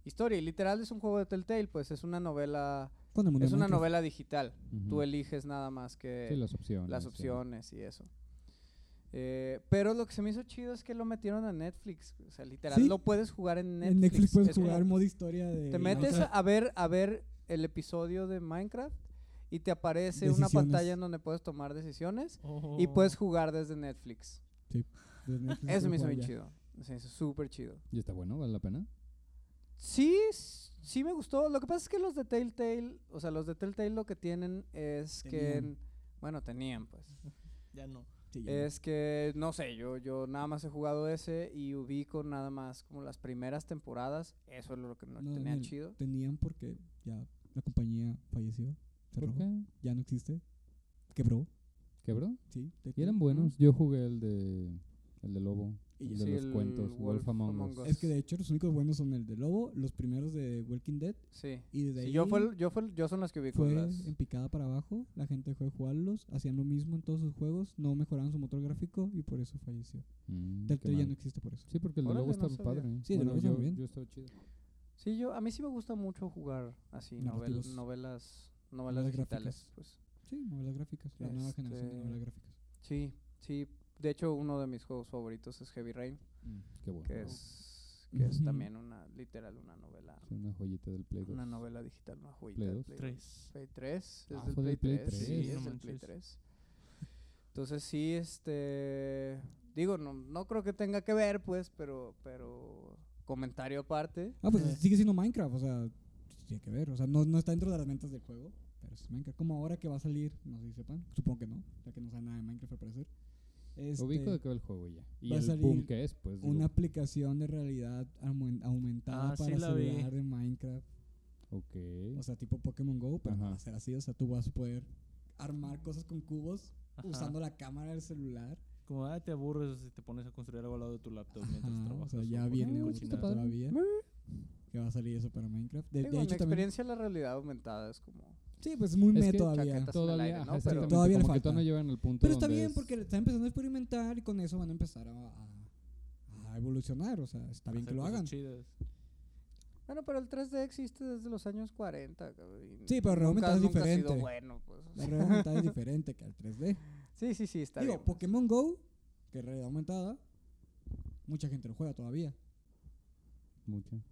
A: historia. Y literal es un juego de Telltale, pues es una novela,
B: Con el mundo
A: es
B: de
A: una
B: Minecraft.
A: novela digital. Tú
D: Ujú.
A: eliges nada más que
D: Sí, las opciones.
A: las
D: sí.
A: opciones y eso. Eh, pero lo que se me hizo chido es que lo metieron a Netflix. O sea, literal,
B: Sí.
A: lo puedes jugar en Netflix.
B: En Netflix puedes
A: Es como-
B: jugar modo historia de.
A: Te metes
B: Minecraft.
A: a ver, a ver el episodio de Minecraft y te aparece una
B: Decisiones.
A: pantalla en donde puedes tomar decisiones y
C: Oh.
B: pues,
A: puedes jugar desde Netflix.
B: De Netflix
A: Eso
B: puedes
A: me hizo
B: jugar
A: bien
B: ya.
A: chido. Se me hizo súper chido.
D: ¿Y está bueno? ¿Vale la pena?
A: Sí, s- sí me gustó. Lo que pasa es que los de Telltale, o sea, los de Telltale lo que tienen es que,
B: Tenían.
A: en- bueno, tenían pues.
C: Ya no.
B: Sí, ya.
A: Es que, no sé, yo, yo nada más he jugado ese y ubico nada más como las primeras temporadas. Eso es lo que no,
B: No,
A: tenía
B: Daniel,
A: chido.
B: Tenían porque ya la compañía falleció.
D: ¿Por
B: Cerró.
D: qué?
B: Ya no existe. Quebró.
D: ¿Quebró?
B: Sí.
D: Y eran buenos. Yo jugué el de. El de Lobo.
B: Y
D: El
B: ya.
D: de
A: Sí,
D: los
A: el
D: cuentos. Wolf,
A: Wolf
D: Among,
A: Among
D: Us.
A: Us.
B: Es que de hecho los únicos buenos son el de Lobo, los primeros de Walking Dead.
A: Sí.
B: Y desde
A: Sí,
B: ahí
A: yo, fue, el- yo, fue, el- yo son las que ubico.
B: fue
A: las-
B: en picada para abajo. La gente dejó de jugarlos. Hacían lo mismo en todos sus juegos. No mejoraban su motor gráfico y por eso falleció.
D: Mm, qué
B: Telltale ya
D: mal.
B: no existe por eso.
D: Sí, porque el de
A: Órale,
D: Lobo
A: no
D: estaba
A: sabía.
D: padre.
B: Sí, el de
D: Bueno,
B: Lobo estaba
D: yo-
B: bien.
D: Yo estaba chido.
A: Sí, yo, a mí sí me gusta mucho jugar así, novel-
B: Narrativos.
A: novelas, novelas
B: Novelas
A: digitales.
B: gráficas.
A: Pues.
B: Sí, novelas gráficas. La nueva generación de
A: Este,
B: novelas gráficas.
A: Sí, sí. De hecho, uno de mis juegos favoritos es Heavy Rain,
D: Mm, Qué bueno.
A: que es, que es
B: Ujú.
A: también una, literal, una novela.
D: Sí, una joyita del Play 2.
A: Una novela digital, una joyita.
D: Play
A: del
D: dos.
A: Play dos.
C: Tres.
A: Play 3, es
D: Ah,
A: del
D: fue
A: Play
D: del
A: 3.
D: Play
A: Sí,
D: 3.
A: es
C: No
A: del Play
C: manches.
A: 3. Entonces sí, este... Digo, no, no creo que tenga que ver, pues, pero... pero comentario aparte.
B: Ah, pues
C: Eh.
B: sigue siendo Minecraft, o sea, tiene que ver, o sea, no, no está dentro de las ventas del juego, pero es Minecraft. Como ahora que va a salir, no sé si sepan, supongo que no, ya que no sabe nada de Minecraft al parecer. Este,
D: Ubico de qué va el juego ya. Y
B: va a
D: el
B: salir
D: boom que es, pues. digo,
B: una aplicación de realidad aumen- aumentada
C: Ah, sí
B: para
C: la vi.
B: celular de Minecraft,
D: ok.
B: o sea, tipo Pokémon Go, pero no va a
D: Ajá.
B: ser así, o sea, tú vas a poder armar cosas con cubos
C: Ajá.
B: usando la cámara del celular.
C: Como, ah, te aburres si te pones a construir algo al lado de tu laptop mientras
B: Ajá, o
C: trabajas.
B: sea, ya
C: cualquier
B: viene
D: pues, está
B: otro
C: cochinada.
D: padre. Mm,
B: todavía. Que va a salir eso para Minecraft. De, de
A: Digo, en mi
B: hecho, también.
A: experiencia la realidad aumentada es como...
B: Sí, pues muy
D: Es
B: meh
D: que
B: todavía.
A: chaquetas en el
D: Todavía,
A: aire,
D: ajá,
A: ¿no? Pero-
D: exactamente,
B: Todavía le
D: como que
B: falta.
D: todavía no llegan al punto
B: Pero está
D: donde
B: bien
D: es-
B: porque le están empezando a experimentar y con eso van a empezar a, a- a evolucionar. O sea, está bien
C: Hacer
B: que lo
C: cosas
B: hagan.
C: chidas.
A: Bueno, pero el 3D existe desde los años 40. cabrón, y
B: Sí, pero realmente
A: nunca,
B: es
A: nunca ha sido
B: diferente.
A: bueno, pues. o
B: La
A: sea.
B: realidad aumentada es diferente que al 3D.
A: Sí, sí, sí, está
B: Digo,
A: bien. pues.
B: Pokémon Go, que es realidad aumentada, mucha gente lo juega todavía.
D: Mucho.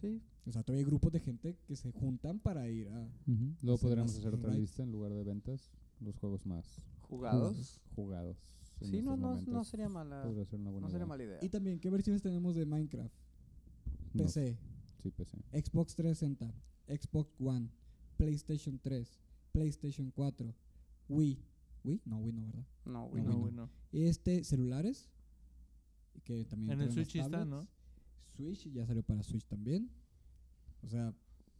A: Sí.
B: O sea, todavía hay grupos de gente que se juntan para ir a
D: Ujú. Luego
B: Hacer
D: podríamos
B: más
D: hacer otra
B: invite.
D: lista en lugar de ventas. Los juegos más
A: Jugados.
D: jugados. en
A: Sí, no,
D: estos
A: no,
D: momentos.
A: no sería mala...
D: Podría ser una buena
A: No sería
D: idea.
A: mala idea.
B: Y también, ¿qué versiones tenemos de Minecraft?
D: No,
B: PC,
D: sí, PC.
B: Xbox 360, Xbox One, PlayStation 3, PlayStation 4, Wii. ¿Wii? No, Wii no, ¿verdad?
A: No,
B: No,
A: güey,
C: Bueno,
A: no.
B: bueno.
C: bueno.
B: este celulares que también
C: En el
B: traen las
C: Switch está,
B: tablets.
C: ¿no?
B: Switch ya salió para Switch también o sea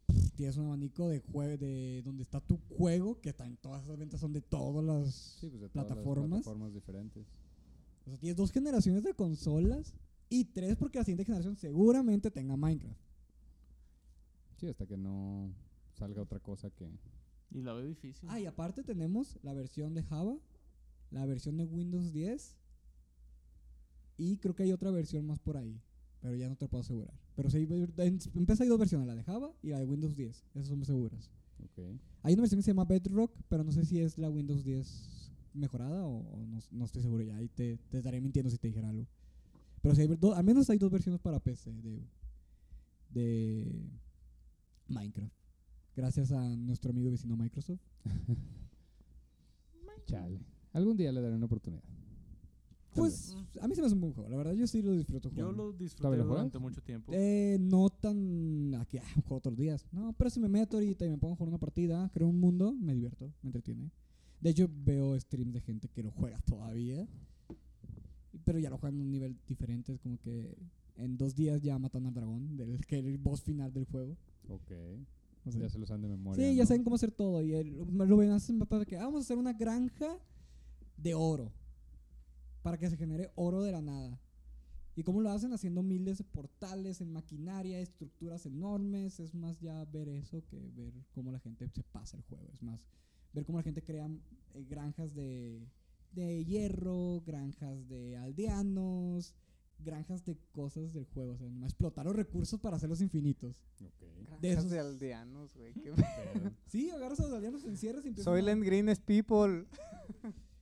B: pff, tienes un abanico de jue de donde está tu juego que está en todas esas ventas son de todas las
D: Sí, pues de todas las
B: plataformas
D: plataformas diferentes.
B: o sea tienes dos generaciones de consolas y tres porque la siguiente generación seguramente tenga Minecraft
D: Sí, hasta que no salga otra cosa que...
C: Y la veo difícil.
B: ah y aparte tenemos la versión de Java la versión de Windows 10 y creo que hay otra versión más por ahí pero ya no te lo puedo asegurar pero sí, en- empieza hay dos versiones la de Java y la de Windows 10 esas son seguras
D: Ok.
B: Hay una versión que se llama Bedrock, pero no sé si es la Windows 10 mejorada o, o no, no estoy seguro. Ya ahí te, te estaré mintiendo si te dijera algo. Pero sí hay do- al menos hay dos versiones para PC de, de Minecraft. Gracias a nuestro amigo y vecino Microsoft.
D: Chale. Algún día le daré una oportunidad. Tal
B: Pues a mí se me hace un buen juego. La verdad, yo sí lo disfruto.
C: Yo
B: jugando.
C: lo disfruté
D: lo juegas?
C: durante mucho tiempo.
B: Eh, no tan aquí, ah, juego todos los días. No, pero si me meto ahorita y me pongo a jugar una partida, creo un mundo, me divierto, me entretiene. De hecho, veo streams de gente que lo juega todavía. Pero ya lo juegan a un nivel diferente. Es como que en dos días ya matan al dragón, del, que era el boss final del juego.
D: Ok.
B: O O sea,
D: Ya se los han de memoria.
B: sí, ya
D: ¿no?
B: saben cómo hacer todo. Y el, lo ven hacen papá de que "Ah, vamos a hacer una granja de oro para que se genere oro de la nada. ¿Y cómo lo hacen? Haciendo miles de portales en maquinaria, estructuras enormes. Es más ya ver eso que ver cómo la gente se pasa el juego. Es más, ver cómo la gente crea eh, granjas de, de hierro, granjas de aldeanos, granjas de cosas del juego. O sea, nomás explotar los recursos para hacerlos infinitos.
D: Ok.
A: Granjas
B: De
A: de,
B: esos-
A: aldeanos, güey. qué-
D: pero-
B: Sí, agarras a los aldeanos, encierras y empiezas a-
A: Soylent Green es people.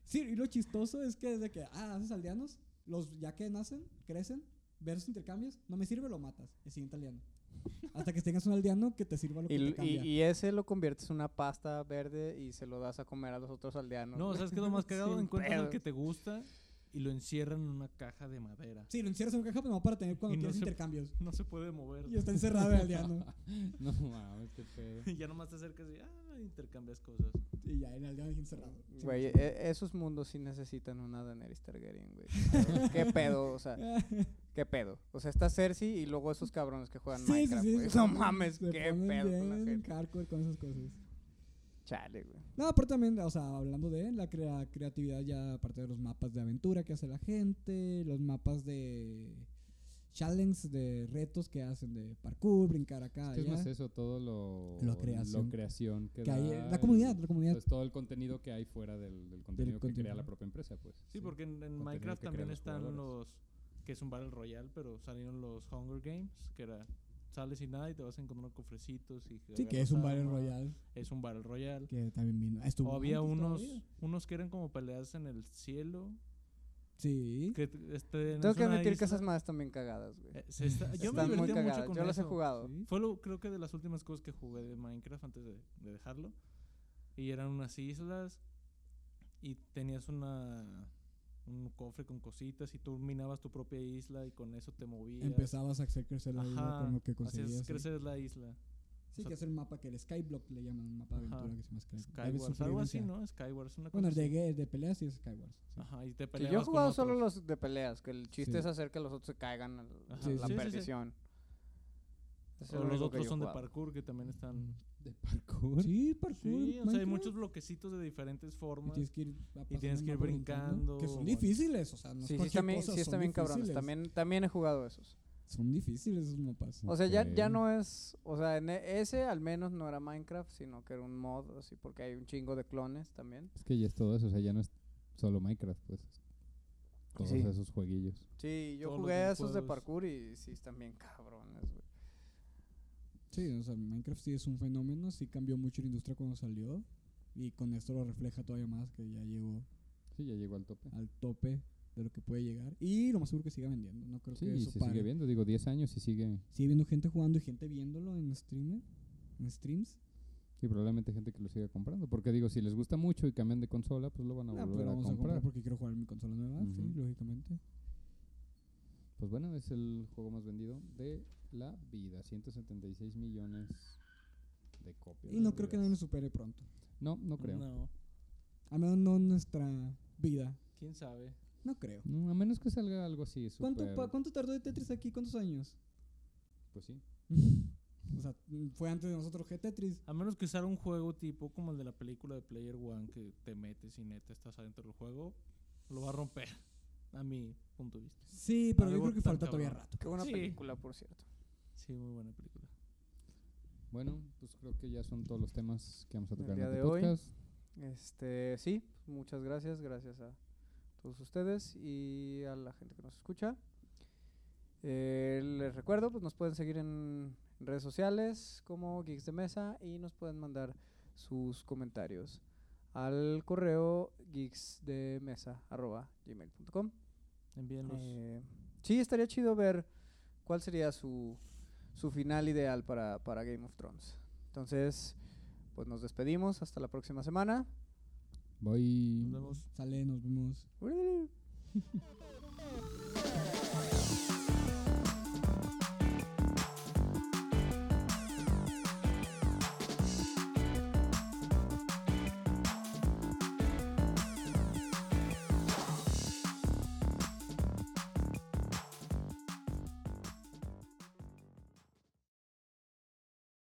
B: Sí, y lo chistoso es que desde que ah, haces aldeanos, los ya que nacen, crecen, ves sus intercambios, no me sirve, lo matas. El siguiente aldeano. Hasta que tengas un aldeano que te sirva lo que
A: Y,
B: te
A: l- y-
B: cambia.
A: y ese lo conviertes en una pasta verde y se lo das a comer a los otros aldeanos.
C: No,
A: güey.
C: ¿sabes qué es lo más cagado?
A: Sin
C: Encuentran el
A: pedos.
C: que te gusta y lo encierran en una caja de madera.
B: Sí, lo encierras en una caja, pero no para tener cuando
C: Y no
B: quieres
C: se-
B: intercambios.
C: No se puede mover.
B: Y está encerrado el aldeano.
D: no mames, qué pedo.
C: Y ya nomás te acercas y ah, intercambias cosas.
B: Y ya, el aldeano ahí encerrado. Sí,
A: Güey,
B: sí.
A: e- esos mundos sí necesitan una Daenerys Targaryen, güey. Pero, ¿Qué pedo? O sea, ¿qué pedo? O sea, está Cersei y luego esos cabrones que juegan
B: Sí, sí,
A: Minecraft,
B: sí,
A: güey.
B: se
A: No
B: ponen-
A: mames,
B: se
A: qué
B: ponen
A: pedo con la
B: bien
A: gente.
B: hardcore con esas cosas.
A: Chale, güey.
B: No, pero también, o sea, hablando de la crea- creatividad ya, aparte de los mapas de aventura que hace la gente, los mapas de challenges, de retos que hacen de parkour, brincar acá,
D: Es que es más
B: allá,
D: eso, todo lo,
B: Ah, Lo creación.
D: creación que,
B: que hay, eh,
D: da
B: la comunidad,
D: el-
B: la comunidad.
D: pues, todo el contenido que hay fuera del, del contenido que crea
B: contenido.
D: la propia empresa, pues.
C: Sí, porque en, en
D: que
C: Minecraft
D: crean
C: también
D: los
C: están
D: jugadores.
C: los que es un Battle Royale, pero salieron los Hunger Games, que era sales y nada y te vas a encontrar cofrecitos y
B: sí, que es
C: agarras
B: un Battle
C: armas,
B: Royale
C: Es un Battle Royale.
B: que también vino. ah, estuvo
C: O había
B: antes
C: unos
B: todavía.
C: unos que eran como peleas en el cielo,
B: Sí.
C: que t- este, no
A: Tengo
C: es
A: que
C: una
A: admitir que
C: isla.
A: esas madres también cagadas, güey.
C: Eh, se está- yo me
A: Están muy
C: divertí mucho
A: cagadas.
C: con
A: Yo las he
C: eso.
A: jugado.
B: sí.
C: Fue lo- creo que de las últimas cosas que jugué de Minecraft antes de, de dejarlo. Y eran unas islas y tenías una un cofre con cositas y tú minabas tu propia isla y con eso te movías.
B: Empezabas a hacer crecer la isla
C: Ajá,
B: con lo que conseguías.
C: hacías
B: sí.
C: crecer la isla.
B: Sí,
C: o sea-
B: que es el mapa que el Skyblock le llaman, un mapa de
C: Ajá.
B: aventura que se llama Sky- de
C: Skywars, algo así,
B: supervivencia.
C: ¿no? Skywars, una cosa
B: Bueno, el de,
C: así.
B: gue- de peleas sí es Skywars. sí.
C: Ajá, y te
A: Que
C: peleabas
A: Pues yo he
C: con
A: jugado solo
C: otros.
A: los de peleas, que el chiste
B: Sí.
A: es hacer que los otros se caigan al- a
C: Ajá.
B: Sí,
A: la
B: sí, sí, sí.
A: perdición. Ese es
C: O
A: lo
C: los
A: único que
C: otros
A: yo he
C: son de
A: jugado.
C: parkour que también están...
D: De parkour.
B: Sí, parkour.
C: Sí, o sea, hay
B: Minecraft.
C: muchos bloquecitos de diferentes
B: Y
C: formas.
B: tienes que ir, a pasar
C: tienes
B: el
C: que ir
B: mapa brincando, Que
C: brincando,
B: son
C: bueno.
B: difíciles, o sea, no es
A: Sí, sí,
B: cualquier
A: también,
B: cosa,
A: sí,
B: son
A: están bien cabrones.
B: difíciles.
A: También, también he jugado esos.
B: Son difíciles esos mapas.
A: O sea, ya, ya
D: Ok.
A: no es. O sea, en e- ese al menos no era Minecraft, sino que era un mod, así, porque hay un chingo de clones también.
D: Es que ya es todo eso, o sea, ya no es solo Minecraft, pues. Todos
A: Sí.
D: esos jueguillos.
A: Sí, yo
C: Todos los
A: jugué esos de
C: videojuegos.
A: parkour y sí, están bien cabrones, güey.
B: Sí, o sea, Minecraft sí es un fenómeno, sí cambió mucho la industria cuando salió. Y con esto lo refleja todavía más, que ya llegó
D: Sí, ya llegó al tope.
B: al tope de lo que puede llegar. Y lo más seguro que siga vendiendo, no creo
D: Sí,
B: que
D: y
B: eso
D: se
B: pare.
D: sigue viendo, digo, 10 años y sigue.
B: Sigue viendo gente jugando y gente viéndolo en streamer, en streams.
D: Y probablemente gente que lo siga comprando. Porque digo, si les gusta mucho y cambian de consola, pues lo van a
B: Ah, pues
D: volver
B: lo
D: a
B: vamos
D: comprar.
B: a comprar porque quiero jugar en mi consola nueva, sí,
D: Ujú.
B: lógicamente.
D: Pues bueno, es el juego más vendido de la vida. 176 millones de copias.
B: Y no creo que nadie lo
D: vendidas.
B: supere pronto.
D: No, no creo.
C: No,
B: Al menos no en nuestra vida,
C: quién sabe.
B: no creo.
D: No, a menos que salga algo así.
B: ¿Cuánto,
D: súper-
B: pa- ¿Cuánto tardó de Tetris aquí? ¿Cuántos años?
D: Pues sí.
B: o sea, mm, fue antes de nosotros que Tetris.
C: A menos que usar un juego tipo como el de la película de Player One que te metes y neta estás adentro del juego, lo va a romper, a mi punto de vista.
B: Sí, pero yo
C: Algo
B: creo que
C: tan
B: falta todavía
C: cabrón.
B: rato.
A: Qué buena
C: Sí.
A: película, por cierto.
C: Sí, muy buena película.
D: Bueno, pues creo que ya son todos los temas que vamos a
A: El
D: tocar en
A: día
D: este
A: de hoy.
D: podcast.
A: Este, sí, muchas gracias, gracias a todos ustedes y a la gente que nos escucha. Eh, les recuerdo, pues nos pueden seguir en redes sociales como Geeks de Mesa y nos pueden mandar sus comentarios al correo geeksdemesa@gmail.com.
C: Envíenlos.
A: Eh, sí, estaría chido ver cuál sería su, su final ideal para, para Game of Thrones. Entonces, pues nos despedimos hasta la próxima semana.
D: Bye.
C: Nos vemos.
B: Sale, nos vemos.
A: Woo!